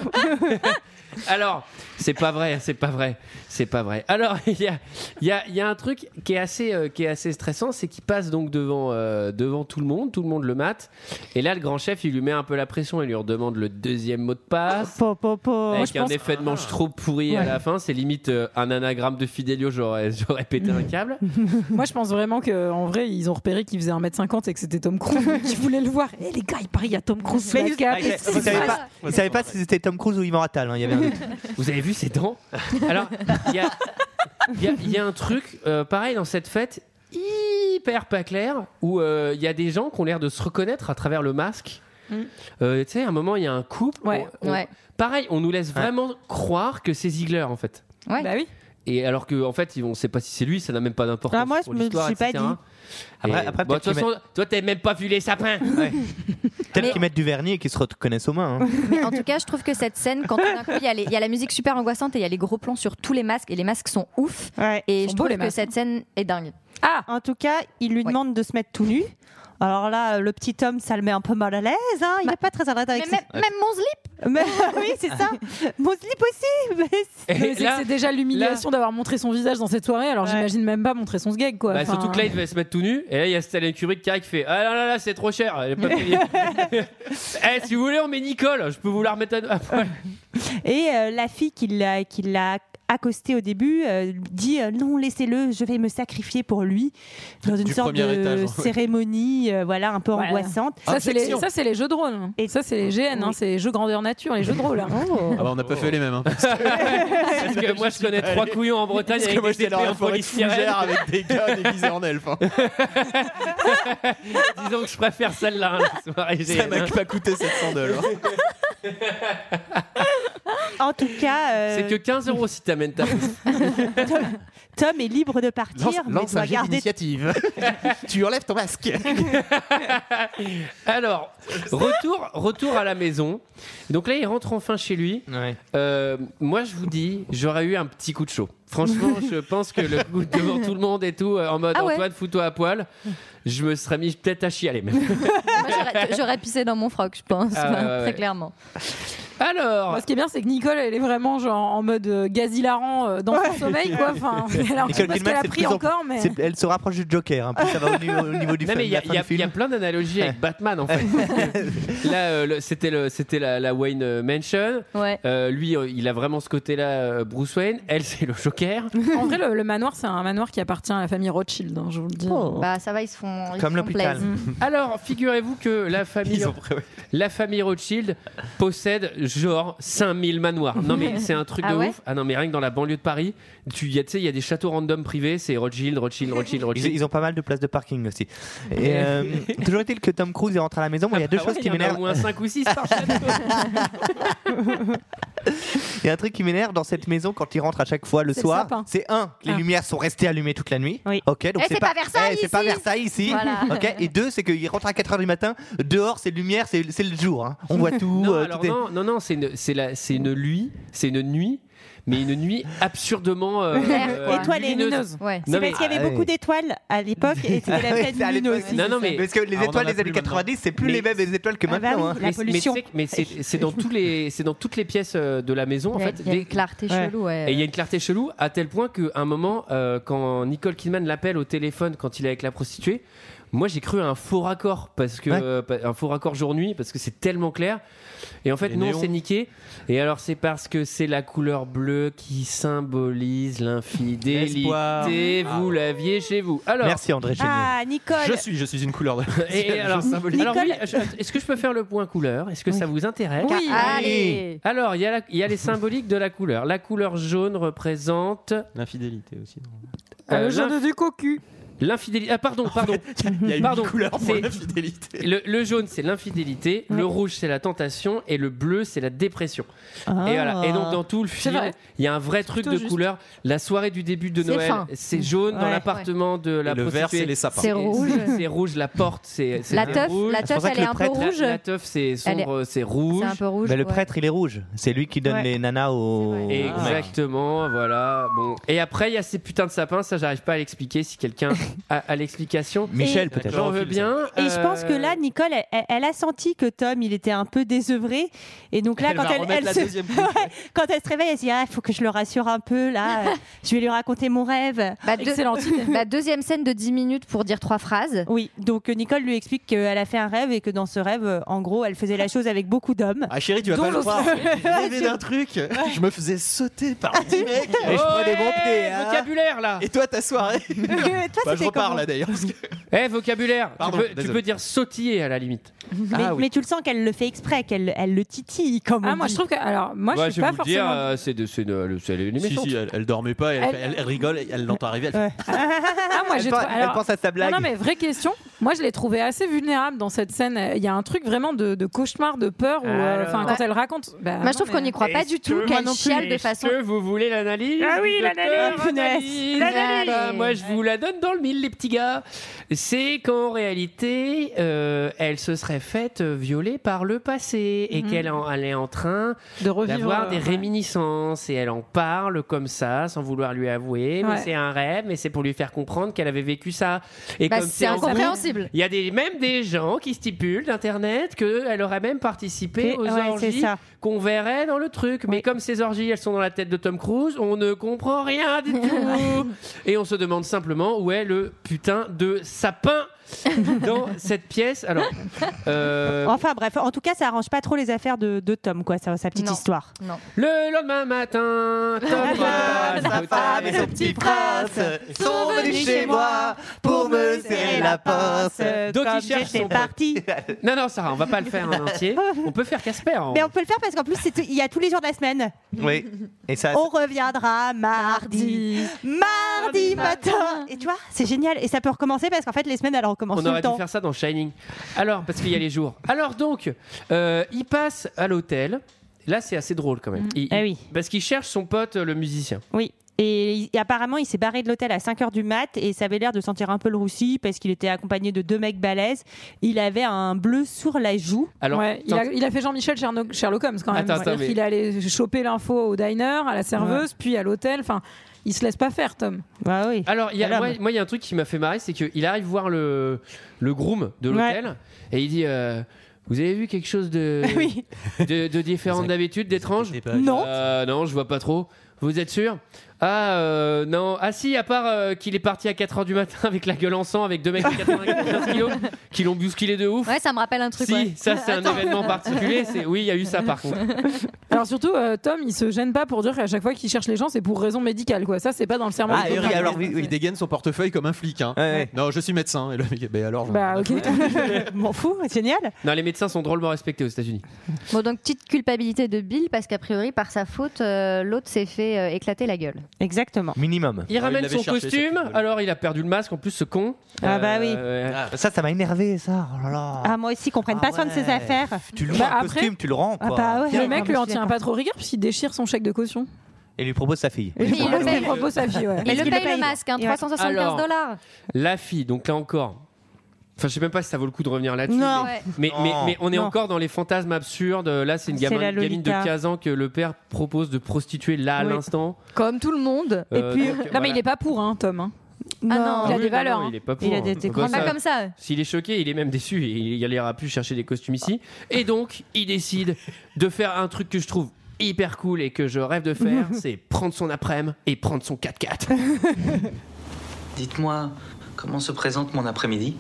S1: Alors, c'est pas vrai, c'est pas vrai, c'est pas vrai. Alors, il y a, il y a- il y a un truc qui est assez, euh, qui est assez stressant, c'est qu'il passe donc devant, euh, devant tout le monde, tout le monde le mate. Et là, le grand chef, il lui met un peu la pression, il lui redemande le deuxième mot de passe.
S8: Moi,
S1: Avec
S8: Oh, je
S1: un
S8: pense-
S1: effet de manche trop pourri à
S10: Ouais.
S1: la fin, c'est limite euh, un anagramme de Fidelio, j'aurais j'aurais pété un câble.
S10: Moi, je pense vraiment qu'en vrai, ils ont repéré qu'il faisait 1m50 et que c'était Tom Cruise qui voulait le voir. Eh les gars, il paraît qu'il y a Tom Cruise sous la cape.
S2: Il savait pas, il savait pas si c'était Tom Cruise ou Yvan Attal. hein, il y avait un doute.
S1: Vous avez vu ses dents Alors, il y a, il y a- il y a un truc, euh, pareil, dans cette fête, hyper pas clair, où euh, il y a des gens qui ont l'air de se reconnaître à travers le masque.
S8: Mm.
S1: Euh, tu sais, à un moment, il y a un couple.
S10: Ouais,
S1: on- on-
S10: ouais.
S1: Pareil, on nous laisse vraiment croire que c'est Ziegler, en fait.
S10: Bah oui.
S1: Et alors que en fait, on ne sait pas si c'est lui, ça n'a même pas d'importance.
S8: Ah, moi, je
S1: pour
S8: me le
S1: l'histoire,
S8: suis pas
S1: etc.
S8: dit.
S2: Après-
S1: Et-
S2: après,
S1: bon, de
S2: peut-être
S1: toute
S2: qu'il
S1: façon, toi, t'as même pas vu les sapins.
S2: Peut-être qu'ils mettent du vernis et qu'ils se reconnaissent aux mains. hein.
S9: Mais en tout cas, je trouve que cette scène, quand tout d'un coup, il y, a les- il y a la musique super angoissante et il y a les gros plans sur tous les masques, et les masques sont ouf.
S8: Ils
S9: Et
S8: sont
S9: je
S8: beaux,
S9: trouve
S8: les
S9: que
S8: masques.
S9: cette scène est dingue.
S8: En tout cas, il lui demande de se mettre tout nu. Alors là, euh, le petit homme, ça le met un peu mal à l'aise. hein. Il n'est pas très à l'aise avec
S9: Mais même- même mon slip.
S8: Oui, c'est ça. Mon slip aussi. mais c'est-
S10: Mais c'est que c'est déjà l'humiliation d'avoir montré son visage dans cette soirée, alors j'imagine même pas montrer son sgeg quoi.
S1: Bah,
S10: Enfin,
S1: Surtout que là, il devait se mettre tout nu. Et là, il y a Stanley Kubrick qui arrive qui fait Ah là là là, c'est trop cher. elle est pas payée. Eh, si vous voulez, on met Nicole. Je peux vous la remettre à à poil.
S8: Et euh, la fille qui l'a, qui l'a accostée au début euh, dit euh, non laissez-le je vais me sacrifier pour lui dans une
S10: Du
S8: sorte de
S10: premier étage, ouais.
S8: cérémonie euh, voilà un peu
S10: voilà.
S8: angoissante
S10: Ça, c'est les, ça, c'est les jeux de rôle. hein. ça, c'est les GN, hein, c'est les jeux grandeur nature, les jeux de rôle. hein.
S7: Ah bah, on n'a pas
S1: Oh.
S7: fait les mêmes. hein.
S1: Parce que moi, je connais trois couillons en Bretagne
S7: Parce que
S1: avec
S7: moi,
S1: des
S7: j'étais
S1: épées
S7: dans la
S1: en
S7: forêt de
S1: polystyrène.
S7: fougères avec des gars déguisés en elfes. hein.
S1: Disons que je préfère celle-là. hein, la soirée
S7: Ça m'a
S1: géante.
S7: pas coûté hein. 700 dollars.
S8: en tout cas euh,
S1: C'est que 15 euros si t'amènes ta bouffe.
S8: Tom est libre de partir
S1: Lance-
S8: mais
S1: lance un
S8: doit
S1: jet
S8: garder
S7: tu enlèves ton masque
S1: Alors, retour, retour à la maison. Donc là, il rentre enfin chez lui. Euh, moi, je vous dis, j'aurais eu un petit coup de chaud. Franchement, je pense que le coup devant tout le monde et tout, euh, en mode
S9: Ah ouais.
S1: Antoine, fous-toi à poil, je me serais mis peut-être à chialer même.
S9: Moi, j'aurais- J'aurais pissé dans mon froc, je pense,
S1: Ah,
S9: enfin,
S1: ouais, ouais,
S9: très
S1: ouais.
S9: clairement.
S1: Alors.
S10: ce qui est bien, c'est que Nicole, elle est vraiment genre en mode euh, gaz hilarant euh, dans son sommeil quoi. Enfin, alors, je sais
S2: Nicole
S10: pas ce
S2: Kidman,
S10: qu'elle a
S2: c'est de
S10: pris
S2: plus en-
S10: encore, mais.
S2: c'est- Elle se rapproche du Joker. hein, plus ça va au niveau, au niveau du
S1: Non,
S2: film.
S1: mais il y, a-
S2: la fin
S1: il y a-
S2: du film.
S1: il y a plein d'analogies avec Batman en fait. Là, euh, le- c'était le- c'était la, la Wayne euh, Mansion.
S9: Ouais.
S1: Euh, lui, euh, il a vraiment ce côté-là, euh, Bruce Wayne. Elle, c'est le Joker.
S10: En vrai, le, le manoir, c'est un manoir qui appartient à la famille Rothschild, hein, je vous le dis.
S9: Bah, ça va, ils se font.
S1: Alors, figurez-vous que la famille, la famille Rothschild possède genre 5000 manoirs. Non, mais c'est un truc
S9: Ah
S1: de
S9: ouais
S1: ouf. Ah non, mais rien que dans la banlieue de Paris, tu y a- tu sais, il y a des châteaux random privés, c'est Rothschild, Rothschild, Rothschild,
S2: Ils,
S1: Rothschild.
S2: ils ont pas mal de places de parking aussi. Et, euh, toujours est-il que Tom Cruise est rentré à la maison, mais il y a deux
S7: bah
S1: Ah ouais,
S2: choses qui
S1: y en a
S2: m'énervent.
S1: au moins 5 ou 6 par château.
S2: Il y a un truc qui m'énerve dans cette maison quand il rentre à chaque fois le
S1: C'est le
S2: soir.
S1: sapin.
S2: C'est un, les
S1: Ah.
S2: lumières sont restées allumées toute la nuit. Ok, donc
S1: Eh, c'est pas Versailles
S2: eh, c'est pas
S1: ici.
S2: Versailles ici.
S1: Voilà.
S2: Ok, et deux, c'est qu'il rentre à 4h du matin. Dehors, c'est lumière, c'est c'est le jour. hein. On voit tout.
S1: Non,
S2: euh,
S1: alors
S2: tout est-
S1: non, non, non, c'est une, c'est la- c'est une nuit, c'est une nuit, mais une nuit absurdement euh,
S8: Claire,
S1: euh,
S8: quoi. Étoilée,
S1: lumineuse.
S8: lumineuse. Ouais.
S1: Non,
S8: C'est parce qu'il y
S1: mais- ah
S8: avait beaucoup d'étoiles à l'époque et c'était la pleine
S2: à
S8: lune
S2: l'époque,
S8: aussi.
S1: Non, non, mais-
S2: Parce que les
S1: Ah, on en
S2: étoiles
S1: a
S2: des années
S1: plus
S2: 90, c'est plus
S1: Mais-
S2: les mêmes étoiles que
S1: Ah bah
S2: maintenant.
S1: oui,
S2: hein.
S1: mais- Mais, tu sais que- mais c'est, c'est dans tous les, c'est dans toutes les pièces euh, de la maison en
S9: Il y a-
S1: fait.
S9: il y a une clarté chelou, ouais.
S1: Et
S10: Euh.
S1: il y a une clarté chelou à tel point qu'à un moment, euh, quand Nicole Kidman l'appelle au téléphone quand il est avec la prostituée, moi j'ai cru à un faux raccord parce que
S2: Ouais.
S1: euh, pa- un faux raccord jour-nuit parce que c'est tellement clair. Et en fait,
S2: Les
S1: non,
S2: néons.
S1: c'est niqué. Et alors c'est parce que c'est la couleur bleue qui symbolise
S7: L'espoir.
S1: l'infidélité. Vous l'aviez chez vous. Alors.
S7: Merci, André Chénier.
S8: Ah, Nicole
S7: Je suis, je suis une couleur de.
S1: Et
S7: Je
S1: alors,
S7: symbolise.
S1: alors oui, je- est-ce que je peux faire le point couleur Est-ce que ça vous intéresse Ah,
S8: Oui. Allez.
S1: Alors, il y, a la- il y a les symboliques de la couleur. La couleur jaune représente...
S7: L'infidélité aussi.
S1: Euh,
S10: le jaune
S1: l'inf-
S10: du cocu.
S1: L'infidélité. Ah, pardon, pardon.
S7: Il y a une
S1: Pardon.
S7: couleur pour
S1: C'est-
S7: l'infidélité.
S1: Le, le jaune, c'est l'infidélité. Le rouge, c'est la tentation. Et le bleu, c'est la dépression.
S7: Ah.
S1: Et voilà. Et donc, dans tout le
S7: C'est
S1: film,
S7: vrai.
S1: il y a un vrai truc
S7: plutôt
S1: de
S7: juste.
S1: couleur. La soirée du début de
S7: C'est
S1: Noël,
S7: fin.
S1: c'est jaune dans
S7: Ouais.
S1: l'appartement de la
S7: Et le vert,
S1: prostituée.
S7: c'est les sapins. C'est
S9: rouge.
S1: C'est rouge, la porte, c'est c'est
S9: La
S1: rouge.
S9: teuf- la C'est pour teuf, ça que elle le est un peu prêtre- rouge.
S1: La, la teuf, c'est sombre,
S9: Elle est-
S1: c'est rouge.
S9: C'est un peu rouge.
S2: Mais le
S9: ouais. Bah,
S2: prêtre, il est rouge. C'est lui qui donne
S9: Ouais.
S2: les nanas aux.
S1: Exactement, voilà. Bon. Et après, il y a ces putains de sapins, ça j'arrive pas à l'expliquer si quelqu'un a, a l'explication.
S8: Ah.
S2: Michel, Et- peut-être.
S1: J'en veux bien.
S8: Et je pense que
S1: Euh,
S8: là, Nicole, elle- elle, elle a senti que Tom, il était un peu désœuvré. Et donc là,
S1: Elle
S8: quand,
S1: va
S8: elle,
S1: remettre
S8: elle
S1: la
S8: se...
S1: deuxième couche.
S8: Ouais, quand elle se réveille, elle se dit Ah, il faut que je le rassure un peu, là. euh, je vais lui raconter mon rêve.
S9: Bah, deux- bah, deuxième scène de 10 minutes pour dire trois phrases.
S8: Oui, donc euh, Nicole lui explique qu'elle a fait un rêve et que dans ce rêve, euh, en gros, elle faisait la chose avec beaucoup d'hommes.
S7: Ah chérie, tu vas
S8: Dont
S7: pas le
S8: je-
S7: croire. J'ai rêvé d'un truc. Je me faisais sauter par 10 mecs. Et je prenais
S1: Oh, Ouais,
S7: mon pied. hein.
S1: vocabulaire là.
S7: Et toi, ta soirée Bah, Je repars là d'ailleurs. parce que-
S1: Eh, vocabulaire.
S7: Pardon,
S1: tu, peux, tu
S7: désolé.
S1: peux dire sautiller à la limite.
S8: Mais, mais tu le sens qu'elle le fait exprès, qu'elle elle le titille comme
S10: Ah, moi, je trouve que. Alors, moi,
S1: Bah,
S10: je suis
S1: vais
S10: pas
S1: vous le dire,
S10: forcément.
S1: euh, c'est de, c'est de- le- c'est les
S7: Si,
S1: méchante.
S7: si, elle, elle dormait pas, elle,
S10: Elle-
S7: elle- elle rigole, elle l'entend arriver, elle fait-
S10: Ah, moi,
S2: Elle
S10: j'ai
S2: pense-
S10: trouvé-
S2: elle pense à sa blague.
S10: Non, non, mais vraie question. Moi, je l'ai trouvé assez vulnérable dans cette scène. Il y a un truc vraiment de, de cauchemar, de peur. où, euh,
S1: Alors.
S10: Enfin, quand
S1: Ouais.
S10: elle raconte. bah,
S9: Moi, je trouve
S10: non, mais-
S9: qu'on n'y croit pas du tout,
S10: que-
S9: qu'elle
S10: moi non plus.
S9: chiale de
S10: Est-ce
S9: façon.
S1: Que vous voulez l'analyse
S10: Ah oui,
S1: du
S10: l'analyse,
S1: docteur analyse.
S9: L'analyse.
S1: Ah, Moi, je vous la donne dans le mille, les petits gars. C'est qu'en réalité, euh, elle se serait faite euh, violer par le passé et
S10: Mhm.
S1: qu'elle en- elle est en train
S10: De revivre,
S1: d'avoir
S10: euh,
S1: des
S10: ouais.
S1: réminiscences et elle en parle comme ça, sans vouloir lui avouer. Mais
S10: Ouais.
S1: c'est un rêve, mais c'est pour lui faire comprendre qu'elle avait vécu ça. Et
S9: Bah,
S1: comme
S9: c'est
S1: en groupe,
S9: incompréhensible.
S1: Il y a des, même des gens qui stipulent d'Internet qu'elle aurait même participé
S8: Et-
S1: aux
S8: ouais, c'est
S1: orgies
S8: ça.
S1: qu'on verrait dans le truc. Mais comme ces orgies, elles sont dans la tête de Tom Cruise, on ne comprend rien du tout. Et on se demande simplement où est le putain de sapin dans cette pièce. Alors, euh,
S8: Enfin bref, en tout cas, ça arrange pas trop les affaires de, de Tom, quoi, sa, sa petite histoire.
S9: Non.
S1: le lendemain matin, Tom
S8: Ah,
S1: Cruise,
S8: sa
S1: peut-être-
S8: femme et son petit prince
S2: sont venus chez moi pour me serrer la pince.
S1: D'autres
S8: Comme
S1: qui cherchent
S8: Euh, j'étais
S1: son
S8: parti.
S1: Non, non, Sarah, on va pas le faire en entier. On peut faire Casper. hein. en-
S8: Mais on peut le faire parce qu'en plus, c'est- il y a tous les jours de la semaine.
S2: Oui. Et
S1: Ah,
S2: ça.
S8: On reviendra mardi. Mardi matin. Et tu vois, c'est génial. Et ça peut recommencer parce qu'en fait, les semaines, elles recommencent
S1: On
S8: tout
S1: aurait
S8: le
S1: dû
S8: temps.
S1: faire ça dans Shining. Alors, parce qu'il y a les jours. Alors donc, euh, il passe à l'hôtel. Là, c'est assez drôle quand même. Il-
S8: Ah
S1: il-
S8: oui.
S1: Parce qu'il cherche son pote, euh, le musicien.
S8: Oui. Et, il- et apparemment, il s'est barré de l'hôtel à 5h du mat et ça avait l'air de sentir un peu le roussi parce qu'il était accompagné de deux mecs balèzes. Il avait un bleu sur la joue.
S1: Alors,
S10: Ouais, il, a, il a fait Jean-Michel Cherno- Sherlock Holmes quand même.
S1: Attends, attends,
S10: C'est-à-dire
S1: mais-
S10: qu'il allait choper l'info au diner, à la serveuse, puis à l'hôtel. Enfin, il se laisse pas faire, Tom.
S8: Bah oui.
S1: Alors, il y a-
S10: L'homme.
S1: moi, moi, il y a un truc qui m'a fait marrer, c'est qu'il arrive voir le, le groom de l'hôtel et il dit euh, Vous avez vu quelque chose de, de, de différent d'habitude, d'étrange
S8: Non.
S1: Euh, Non, je vois pas trop. Vous êtes sûr Ah, euh, non. Ah, si, à part euh, qu'il est parti à 4h du matin avec la gueule en sang, avec deux mecs de 95 kilos qui l'ont bousculé de ouf.
S9: Ouais, ça me rappelle un truc.
S1: si,
S9: ouais.
S1: ça, c'est un
S9: Attends.
S1: événement particulier. c'est- Oui, il y a eu ça par contre.
S10: Alors surtout, euh, Tom, il se gêne pas pour dire qu'à chaque fois qu'il cherche les gens, c'est pour raison médicale, quoi. Ça, c'est pas dans le serment.
S7: Ah, et
S10: d'Hippocrate.
S7: il- alors, il, il dégaine son portefeuille comme un flic. hein. Non, je suis médecin. Et le mec, ben alors.
S10: Bah, ok.
S8: M'en fous, génial.
S1: Non, les médecins sont drôlement respectés aux États-Unis.
S9: Bon, donc petite culpabilité de Bill parce qu'a priori, par sa faute, euh, l'autre s'est fait euh, éclater la gueule.
S8: Exactement.
S2: Minimum.
S1: Il ramène son costume, alors il a perdu le masque en plus, ce con. Euh,
S8: Ah bah oui.
S2: hein. Ça, ça m'a énervé, ça. Oh là là.
S8: Ah, moi aussi, qu'on prenne pas soin de ses affaires.
S2: Tu loues
S10: Bah,
S2: un
S10: après-
S2: costume, tu le rends.
S8: Ah
S2: quoi.
S8: bah ouais.
S10: Le mec
S8: Ah,
S10: lui
S8: moi,
S10: en
S8: je suis
S10: tient
S8: d'accord.
S10: pas trop rigueur puisqu'il déchire son chèque de caution.
S2: Et lui propose sa fille.
S10: Et il le paye.
S9: Il le paye le masque, hein, 375
S1: Alors,
S9: dollars.
S1: La fille, donc là encore, Enfin, je sais même pas si ça vaut le coup de revenir là-dessus.
S8: Non.
S1: mais-
S8: Ouais.
S1: Mais, mais,
S8: Non.
S1: mais on est
S8: Non.
S1: encore dans les fantasmes absurdes. Là, c'est une
S8: C'est
S1: gamine,
S8: la
S1: gamine de
S8: Lolita.
S1: 15 ans que le père propose de prostituer là à
S10: Oui.
S1: l'instant.
S10: Comme tout le monde.
S1: Et Euh, puis- donc,
S10: non,
S1: voilà.
S10: mais il est pas pour, hein, Tom. hein.
S1: Ah
S10: il
S1: oui,
S10: a des
S1: non,
S10: valeurs.
S1: non,
S10: hein.
S1: il est pas pour. hein. Bah, ça- S'il est choqué, il est même déçu. Il il ira plus chercher des costumes ici. Et donc, il décide de faire un truc que je trouve hyper cool et que je rêve de faire c'est prendre son après-midi et prendre son 4x4.
S3: Dites-moi, comment se présente mon après-midi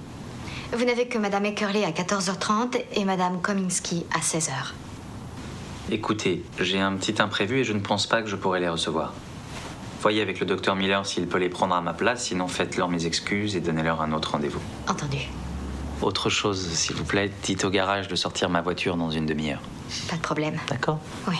S12: Vous n'avez que Madame Eckerley à 14h30 et Madame Kominski à 16h.
S3: Écoutez, j'ai un petit imprévu et je ne pense pas que je pourrai les recevoir. Voyez avec le docteur Miller s'il peut les prendre à ma place, sinon faites-leur mes excuses et donnez-leur un autre rendez-vous.
S12: Entendu.
S3: Autre chose, s'il vous plaît, dites au garage de sortir ma voiture dans une demi-heure.
S12: Pas de problème.
S3: D'accord
S12: Oui.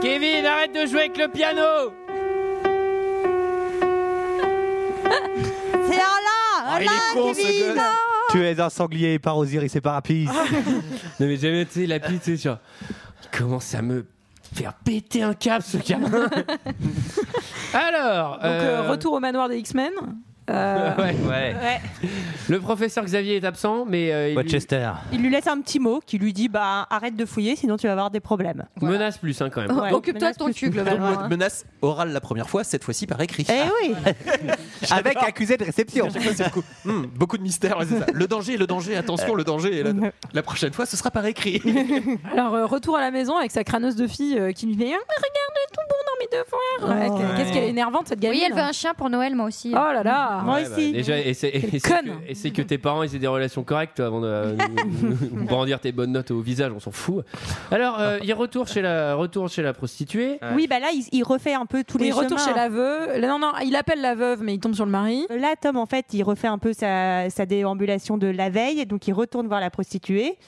S1: Kevin, arrête de jouer avec le piano
S13: C'est là, là,
S1: il est con, ce
S13: Kevin.
S1: gosse.
S2: Tu es un sanglier par Osiris et par Apis.
S1: Non, mais jamais, tu sais, la pite, tu sais, genre, il commence à me faire péter un câble, ce gamin. Alors,
S10: Donc, euh, retour au manoir des X-Men. Euh,
S1: Ouais. le professeur Xavier est absent, mais euh, il lui-
S8: Il lui laisse un petit mot qui lui dit bah arrête de fouiller sinon tu vas avoir des problèmes.
S1: menace plus hein, quand même.
S10: Oh,
S9: Oh,
S8: Ouais. Occupe-toi de ton cul, globalement,
S7: Donc,
S8: hein.
S7: Menace orale la première fois, cette fois-ci par écrit. Ah,
S8: Eh oui.
S1: Ah,
S7: Avec accusé de réception. Hmm, beaucoup de mystère, ouais, c'est ça. Le danger, le danger, attention, le danger. Et La, la prochaine fois, ce sera par écrit.
S10: Alors, euh, retour à la maison avec sa crâneuse de fille euh, qui lui dit Ah, Regarde, elle est tout bon dans mes devoirs.
S9: Oh.
S10: Elle- Qu'est-ce qu'elle est énervante cette gamine
S9: hein. Oui, elle veut un chien pour Noël, moi aussi.
S10: Oh là là
S1: Ouais, bah, déjà, essaie, essaie
S9: conne.
S1: que, essaie que tes parents ils aient des relations correctes toi, avant de euh, nous- nous brandir tes bonnes notes au visage, on s'en fout. Alors, euh, il retourne chez la, retourne chez la prostituée.
S8: Oui bah là il, il refait un peu tous
S10: Oui,
S8: les
S10: il retourne
S8: chemins. hein.
S10: chez la veuve. Non, non, il appelle la veuve, mais il tombe sur le mari.
S8: Là, Tom, en fait, il refait un peu sa, sa déambulation de la veille, donc il retourne voir la prostituée.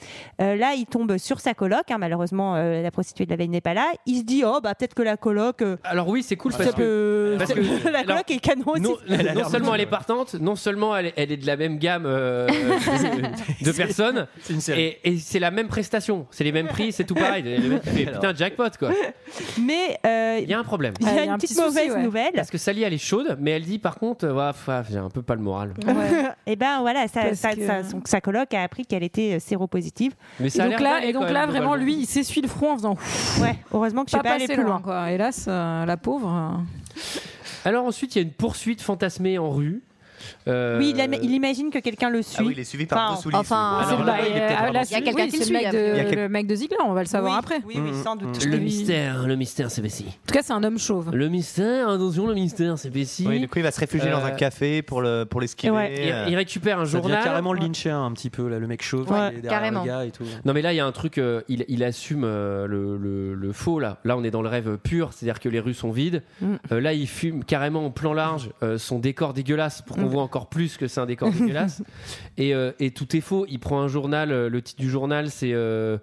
S8: Euh, là, il tombe sur sa coloc. hein, malheureusement, euh, la prostituée de la veille n'est pas là. Il se dit, oh, bah peut-être que la coloc. euh,
S1: Alors oui, c'est cool
S8: Ça
S1: parce
S8: peut-
S1: que, parce
S8: ça
S1: que-
S8: peut- la
S1: alors,
S8: coloc est canon aussi.
S1: Non,
S8: Elle a
S1: non
S8: l'air
S1: seulement
S8: mignonne.
S1: elle est partante, non seulement elle, est- elle est de la même gamme euh, de personnes, et, et c'est la même prestation, c'est les mêmes prix, c'est tout pareil. Le mec fait, putain jackpot quoi.
S8: Mais euh,
S1: Il y a un problème.
S8: il y a une petite mauvaise nouvelle.
S1: Parce que Sally elle est chaude, mais elle dit par contre, euh, ouais, fa- j'ai un peu pas le moral.
S8: et ben voilà, ça,
S10: Parce
S8: ça,
S10: que-
S8: ça- son- sa coloc a appris qu'elle était euh, séropositive.
S1: Mais ça a
S10: et donc
S1: l'air
S10: là,
S1: d'aller
S10: et donc
S1: quand
S10: là
S1: même,
S10: vraiment,
S1: globalement.
S10: lui, il s'essuie le front en faisant.
S8: Ouais, heureusement que je suis pas allée
S10: passé
S8: plus loin.
S10: quoi. Hélas, euh, la pauvre.
S1: Alors ensuite, il y a une poursuite fantasmée en rue. Euh,
S8: Oui, il, ama- il imagine que quelqu'un le suit.
S1: Ah oui, il est suivi par
S8: Enfin,
S1: Bruce Willis, Enfin, oui.
S10: C'est
S1: Alors
S10: le
S1: là,
S10: bail,
S1: il est
S10: euh,
S1: peut-être
S10: ah,
S1: vraiment-
S10: là,
S1: Il y a
S10: c'est-
S1: quelqu'un
S10: oui,
S1: qui
S10: c'est
S1: le
S10: le
S1: suit, là.
S10: mec
S1: Il y a
S10: de-
S1: quel-
S10: Le mec de Ziegler, on va le savoir après.
S1: Le mystère, le mystère, c'est Bessie.
S10: En tout cas, c'est un homme chauve.
S1: Le mystère, attention, le mystère, c'est Bessie.
S2: Oui, du coup, il va se réfugier dans un
S8: euh,
S2: café pour le pour l'esquiver.
S1: Il, il récupère un
S2: Ça devient
S1: journal.
S2: carrément
S7: le Lynch un petit peu là, le mec chauve
S1: Ouais,
S7: qui est derrière
S1: carrément.
S7: le gars et tout.
S1: Non mais là il y a un truc, euh, il, il assume euh, le, le- le faux là. Là on est dans le rêve pur, c'est-à-dire que les rues sont vides.
S7: Mm.
S1: Euh, là il fume carrément en plan large euh, son décor dégueulasse pour qu'on
S7: Mm.
S1: voit encore plus que c'est un décor dégueulasse. Et, euh, et tout est faux. Il prend un journal, euh, le titre du journal c'est euh,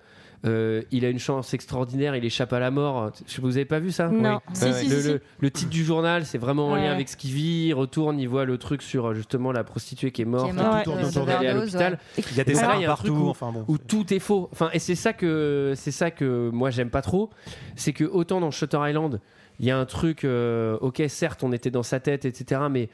S1: euh, il a une chance extraordinaire, il échappe à la mort. Je- Vous avez pas vu ça
S7: Non. Oui. Si,
S1: Euh,
S7: si,
S1: le,
S7: si,
S1: le-
S7: si.
S1: le titre du journal, c'est vraiment en
S7: Ouais.
S1: lien avec ce qu'il vit. Il retourne, il voit le truc sur euh, justement la prostituée qui est morte,
S7: morte,
S1: tout
S7: ouais,
S1: tourne
S7: euh,
S1: autour d'elle à
S7: d'overdose,
S1: l'hôpital.
S7: ouais. Il y a des
S1: Alors là,
S7: armes
S1: Ah il y a un truc
S7: partout,
S1: où-
S7: enfin bon.
S1: où tout est faux. Enfin, et c'est ça que c'est ça que moi j'aime pas trop, c'est que autant dans Shutter Island, il y a un truc. euh, ok, certes, on était dans sa tête, etc. Mais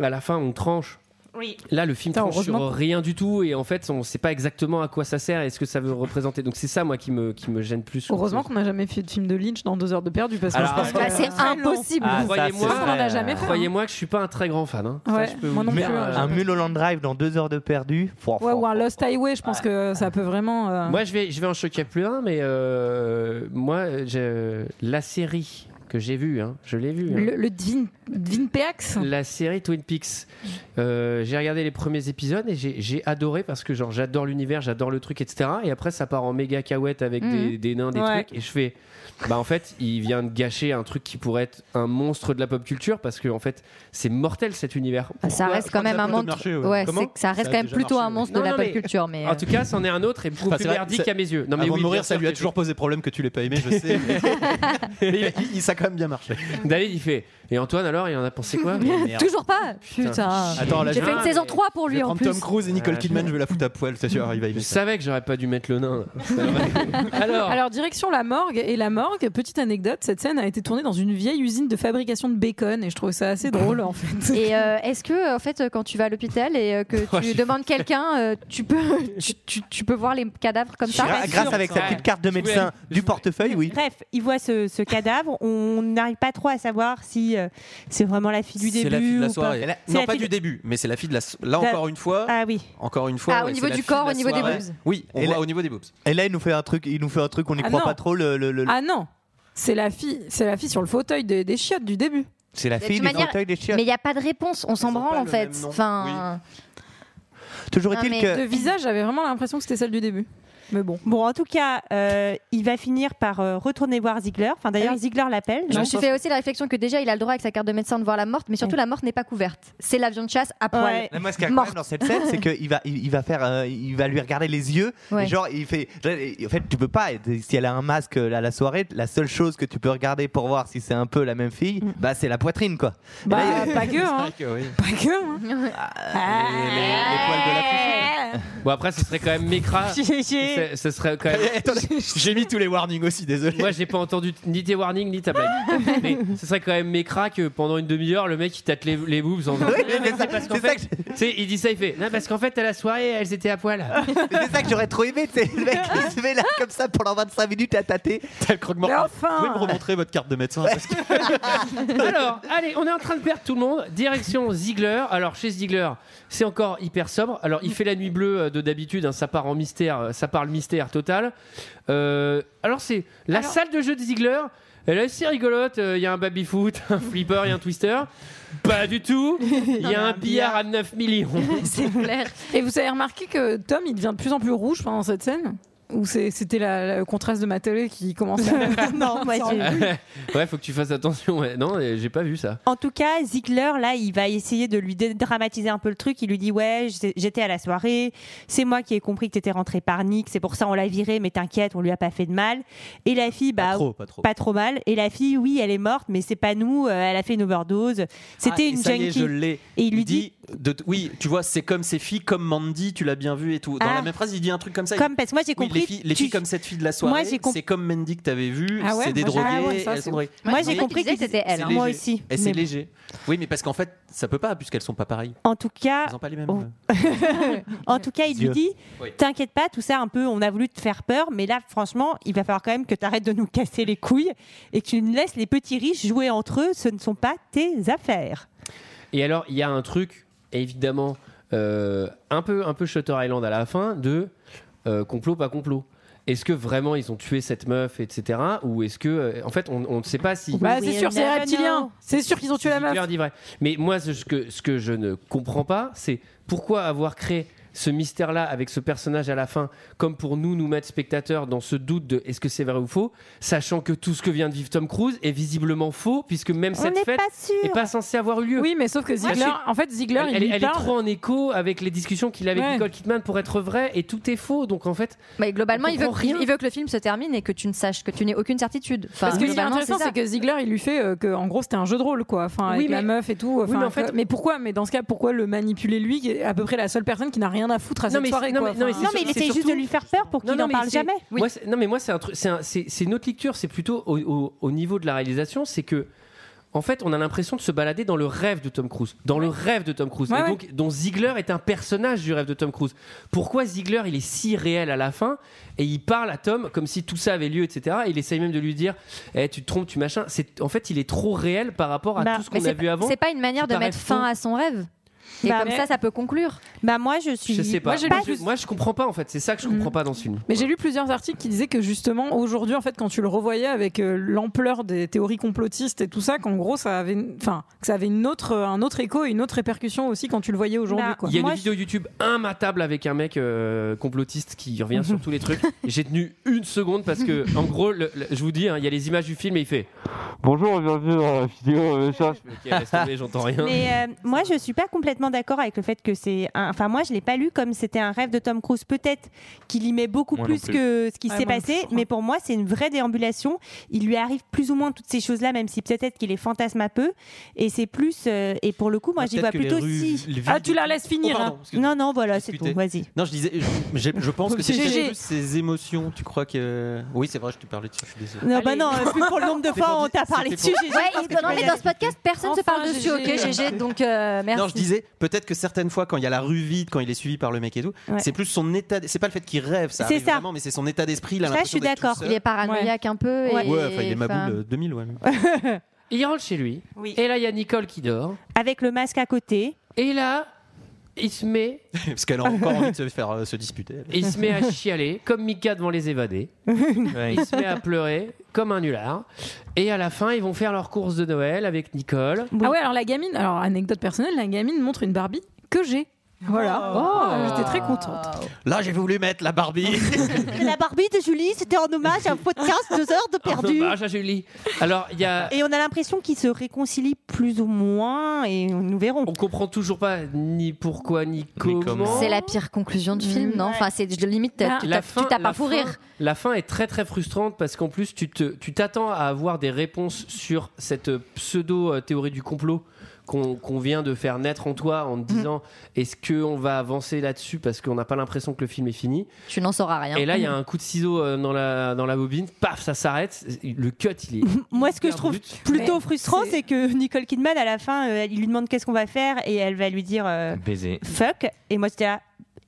S1: à la fin, on tranche.
S8: Oui.
S1: Là, le film
S8: Putain,
S1: tranche sur
S8: heureusement.
S1: rien du tout et en fait, on sait pas exactement à quoi ça sert et ce que ça veut représenter. Donc c'est ça, moi, qui me qui me gêne plus.
S10: Heureusement qu'on n'a jamais fait de film de Lynch dans deux heures de perdu parce que
S1: Alors,
S10: je pense
S1: bah,
S10: que
S1: c'est
S10: impossible.
S1: Ah, ça,
S10: Croyez-moi,
S1: c'est
S10: on
S1: vrai.
S10: en a jamais fait. hein.
S1: Croyez-moi que je suis pas un très grand fan. hein.
S10: Ouais,
S1: Ça, je peux
S10: moi
S1: vous
S10: non
S1: le
S2: Mais
S1: dire,
S2: un,
S1: euh,
S2: un Mulholland Drive dans deux heures de perdu. Faut-
S10: Ouais, ou un Lost Highway, je pense que ça peut vraiment. euh,
S1: Moi, je vais, je vais en choquer plus un, mais euh, moi, je- la série que j'ai vu, hein, je l'ai vu. hein.
S10: Le, le Divin, Divin Peaks
S1: La série Twin Peaks. Euh, j'ai regardé les premiers épisodes et j'ai j'ai adoré parce que genre j'adore l'univers, j'adore le truc, etc. Et après ça part en méga cahouette avec
S10: Mhm.
S1: des, des nains, des
S10: Ouais.
S1: trucs. Et je fais, bah en fait il vient de gâcher un truc qui pourrait être un monstre de la pop culture parce que en fait c'est mortel cet univers.
S9: Ah, ça
S1: Pourquoi
S9: reste
S1: Je crois
S9: quand
S1: que
S9: même
S1: ça a
S9: un
S1: plutôt
S9: monstre.
S1: marché,
S9: Ouais,
S1: Comment
S9: c'est que ça reste
S1: a
S9: quand même
S1: déjà
S9: plutôt
S1: marché,
S9: un
S1: ouais.
S9: monstre de
S1: Non,
S9: la
S1: non,
S9: pop
S1: mais-
S9: culture, mais,
S1: en
S9: euh,
S1: tout cas, c'en est un autre et beaucoup
S7: Enfin,
S1: plus
S7: c'est vrai,
S1: merdique
S7: ça-
S1: à mes yeux. Non mais
S7: Avant
S1: oui,
S7: de
S1: bien
S7: mourir, ça
S1: sûr
S7: lui a
S1: que-
S7: toujours posé problème que tu l'aies pas aimé, je sais. mais mais il, il- ça a quand même bien marché.
S1: David il fait. Et Antoine alors il en a pensé quoi
S9: Toujours pas Putain.
S7: Attends, là,
S9: J'ai
S7: je-
S9: fait une saison 3 pour lui en
S7: Prendre
S9: plus.
S7: Tom Cruise et Nicole Kidman, je vais la foutre à poil, c'est sûr, il va aimer
S1: Je
S7: ça.
S1: savais que j'aurais pas dû mettre le nain.
S10: Alors... direction la morgue et la morgue petite anecdote cette scène a été tournée dans une vieille usine de fabrication de bacon et je trouve ça assez drôle en fait
S9: Et euh, est-ce que en fait quand tu vas à l'hôpital et euh, que
S10: Oh,
S9: tu
S10: j'ai-
S9: demandes quelqu'un, euh, tu peux tu, tu- tu peux voir les cadavres comme ça
S2: Gra- grâce avec sa petite carte de médecin du portefeuille, oui.
S8: Bref, il voit ce, ce cadavre. On n'arrive pas trop à savoir si euh, c'est vraiment la fille du début.
S7: C'est la fille de la
S8: ou
S7: soirée.
S8: Pas. C'est
S7: Non,
S8: la
S7: pas
S8: fille
S7: du
S8: de-
S7: début, mais c'est la fille de la. so- Là
S8: La-
S7: encore une fois.
S8: Ah oui.
S7: Encore une fois.
S8: Ah, au
S7: ouais,
S8: niveau
S7: c'est la
S8: du
S7: fille de
S8: corps,
S7: la
S8: au niveau des
S7: soirée.
S8: boobs.
S7: Oui, on
S2: Et
S7: voit
S2: là-
S7: au niveau des boobs.
S2: Et là, il nous fait un truc, il nous fait un truc, on n'y
S10: Ah
S2: croit
S10: non.
S2: pas trop. Le, le- le-
S10: ah non c'est la fille c'est la fille sur le fauteuil des, des chiottes du début
S2: c'est la
S9: De
S2: fille
S9: toute
S2: du
S9: manière,
S2: fauteuil des chiottes.
S9: Mais il n'y a pas de réponse, on s'en branle en
S2: le
S9: fait.
S2: même nom.
S9: Enfin,
S2: Toujours
S9: Non,
S2: est-il
S9: mais
S2: que
S10: de visage j'avais vraiment l'impression que c'était celle du début mais bon
S8: Bon, en tout cas, euh, il va finir par euh, retourner voir Ziegler. Enfin, d'ailleurs, Ziegler l'appelle.
S9: Je me suis
S8: Non,
S9: fait aussi la réflexion que déjà il a le droit avec sa carte de médecin de voir la morte, mais surtout la morte n'est pas couverte. C'est l'avion de chasse à poil.
S2: Mais Moi, ce qu'il y a quand même dans cette scène, c'est qu'il va, il, il va faire, euh, il va lui regarder les yeux.
S9: Ouais.
S2: Et genre, il fait. En fait, tu peux pas. Si elle a un masque euh, à la soirée, la seule chose que tu peux regarder pour voir si c'est un peu la même fille, bah, c'est la poitrine, quoi. Et
S10: bah
S2: là, il-
S10: pas que hein. pas que hein.
S1: Bon après ce serait quand même Mekra.
S8: Ah, J'ai-
S1: C'est- Ce serait quand même.
S7: J'ai mis tous les warnings aussi, désolé.
S1: Moi j'ai pas entendu t- ni tes warnings ni ta blague. Mais ce serait quand même Mekra que pendant une demi-heure le mec il tâte les, les boobs en disant,
S2: Oui,
S1: Non, mais c'est parce qu'en fait, tu sais, il dit ça il fait non parce qu'en fait à la soirée elles étaient à poil.
S2: Mais C'est ça que j'aurais trop aimé, c'est le mec qui se met là comme ça pendant 25 minutes à tâter.
S7: T'as le croque-mort.
S2: Mais
S7: Vous
S2: enfin
S7: pouvez me remontrer votre carte de médecin parce que-
S1: Alors allez on est en train de perdre tout le monde. Direction Ziegler. Alors chez Ziegler c'est encore hyper sobre. Alors il fait la nuit bleue euh, de d'habitude hein, ça part en mystère euh, ça part le mystère total. Euh, alors c'est la salle de jeu de Ziegler. Elle est assez rigolote. euh, Il y a un baby-foot, un flipper et un twister. Pas du tout. Il y a un billard à 9 millions.
S9: c'est clair
S10: et vous avez remarqué que Tom il devient de plus en plus rouge pendant cette scène ou c'est- c'était la- la- le contraste de ma télé qui commençait à...
S8: Non, moi, j'ai-
S1: ouais, faut que tu fasses attention. ouais. Non, euh, j'ai pas vu ça.
S8: En tout cas, Ziegler, là, il va essayer de lui dédramatiser un peu le truc. Il lui dit Ouais, j'étais- j'étais à la soirée, c'est moi qui ai compris que t'étais rentré par Nick, c'est pour ça on l'a viré, mais t'inquiète, on lui a pas fait de mal. Et la fille, bah,
S7: trop, pas trop.
S8: mal. Et la fille, oui, elle est morte, mais c'est pas nous, euh, elle a fait une overdose. C'était
S7: Ah, et
S8: une
S7: ça y est,
S8: junkie.
S7: je l'ai.
S8: Et il lui dit,
S7: de t- Oui, tu vois, c'est comme ces filles, comme Mandy, tu l'as bien vu et tout. Dans
S8: Ah.
S7: la même phrase, il dit un truc comme ça.
S8: Comme- parce que moi, j'ai
S7: Oui,
S8: compris,
S7: les filles, les
S8: tu-
S7: filles comme cette fille de la
S8: Moi,
S7: soirée,
S8: j'ai compris-
S7: c'est comme Mandy que t'avais vu,
S8: Ah ouais,
S7: c'est des
S8: moi, j'ai-
S7: drogués.
S8: ah ouais, ça,
S7: elles
S8: c'est
S7: sont droguées.
S8: Moi, j'ai compris que c'était elle,
S7: C'est
S8: hein. Moi
S7: léger.
S8: aussi.
S7: Et c'est
S8: Mais bon.
S7: léger. Oui, mais parce qu'en fait, ça peut pas, puisqu'elles sont pas pareilles.
S8: En tout cas,
S7: Elles ont pas les mêmes.
S8: Oh.
S7: euh,
S8: en tout cas, il lui
S7: Yeux.
S8: dit
S7: Oui.
S8: T'inquiète pas, tout ça, un peu, on a voulu te faire peur, mais là, franchement, il va falloir quand même que t'arrêtes de nous casser les couilles et que tu nous laisses les petits riches jouer entre eux, ce ne sont pas tes affaires.
S1: Et alors, il y a un truc, évidemment, euh, un peu, un peu Shutter Island à la fin de euh, complot pas complot. Est-ce que vraiment ils ont tué cette meuf, etc. Ou est-ce que, euh, en fait, on on ne sait pas si.
S10: Bah, c'est sûr, c'est les reptiliens. C'est sûr qu'ils ont tué la meuf.
S1: Ziegler dit vrai. Mais moi, ce ce que, ce que je ne comprends pas, c'est pourquoi avoir créé ce mystère-là avec ce personnage à la fin, comme pour nous, nous mettre spectateurs dans ce doute de est-ce que c'est vrai ou faux, sachant que tout ce que vient de vivre Tom Cruise est visiblement faux, puisque même
S10: On
S1: cette
S10: n'est
S1: fête
S10: pas sûr.
S1: n'est pas censée avoir eu lieu.
S10: Oui, mais sauf que Ziegler,
S1: Parce que
S10: en fait, Ziegler,
S1: elle,
S10: il
S1: elle-
S10: lui
S1: elle est
S10: parle.
S1: trop en écho avec les discussions qu'il a avec
S9: Ouais.
S1: Nicole Kidman pour être vrai, et tout est faux. Donc en fait,
S9: Mais globalement,
S1: On
S9: il veut,
S1: comprend rien.
S9: il veut que le film se termine et que tu ne saches, que tu n'aies aucune certitude. Enfin,
S10: Parce que ce qui est
S9: globalement,
S10: intéressant,
S9: ça.
S10: c'est que Ziegler, il lui fait euh, que, en gros, c'était un jeu de rôle, quoi. Enfin,
S9: Oui,
S10: avec la
S9: mais-
S10: meuf et tout. Enfin,
S1: mais en fait-
S10: que- mais pourquoi Mais dans ce cas, pourquoi le manipuler lui, qui est à peu près la seule personne qui n'a rien à foutre à
S1: Non,
S10: cette
S1: mais-
S10: soirée,
S1: non,
S10: quoi.
S1: mais- non, mais
S10: Enfin,
S1: c'est Non, mais il sur- essaye c'est juste de surtout- lui
S8: faire peur pour
S1: mais c'est- Moi, c'est- non, mais moi, c'est un truc, c'est un- c'est c'est une autre lecture. C'est plutôt au, au- au niveau de la réalisation, c'est que. En fait, on a l'impression de se balader dans le rêve de Tom Cruise, dans le rêve de Tom Cruise,
S10: Ouais,
S1: et
S10: ouais.
S1: donc dont Ziegler est un personnage du rêve de Tom Cruise. Pourquoi Ziegler il est si réel à la fin et il parle à Tom comme si tout ça avait lieu, etc. Et il essaye même de lui dire, eh, tu te trompes, tu machin. C'est en fait il est trop réel par rapport à
S9: Bah,
S1: tout ce
S9: mais
S1: qu'on
S9: c'est
S1: a vu
S9: pas-
S1: avant.
S9: C'est pas une manière
S1: qui
S9: de
S1: paraît
S9: mettre fin
S1: faux.
S9: à son rêve. Et comme ça, ça peut conclure.
S8: Bah moi, je suis.
S1: Je sais pas.
S10: Moi, j'ai
S1: Moi,
S10: lu-
S1: je, moi, je comprends pas en fait. C'est ça que je comprends pas dans ce film.
S10: Mais j'ai lu plusieurs articles qui disaient que justement aujourd'hui en fait quand tu le revoyais avec euh, l'ampleur des théories complotistes et tout ça qu'en gros ça avait une- enfin que ça avait une autre euh, un autre écho et une autre répercussion aussi quand tu le voyais aujourd'hui quoi.
S1: Bah, Il y a une vidéo YouTube immatable avec un mec euh, complotiste qui revient sur tous les trucs. J'ai tenu une seconde parce que, en gros, le- le- je vous dis, hein, il y a les images du film et il fait Bonjour, bienvenue dans la vidéo. euh, ça. Ok, laisse tomber, j'entends rien.
S8: Mais euh, moi, je suis pas complètement d'accord avec le fait que c'est. un- Enfin, moi, je l'ai pas lu comme c'était un rêve de Tom Cruise. Peut-être qu'il y met beaucoup
S15: Moi non
S8: plus
S15: plus.
S8: que ce qui
S15: Ouais,
S8: s'est
S15: moi non
S8: passé, mais pour moi, c'est une vraie déambulation. Il lui arrive plus ou moins toutes ces choses-là, même si peut-être qu'il les fantasme un peu. Et c'est plus. euh, et pour le coup, moi,
S7: Ah,
S8: j'y vois
S7: peut-être que les
S8: plutôt si.
S7: rues vides Ah, tu
S10: la laisses finir,
S7: Oh, pardon, hein.
S8: non, non, voilà, c'est tout. Vas-y.
S7: Non, je disais, je, j'ai- je pense que c'est
S8: GG.
S7: plus ses émotions. Tu crois que. Oui, c'est vrai, je te parlais dessus, je suis désolé.
S8: Non, bah non, euh, plus pour le nombre de
S7: C'était
S8: fois
S7: pour
S8: où on
S7: dire-
S8: t'a parlé
S7: c'était
S8: dessus,
S7: pour-
S8: GG.
S9: Ouais,
S8: je pense
S9: et
S8: que
S9: bah
S8: tu
S9: non,
S8: peux y
S9: mais
S8: aller.
S9: dans ce podcast, personne ne se parle dessus, ok, GG, donc euh, merci.
S7: Non, je disais, peut-être que certaines fois, quand il y a la rue vide, quand il est suivi par le mec et tout,
S9: Ouais.
S7: c'est plus son état. C'est pas le fait qu'il rêve, ça
S9: C'est
S7: arrive
S9: ça.
S7: vraiment, mais c'est son état d'esprit. Il a
S9: Ça, je
S7: l'impression
S9: suis
S7: d'être tout
S9: d'accord.
S7: seul.
S9: Il est paranoïaque un peu.
S7: Ouais,
S9: et-
S7: enfin, il est ma
S9: enfin,
S7: boule 2000, ouais.
S1: Il rentre chez lui. Et là, il y a Nicole qui dort.
S8: Avec le masque à côté.
S1: Et là, il se met,
S7: Parce qu'elle a encore envie de se faire euh, se disputer. elle.
S1: il se met à chialer, comme Mika devant les évadés. Il se met à pleurer, comme un nulard. Et à la fin, ils vont faire leur course de Noël avec Nicole.
S10: Ah ouais alors la gamine alors anecdote personnelle la gamine montre une Barbie que j'ai voilà
S1: Oh.
S10: Euh, j'étais
S9: Oh.
S10: très contente.
S7: Là, j'ai voulu mettre la Barbie.
S8: La Barbie de Julie, c'était en hommage à un podcast, deux heures
S7: Ah,
S1: Ah,
S8: de perdu.
S7: bah,
S1: Dommage à Julie. Alors, il y a.
S8: Et on a l'impression qu'ils se réconcilient plus ou moins, et nous verrons.
S1: On comprend toujours pas ni pourquoi ni comment.
S9: C'est la pire conclusion du film, non Enfin, c'est de limite, tu
S1: Bah, La
S9: t'as-
S1: fin-
S9: tu t'as
S1: la
S9: pas pour
S1: fin-
S9: rire.
S1: La fin est très très frustrante parce qu'en plus tu te- tu t'attends à avoir des réponses sur cette pseudo euh, théorie du complot qu'on qu'on vient de faire naître en toi en
S9: Mmh.
S1: te disant est-ce que on va avancer là-dessus parce qu'on n'a pas l'impression que le film est fini.
S9: Tu n'en sauras rien.
S1: Et là il y a un coup de ciseau euh, dans la dans la bobine, paf ça s'arrête, le cut il est
S8: Moi, ce que je
S1: hyper
S8: trouve
S1: brut.
S8: plutôt frustrant, c'est que Nicole Kidman, à la fin, euh, il lui demande qu'est-ce qu'on va faire, et elle va lui dire euh,
S2: Baiser.
S8: fuck. Et moi, j'étais là,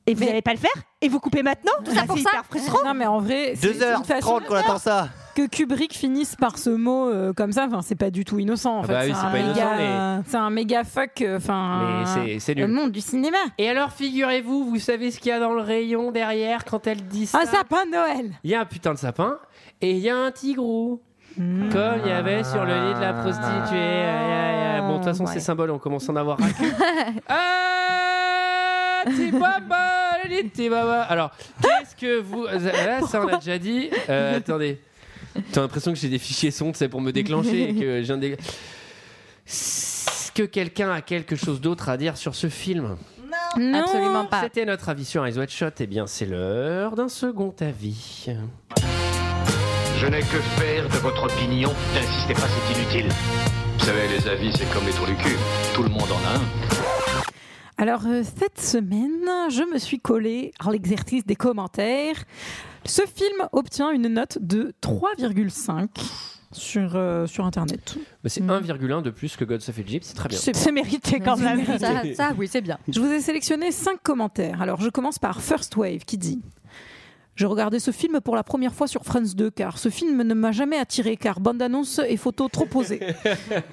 S8: et vous n'allez pas le faire Et vous coupez maintenant Bah, C'est hyper frustrant.
S10: Non mais en vrai, c'est-
S8: Deux
S10: c'est
S8: heures
S10: une façon-
S8: trente qu'on attend
S7: ça.
S10: Que Kubrick finisse par ce mot euh, comme ça, enfin c'est pas du tout innocent. En
S1: Ah
S10: fait,
S1: bah oui, c'est
S10: un
S1: pas innocent,
S10: méga-
S1: mais-
S10: c'est un méga fuck. euh,
S9: Ah.
S10: Enfin,
S1: Mais c'est- c'est nul.
S10: Le monde du cinéma.
S1: Et alors figurez-vous, vous savez ce qu'il y a dans le rayon derrière quand elle dit ça
S10: Un sapin de Noël.
S1: Il y a un putain de sapin et il y a un tigrou. Comme il y avait sur le lit de la prostituée. Aïe, aïe, aïe. Bon, de toute façon, ces symboles, on commence à en avoir raqué.
S10: Euh,
S1: Ah, Tibaba, le lit de Tibaba. Alors, qu'est-ce que vous. euh, Là, ça, on l'a déjà dit. Euh, attendez. T'as l'impression que j'ai des fichiers sons, c'est pour me déclencher. et que j'ai un dé- Est-ce que quelqu'un a quelque chose d'autre à dire sur ce film
S9: Non. Absolument pas.
S1: C'était notre avis sur Eyes Wide Shot. Eh bien, c'est l'heure d'un second avis.
S16: Je n'ai que faire de votre opinion. N'insistez pas, c'est inutile. Vous savez, les avis, c'est comme les trous du cul. Tout le monde en a un.
S10: Alors euh, cette semaine, je me suis collée à l'exercice des commentaires. Ce film obtient une note de 3,5 sur euh, sur internet.
S1: Mais c'est 1,1 de plus que God Save Egypt, c'est très bien.
S10: mérité
S1: quand même. Ça- ça,
S10: oui, c'est bien. Je vous ai sélectionné cinq commentaires. Alors, je commence par First Wave qui dit Je regardais ce film pour la première fois sur France 2 car ce film ne m'a jamais attiré car bande-annonce et photos trop posées.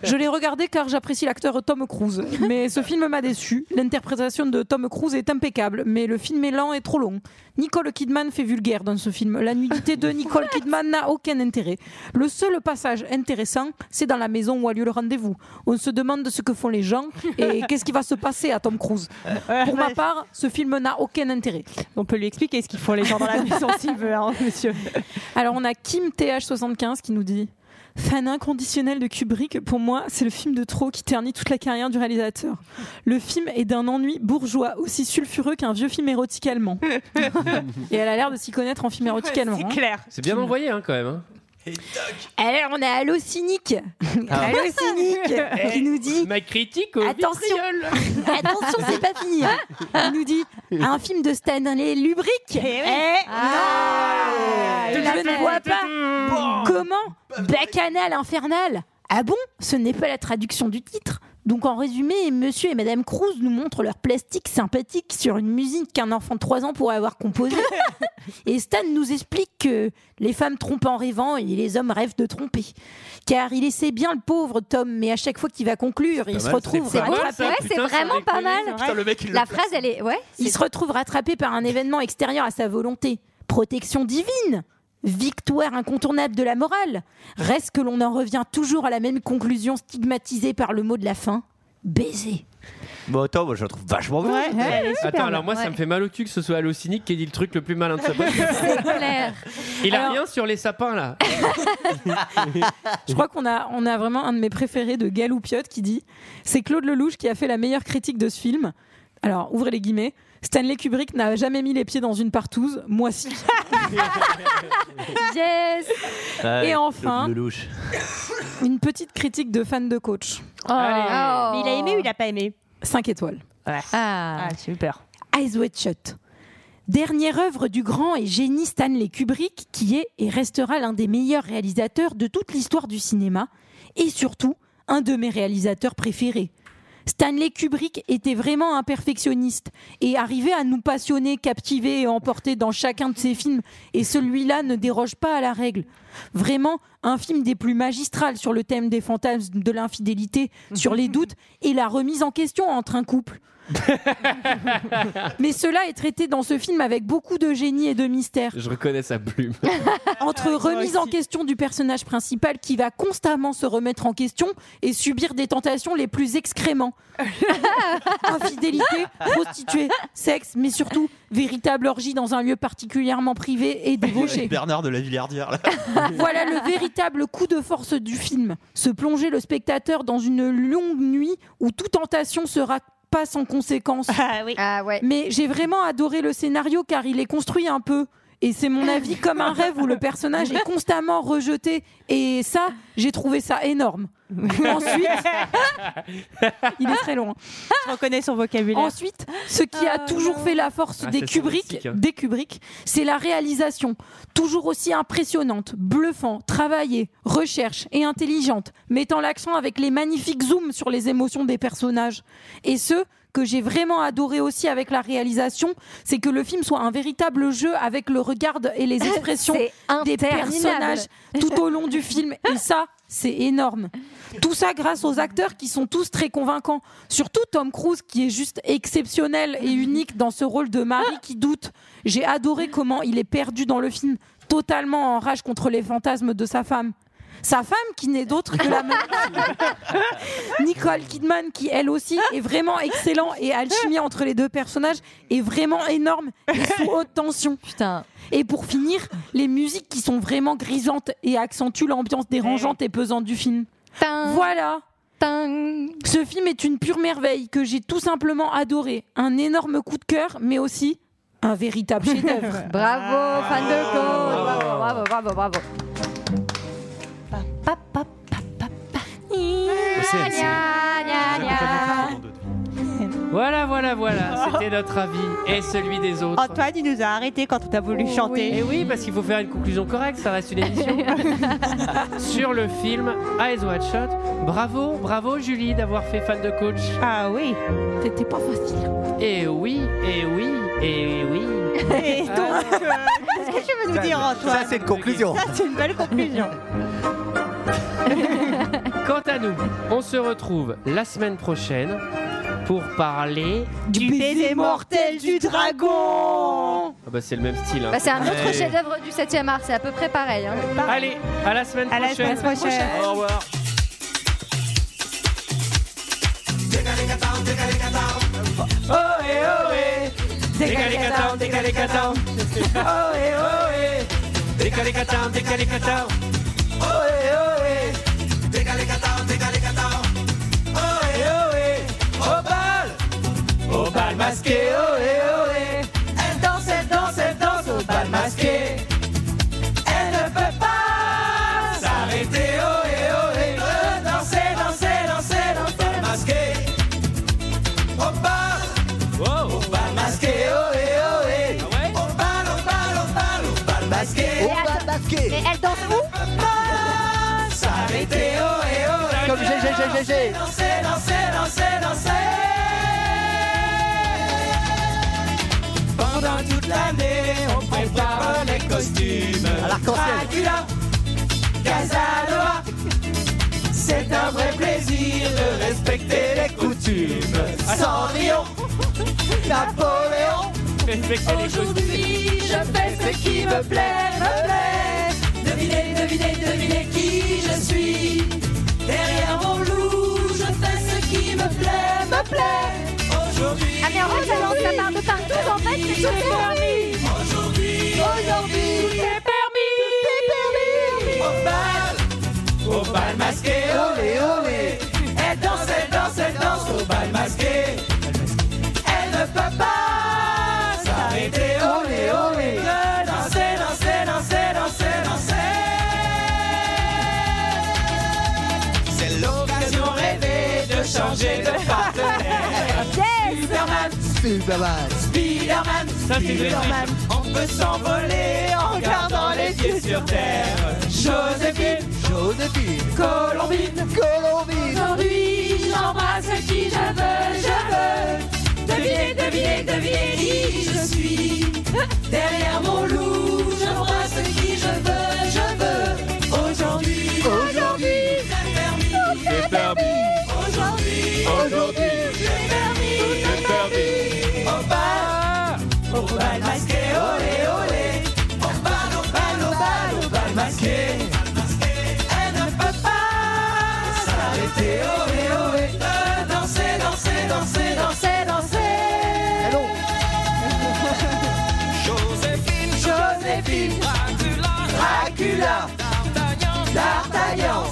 S10: Je l'ai regardé car j'apprécie l'acteur Tom Cruise. Mais ce film m'a déçu. L'interprétation de Tom Cruise est impeccable, mais le film est lent et trop long. Nicole Kidman fait vulgaire dans ce film. La nudité de Nicole Kidman n'a aucun intérêt. Le seul passage intéressant, c'est dans la maison où a lieu le rendez-vous. On se demande ce que font les gens et qu'est-ce qui va se passer à Tom Cruise. Pour ma part, ce film n'a aucun intérêt.
S8: On peut lui expliquer ce qu'ils font les gens dans la maison s'il veut, hein, monsieur.
S10: Alors on a Kim TH75 qui nous dit Fan inconditionnel de Kubrick, pour moi, c'est le film de trop qui ternit toute la carrière du réalisateur. Le film est d'un ennui bourgeois, aussi sulfureux qu'un vieux film érotique allemand. Et elle a l'air de s'y connaître en film érotique allemand. hein.
S1: C'est bien envoyé hein, quand même. hein.
S10: Alors on a Allo Cynique.
S1: Ah.
S10: Allo Cynique qui nous dit
S1: Ma critique au
S10: Attention, attention, c'est pas fini. hein. Il nous dit un film de Stanley Lubrick. Eh,
S8: Ah.
S10: non, je ne vois pas. Comment Bacchanal infernal Ah bon Ce n'est pas la traduction du titre donc en résumé, Monsieur et Madame Cruz nous montrent leur plastique sympathique sur une musique qu'un enfant de 3 ans pourrait avoir composée. et Stan nous explique que les femmes trompent en rêvant et les hommes rêvent de tromper. Car il essaie bien le pauvre Tom, mais à chaque fois qu'il va conclure, il
S9: pas
S10: se
S9: mal,
S10: retrouve
S9: c'est pas mal,
S10: rattrapé.
S9: ça, Ouais, c'est putain, sans vraiment pas déconner. mal. Putain, le mec, il le La place. phrase, elle est- ouais,
S10: il se retrouve rattrapé par un événement extérieur à sa volonté. Protection divine Victoire incontournable de la morale Reste que l'on en revient toujours à la même conclusion stigmatisée par le mot de la fin baiser.
S17: Bon, attends, moi, je la trouve
S1: Oh.
S17: vachement bien.
S10: Ouais, elle est super
S1: Attends, alors
S10: bien,
S1: moi, ça
S10: ouais.
S1: me fait mal au cul que ce soit Allo Cynique qui ait dit le truc le plus malin de sa boîte. Il a rien sur les sapins, là.
S18: Je crois qu'on a, on a vraiment un de mes préférés de Galoupiote qui dit C'est Claude Lelouch qui a fait la meilleure critique de ce film. Alors, ouvrez les guillemets. Stanley Kubrick n'a jamais mis les pieds dans une partouze, moi si.
S10: yes
S18: Et enfin,
S10: Hein
S17: Le louche.
S18: une petite critique de fan de coach.
S9: Oh.
S8: Allez. Mais il a aimé ou il
S18: n'a pas aimé 5 étoiles. Ah. super. Eyes Wide Shut.
S10: Dernière œuvre du grand et génie Stanley Kubrick, qui est et restera l'un des meilleurs réalisateurs de toute l'histoire du cinéma, et surtout un de mes réalisateurs préférés. Stanley Kubrick était vraiment un perfectionniste et arrivait à nous passionner, captiver et emporter dans chacun de ses films. Et celui-là ne déroge pas à la règle. Vraiment un film des plus magistrales sur le thème des fantasmes, de l'infidélité, sur les doutes et la remise en question entre un couple. Mais cela est traité dans ce film avec beaucoup de génie et de mystère.
S1: Je reconnais sa plume.
S10: Entre remise en question du personnage principal qui va constamment se remettre en question et subir des tentations les plus excréments. Infidélité, prostituée, sexe, mais surtout véritable orgie dans un lieu particulièrement privé et débauché.
S19: Bernard de la Villardière, là.
S10: Voilà le véritable coup de force du film. Se plonger le spectateur dans une longue nuit où toute tentation sera pas sans conséquence.
S8: Ah
S9: Ah.
S10: Mais j'ai vraiment adoré le scénario car il est construit un peu. Et c'est mon avis comme un rêve où le personnage est constamment rejeté. Et ça, j'ai trouvé ça énorme. Ensuite, il est très loin. Je reconnais son vocabulaire. Ensuite, ce qui a toujours fait la force
S18: Ah,
S10: des
S18: c'est
S10: Kubrick,
S18: fantastique, hein.
S10: des Kubrick, c'est la réalisation, toujours aussi impressionnante, bluffant, travaillée, recherche et intelligente, mettant l'accent avec les magnifiques zooms sur les émotions des personnages. Et ce que j'ai vraiment adoré aussi avec la réalisation, c'est que le film soit un véritable jeu avec le regard et les expressions
S9: C'est
S10: des
S9: interminable.
S10: personnages tout au long du film. Et ça, c'est énorme. Tout ça grâce aux acteurs qui sont tous très convaincants. Surtout Tom Cruise qui est juste exceptionnel et unique dans ce rôle de mari qui doute. J'ai adoré comment il est perdu dans le film, totalement en rage contre les fantasmes de sa femme. Sa femme qui n'est d'autre que la Nicole Kidman qui elle aussi est vraiment excellent et alchimie entre les deux personnages est vraiment énorme et sous haute tension. Putain. Et pour finir, les musiques qui sont vraiment grisantes et accentuent l'ambiance dérangeante et pesante du film. Hein. Voilà. Ce film est une pure merveille que j'ai tout simplement adoré. Un énorme coup de cœur, mais aussi un véritable chef-d'œuvre.
S9: Bravo, fan de code. Ah. Bravo, bravo, bravo, bravo.
S1: Voilà, voilà, voilà. C'était notre avis et celui des autres.
S8: Antoine, il nous a arrêté quand on a voulu chanter.
S1: Et Oh, Eh oui, parce qu'il faut faire une conclusion correcte, ça reste une émission. Sur le film Eyes Wide Shut. Bravo, bravo Julie d'avoir fait fan de coach.
S8: Ah oui,
S10: c'était pas facile.
S1: Et oui, et oui, et oui.
S8: Et
S10: Ah.
S8: donc, euh, qu'est-ce que tu veux nous dire, Antoine
S9: Ah,
S1: ça, c'est une conclusion.
S8: Ça, c'est une belle conclusion.
S1: Quant à nous, on se retrouve la semaine prochaine pour parler.
S8: Du baiser mortel du dragon
S1: Ah bah c'est le même style. hein.
S9: Bah, c'est un
S1: Ouais.
S9: autre chef-d'œuvre du 7e art, c'est à peu près pareil. hein.
S1: Allez, à la semaine
S9: À la
S1: prochaine.
S9: semaine prochaine.
S1: Au revoir.
S9: Oh, eh,
S7: Ohé, ohé Décalécatam, décalécatam Ohé, ohé Décalécatam, décalécatam Ohé, ohé Décalécatam, décalécatam Ohé, ohé Au bal Au bal masqué, ohé, ohé Elle danse, elle danse, elle danse au bal masqué Elle ne peut pas s'arrêter, ohé, ohé Danser, danser, danser dans le bal masqué au bar, au bal masqué,
S10: oh,
S7: ohé,
S10: eh,
S7: ohé. Au bar, au bar, au bar, au bal masqué.
S20: Mais attends,
S7: Mais elle danse où
S10: oh,
S20: S'arrêter, ohé, ohé.
S7: comme GGGGG.
S10: eh, Danser, danser, danser, danser. Pendant toute l'année, on prépare les costumes.
S7: À l'arc-en-ciel.
S10: Dracula, Casanova. C'est un vrai plaisir de respecter les coutumes. Cendrillon, Napoléon. Aujourd'hui, je fais ce qui me plaît, me plaît. Devinez, devinez, devinez qui je suis. Derrière mon loup, je fais ce qui me plaît, me plaît. Aujourd'hui,
S9: Ah, mais en rose, alors, ça part de partout, en fait, c'est tout est permis.
S10: Aujourd'hui, aujourd'hui, tout est permis. Tout est permis. Au bal, au bal masqué, olé, olé. Elle danse, elle danse, elle danse au bal masqué. Elle ne peut pas s'arrêter, olé, olé. De danser, danser, danser, danser, danser. C'est l'occasion rêvée de changer de partenaire. Superman,
S7: Superman.
S10: Spiderman, Spiderman. On peut s'envoler en gardant les pieds sur terre. Joséphine, Joséphine. Colombine, Colombine. Aujourd'hui, j'embrasse qui je veux, je veux. Devinez, devinez, devinez qui je suis. Derrière mon loup, j'embrasse qui je veux, je veux. Aujourd'hui, aujourd'hui, c'est permis, c'est permis. Aujourd'hui, aujourd'hui, c'est permis, c'est permis. Au bal, au bal masqué, olé, olé. Au bal, au bal, au bal, au bal masqué. Elle ne peut pas s'arrêter, ohé, ohé, de danser, danser, danser, danser, danser. Allons. Joséphine, Joséphine, Dracula, D'Artagnan,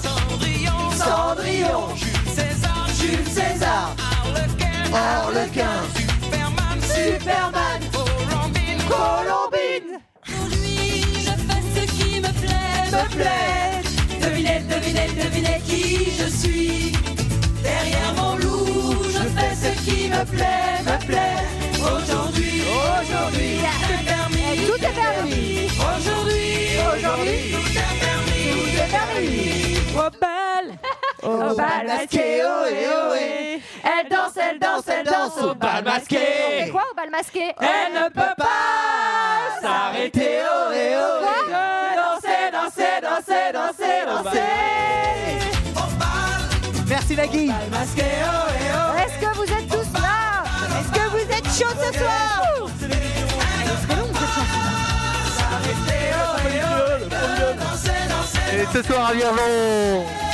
S10: Cendrillon, Jules César, Jules César, Harlequin, Superman, Superman, Colombine.
S9: Je fais ce qui me plaît,
S10: me plaît. Devinez, devinez, devinez qui je suis. Derrière mon loup, je fais ce qui me plaît, me plaît. Aujourd'hui, aujourd'hui, tout est permis. Tout est permis. Aujourd'hui, aujourd'hui, tout est permis. Tout est permis. Au bal, au bal masqué, oh, ohé, ohé. Elle danse, elle oh. danse, elle danse au bal
S8: On
S10: masqué.
S8: fait quoi au bal masqué
S10: Elle ne peut pas s'arrêter, ohé, ohé. De danser, danser, danser, danser, danser.
S7: Merci Nagui.
S10: Masqué, ohé, ohé.
S21: Est-ce que vous êtes tous là Est-ce que vous êtes chauds ce soir
S10: Ah, S'arrêter, ohé, ohé. De danser, danser,
S7: Et ce soir à Viavon.